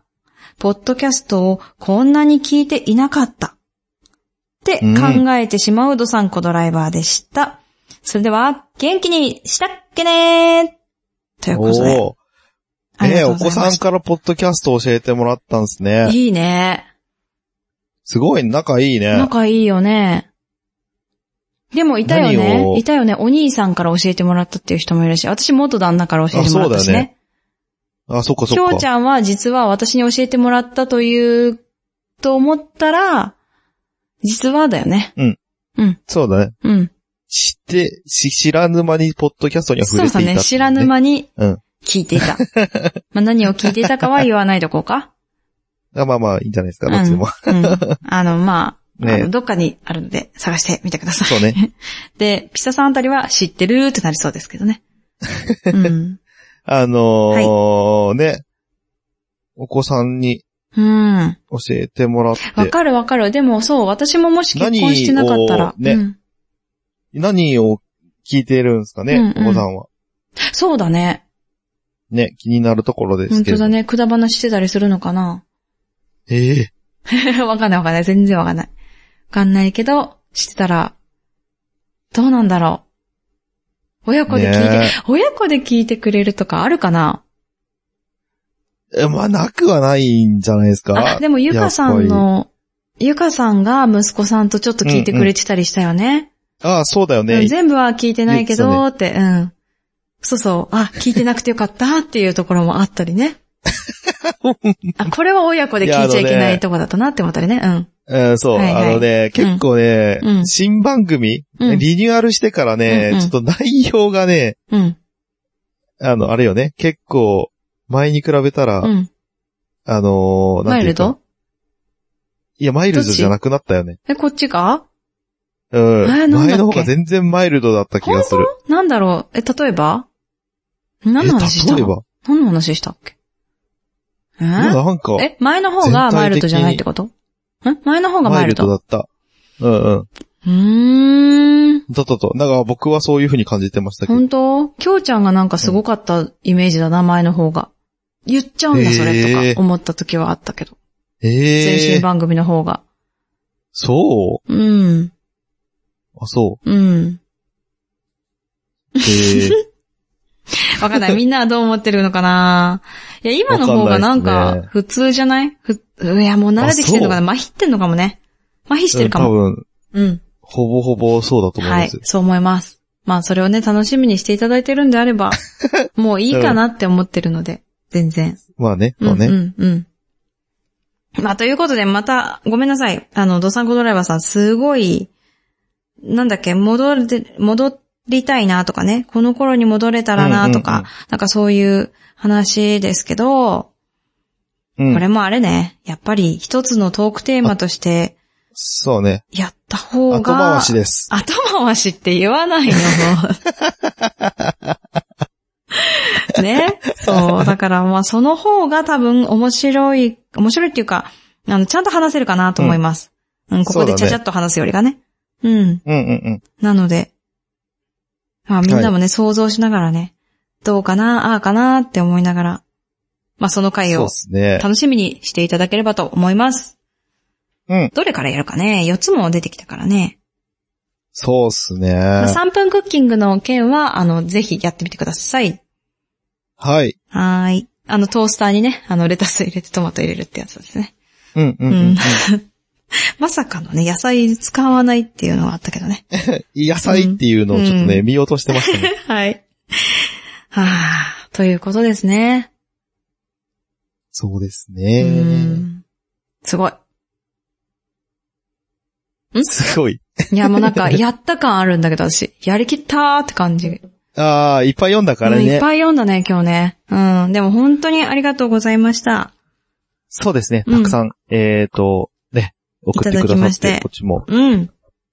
B: ポッドキャストをこんなに聞いていなかった。って考えてしまうドサンコドライバーでした。それでは、元気にしたっけねーということで。
A: お
B: あ
A: ー
B: りが
A: ね
B: とう
A: お
B: ご
A: 子
B: ざいました
A: さんからポッドキャスト教えてもらったんですね。
B: いいね。
A: すごい仲いいね。
B: 仲いいよね。でもいたよ
A: 何を
B: ね。いたよね。お兄さんから教えてもらったっていう人もいるし、私元旦那から教えてもらったしね。
A: あ、そっかそ
B: きょう
A: っ
B: ち
A: か。
B: ゃんは実は私に教えてもらったという、と思ったら、実はだよね。
A: そうだね。
B: うん。
A: 知って、し知らぬ間にポッドキャストには触
B: そう
A: れていた
B: だ
A: っていう
B: ね。知らぬ間に
A: うん
B: 聞いて いた。まあ何を聞いていたかは言わないとこうか。
A: あまあまあ、いいんじゃないですか、どっちでも。
B: うん。あの、まあ、
A: ね
B: あのどっかにあるので探してみてください。
A: そうね。
B: で、ピサさんあたりは知ってるってなりそうですけ どね。うん。
A: あのー、ね。お子さんに
B: うん。
A: 教えてもらって、
B: わかるわかる。でもそう、私ももし結婚してなかったら。
A: 何をね
B: うん
A: 何を聞いてるんですかね、
B: うんうん
A: お子さんは。
B: そうだね。
A: ね、気になるところです
B: 本
A: けれ
B: 当
A: ど。
B: だね。くだばなしてたりするのかな
A: ええ
B: わかんないわかんない。全然わかんない。わかんないけど、してたら、どうなんだろう。親子で聞いて、
A: ね
B: 親子で聞いてくれるとかあるかな
A: えまあ、なくはないんじゃないですか。
B: あ、でもゆかさんの、ゆかさんが息子さんとちょっと聞いてくれてたりしたよね。
A: ああ、そうだよ
B: うん
A: ね。
B: 全部は聞いてないけど、
A: 言
B: って、うん。そうそう、あ、聞いてなくてよかったっていうところもあった りね。あ、これは親子で聞いちゃいけ
A: いやあ
B: な
A: の
B: い
A: ね
B: とこだったなって思ったりね。うん。
A: うん、そう、
B: はいはい
A: あのね、結構ね、
B: うん
A: 新番組、
B: うん
A: リニューアルしてからね、
B: うんうん
A: ちょっと内容がね、
B: うん。
A: あの、あれよね、結構、前に比べたら、
B: うん。
A: あのー、な
B: マ
A: ん
B: イ
A: ていう
B: ル
A: か
B: ド
A: いや、マイルドじゃなくなったよね。
B: え、こっちか
A: うん。
B: えーなんだっけ
A: 前の方が全然マイルドだった気がする。
B: なんだろうえ、例えば何の話し
A: え、
B: たの
A: 例えば、
B: 何の話したっけえ
A: いやなんか、
B: え、前の方がマイルドじゃないってことん前の方がマ
A: マイ
B: イル
A: ル
B: ド。
A: ドだった。うんうん。
B: うーん。
A: だったと。なんか僕はそういう風に感じてましたけど。
B: 本当きょうちゃんがなんかすごかったイメージだな、前の方が。言っちゃうんだ、それ
A: へ
B: と
A: ー
B: か思った時はあったけど。
A: え
B: 全
A: え
B: 身番組の方が。
A: そう
B: うん。
A: あ、そ
B: うん。
A: う。ええ
B: わかん ない。みんなはどう思ってるのかないや、今の方がなん
A: わかんない
B: か
A: ですね
B: 普通じゃないふ、いや、もう慣れてきてるのかな麻痺ってんのかもね。麻痺してるか
A: 多
B: も。
A: 分、
B: うん。
A: ほぼほぼそうだと思い
B: は
A: ま
B: い
A: す。。
B: そう思います。まあ、それをね、楽しみにしていただいてるんで あれば、もういいかなって思ってるので、全然。
A: まあね、そうね。
B: うん、うん、うん。まあ、ということで、また、ごめんなさい。あの、ドサンコドライバーさん、すごい、なんだっけ、戻れ、戻りたいなとかね、この頃に戻れたらなとか、
A: うんうん
B: なんかそういう話ですけど、
A: うん
B: これもあれね、やっぱり一つのトークテーマとして、
A: そうね。
B: やった方
A: 後
B: が、
A: 回しです。
B: 後回しって言わ ないの。ね。そう。だから、まあ、その方が多分面白い、面白いっていうか、あの、ちゃんと話せるかなと思います。うん、ここ
A: そうだ
B: で
A: ね
B: ちゃちゃっと話すよりがね。うん。
A: うんうん
B: なので、まあみんなもね、想像しながらね、どうかな、ああかなって思いながら、まあそ
A: う
B: の
A: ん。
B: 回
A: そう
B: を
A: ですね。
B: 楽しみにしていただければと思います。
A: うん。
B: どれからやるかね、4つも出てきたからね。
A: そうですね。
B: まあ3分クッキングの件は、あの、ぜひやってみてください。
A: はい。
B: はーい。あの、トースターにね、あの、レタス入れてトマト入れるってやつですね。
A: うんうんう
B: うん
A: ん。
B: まさかのね、野菜使わないっていうのがあったけどね。
A: 野菜っていうのをちょっとね、見落としてましたね。
B: はい。はあ、ということですね。
A: そうです
B: う
A: ね。
B: ん。すごい。
A: すごい。
B: いや、もうなん か、やった感あるんだけど、私。やりきったーって感じ。
A: ああ、いっぱい読んだから
B: うんいっ
A: ね。
B: ぱい読んだね、今日ね。うん。でも本当にありがとうございました。
A: そうですね。
B: うん
A: たくさん、えっと、ね、送ってくだ
B: いただき
A: さ
B: ま
A: っ
B: して
A: て、こっちも。
B: うん。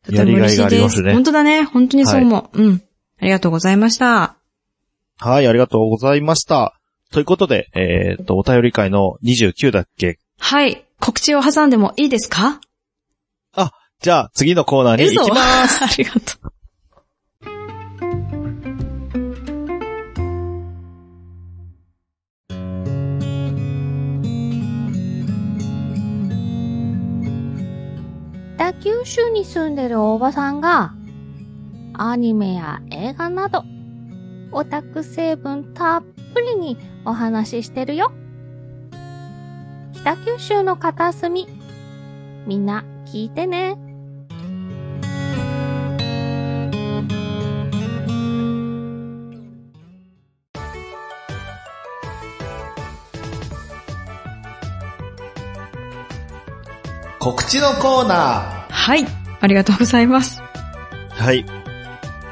B: とても嬉しい
A: やりがいがあり
B: で。
A: ますすね
B: 本当だね。本当にそう思う。うん。ありがとうございました。
A: はい、ありがとうございました。ということで、えっと、お便り会の29だっけ
B: はい。告知を挟んでもいいですか
A: じゃあ、次のコーナーに行
B: 嘘
A: きま
B: ありがとう。
E: 北九州に住んでるおばさんが、アニメや映画など、オタク成分たっぷりにお話ししてるよ。北九州の片隅、みんな聞いてね。
D: 告知のコーナ
B: はい。ありがとうございます。
A: はい。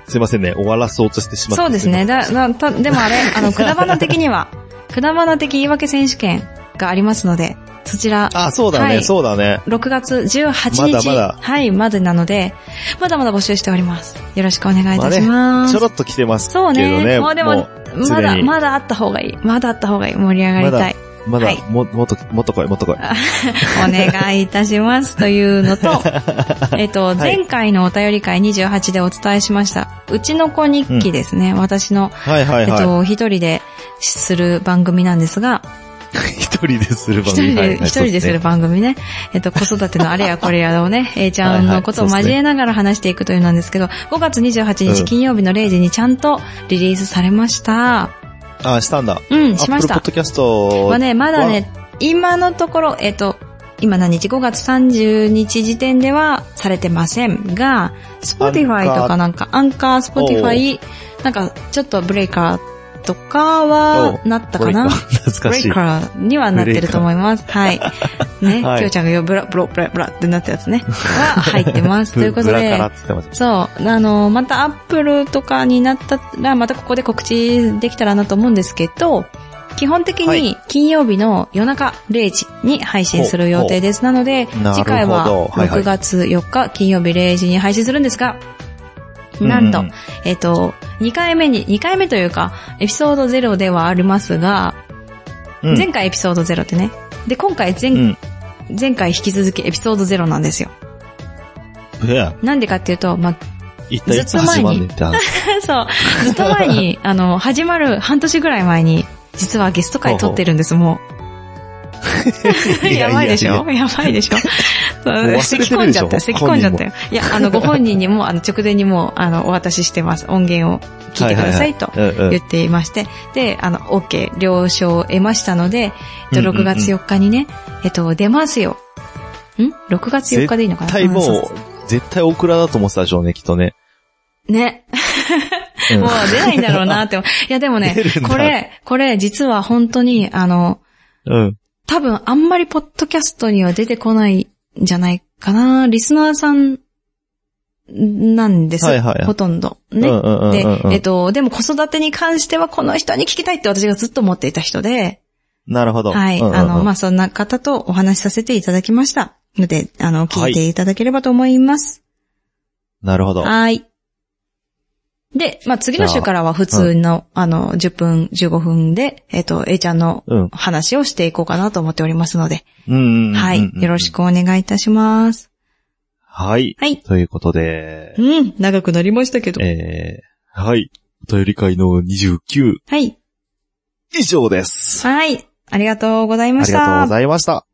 A: すいませんね、終わらそうとしてしまった。
B: そうですね。だ、だ、たでもあれ、あの、くだばな的には、 くだばな的言い訳選手権がありますので、そちら、
A: あ、そうだ
B: は
A: ね、
B: い
A: そうだね。
B: 6月18日。
A: まだまだ
B: はい、までなので、まだまだ募集しております。よろしくお願いいたし
A: まあ
B: ま
A: ね、ち
B: す。
A: ょろっと来てますけ
B: そ
A: ど
B: うね。
A: ね。
B: もうでも、ま
A: 常
B: だ、
A: に
B: まだあった方がいい。まだあった方がいい。盛り上がりたい。
A: ま
B: は
A: だ
B: い、
A: も、もっと、もっと来い、もっと来い。
B: お願いいたします。という のと、えっと、
A: はい
B: 前回のお便り会28でお伝えしました、うちの子日記ですね。私の、
A: はいはい
B: えっ
A: は
B: と、一人でする番組なんですが、
A: い。一人でする番
B: 一
A: 組。
B: 人
A: はいは
B: で、
A: い
B: 一人でする。番組ね。えっと、子育てのあれやこれや をね、A ちゃんのことを交えながら話していくというのなんですけど、5月28
A: う
B: 日
A: ん
B: 金曜日の0時にちゃんとリリースされました。
A: そうですねあ、したんだ。
B: うん、しました
A: アッ。プルポッドキャスト
B: まあね、まだね、今のところ、えっと、今何日 ?5 月30日時点ではされてませんが、Spotify
A: アンカー
B: とかなんか、アンカー、Spotify、なんかちょっとブレイカーとかは
A: お
B: なったかなブ
A: 懐か
B: レ
A: し
B: イ
A: い。
B: カーにはなってると思います。はい。ね、
A: はい
B: きょうちゃんがよ、ブラ、ブラ、ブラ、ブラってなったやつね。は入ってます。ということ
A: ブラから
B: で
A: っ、つってました。
B: そう、あの、またアップルとかになったら、またここで告知できたらなと思うんですけど、基本的
A: は
B: に金曜日の夜中0時に配信する予定です。なので、
A: なるほど
B: 次回は
A: はいはい
B: 6月4日金曜日0時に配信するんですが、なんと
A: う、
B: えっ、と、2回目に、2回目というか、エピソード0ではありますが、
A: うん
B: 前回エピソード0ってね。で、今回前、
A: うん
B: 前回引き続きエピソード0なんですよ。
A: いや、
B: なんでかっていうと、まあ、
A: 一体いつ始まんねんって話。
B: そう、ずっと前 に、あの、始まる半年ぐらい前に、実はゲスト会撮ってるんです、も う。やばいでしょやばいでしょそう
A: 忘れてるでしょ
B: 咳込んじゃったよ。咳込んじゃったよ。いや、あの、ご本人にも、あの、直前にもう、あの、お渡ししてます。音源を聞いてくださいと。
A: うんうん
B: 言っていまして、で、あの、OK、了承を得ましたので、えっと
A: うんうんう
B: 6
A: ん
B: 月4日にね、えっと、出ますよ。ん ?6 月4日でいいのかな
A: 絶対
B: ん
A: も、
B: そう
A: 絶対オクラだと思ってたでしょうね、きっとね。
B: うね。
A: うん
B: もう出ないんだろうな って思う。いや、でもね
A: 出るん、だ
B: これ、これ、実は本当に、あの、
A: うん。
B: 多分あんまりポッドキャストには出てこないんじゃないかな。リスナーさん、なんです。
A: はいはい
B: ほとんど。
A: うんう
B: ね。
A: んうんうん
B: で、
A: うん
B: えっと、でも子育てに関してはこの人に聞きたいって私がずっと思っていた人で、
A: なるほど。
B: はい。
A: うんうんうん
B: あの、まあ、そんな方とお話しさせていただきました。ので、あの、聞いていただければと思います。
A: なるほど。
B: はい。で、まあ、次の週からは普通の、あの、10分、15分で、えっ、と、A ちゃんの
A: うん。
B: 話をしていこうかなと思っておりますので、
A: うんうんうんうん。
B: はい。よろしくお願いいたします。
A: はい。
B: はい。
A: ということで、
B: うん、長くなりましたけど。
A: えー、はい。お便り会の29
B: はい。
A: 以上です。
B: はい。ありがとうございま
A: あ
B: し
A: り
B: た。
A: がとうございました。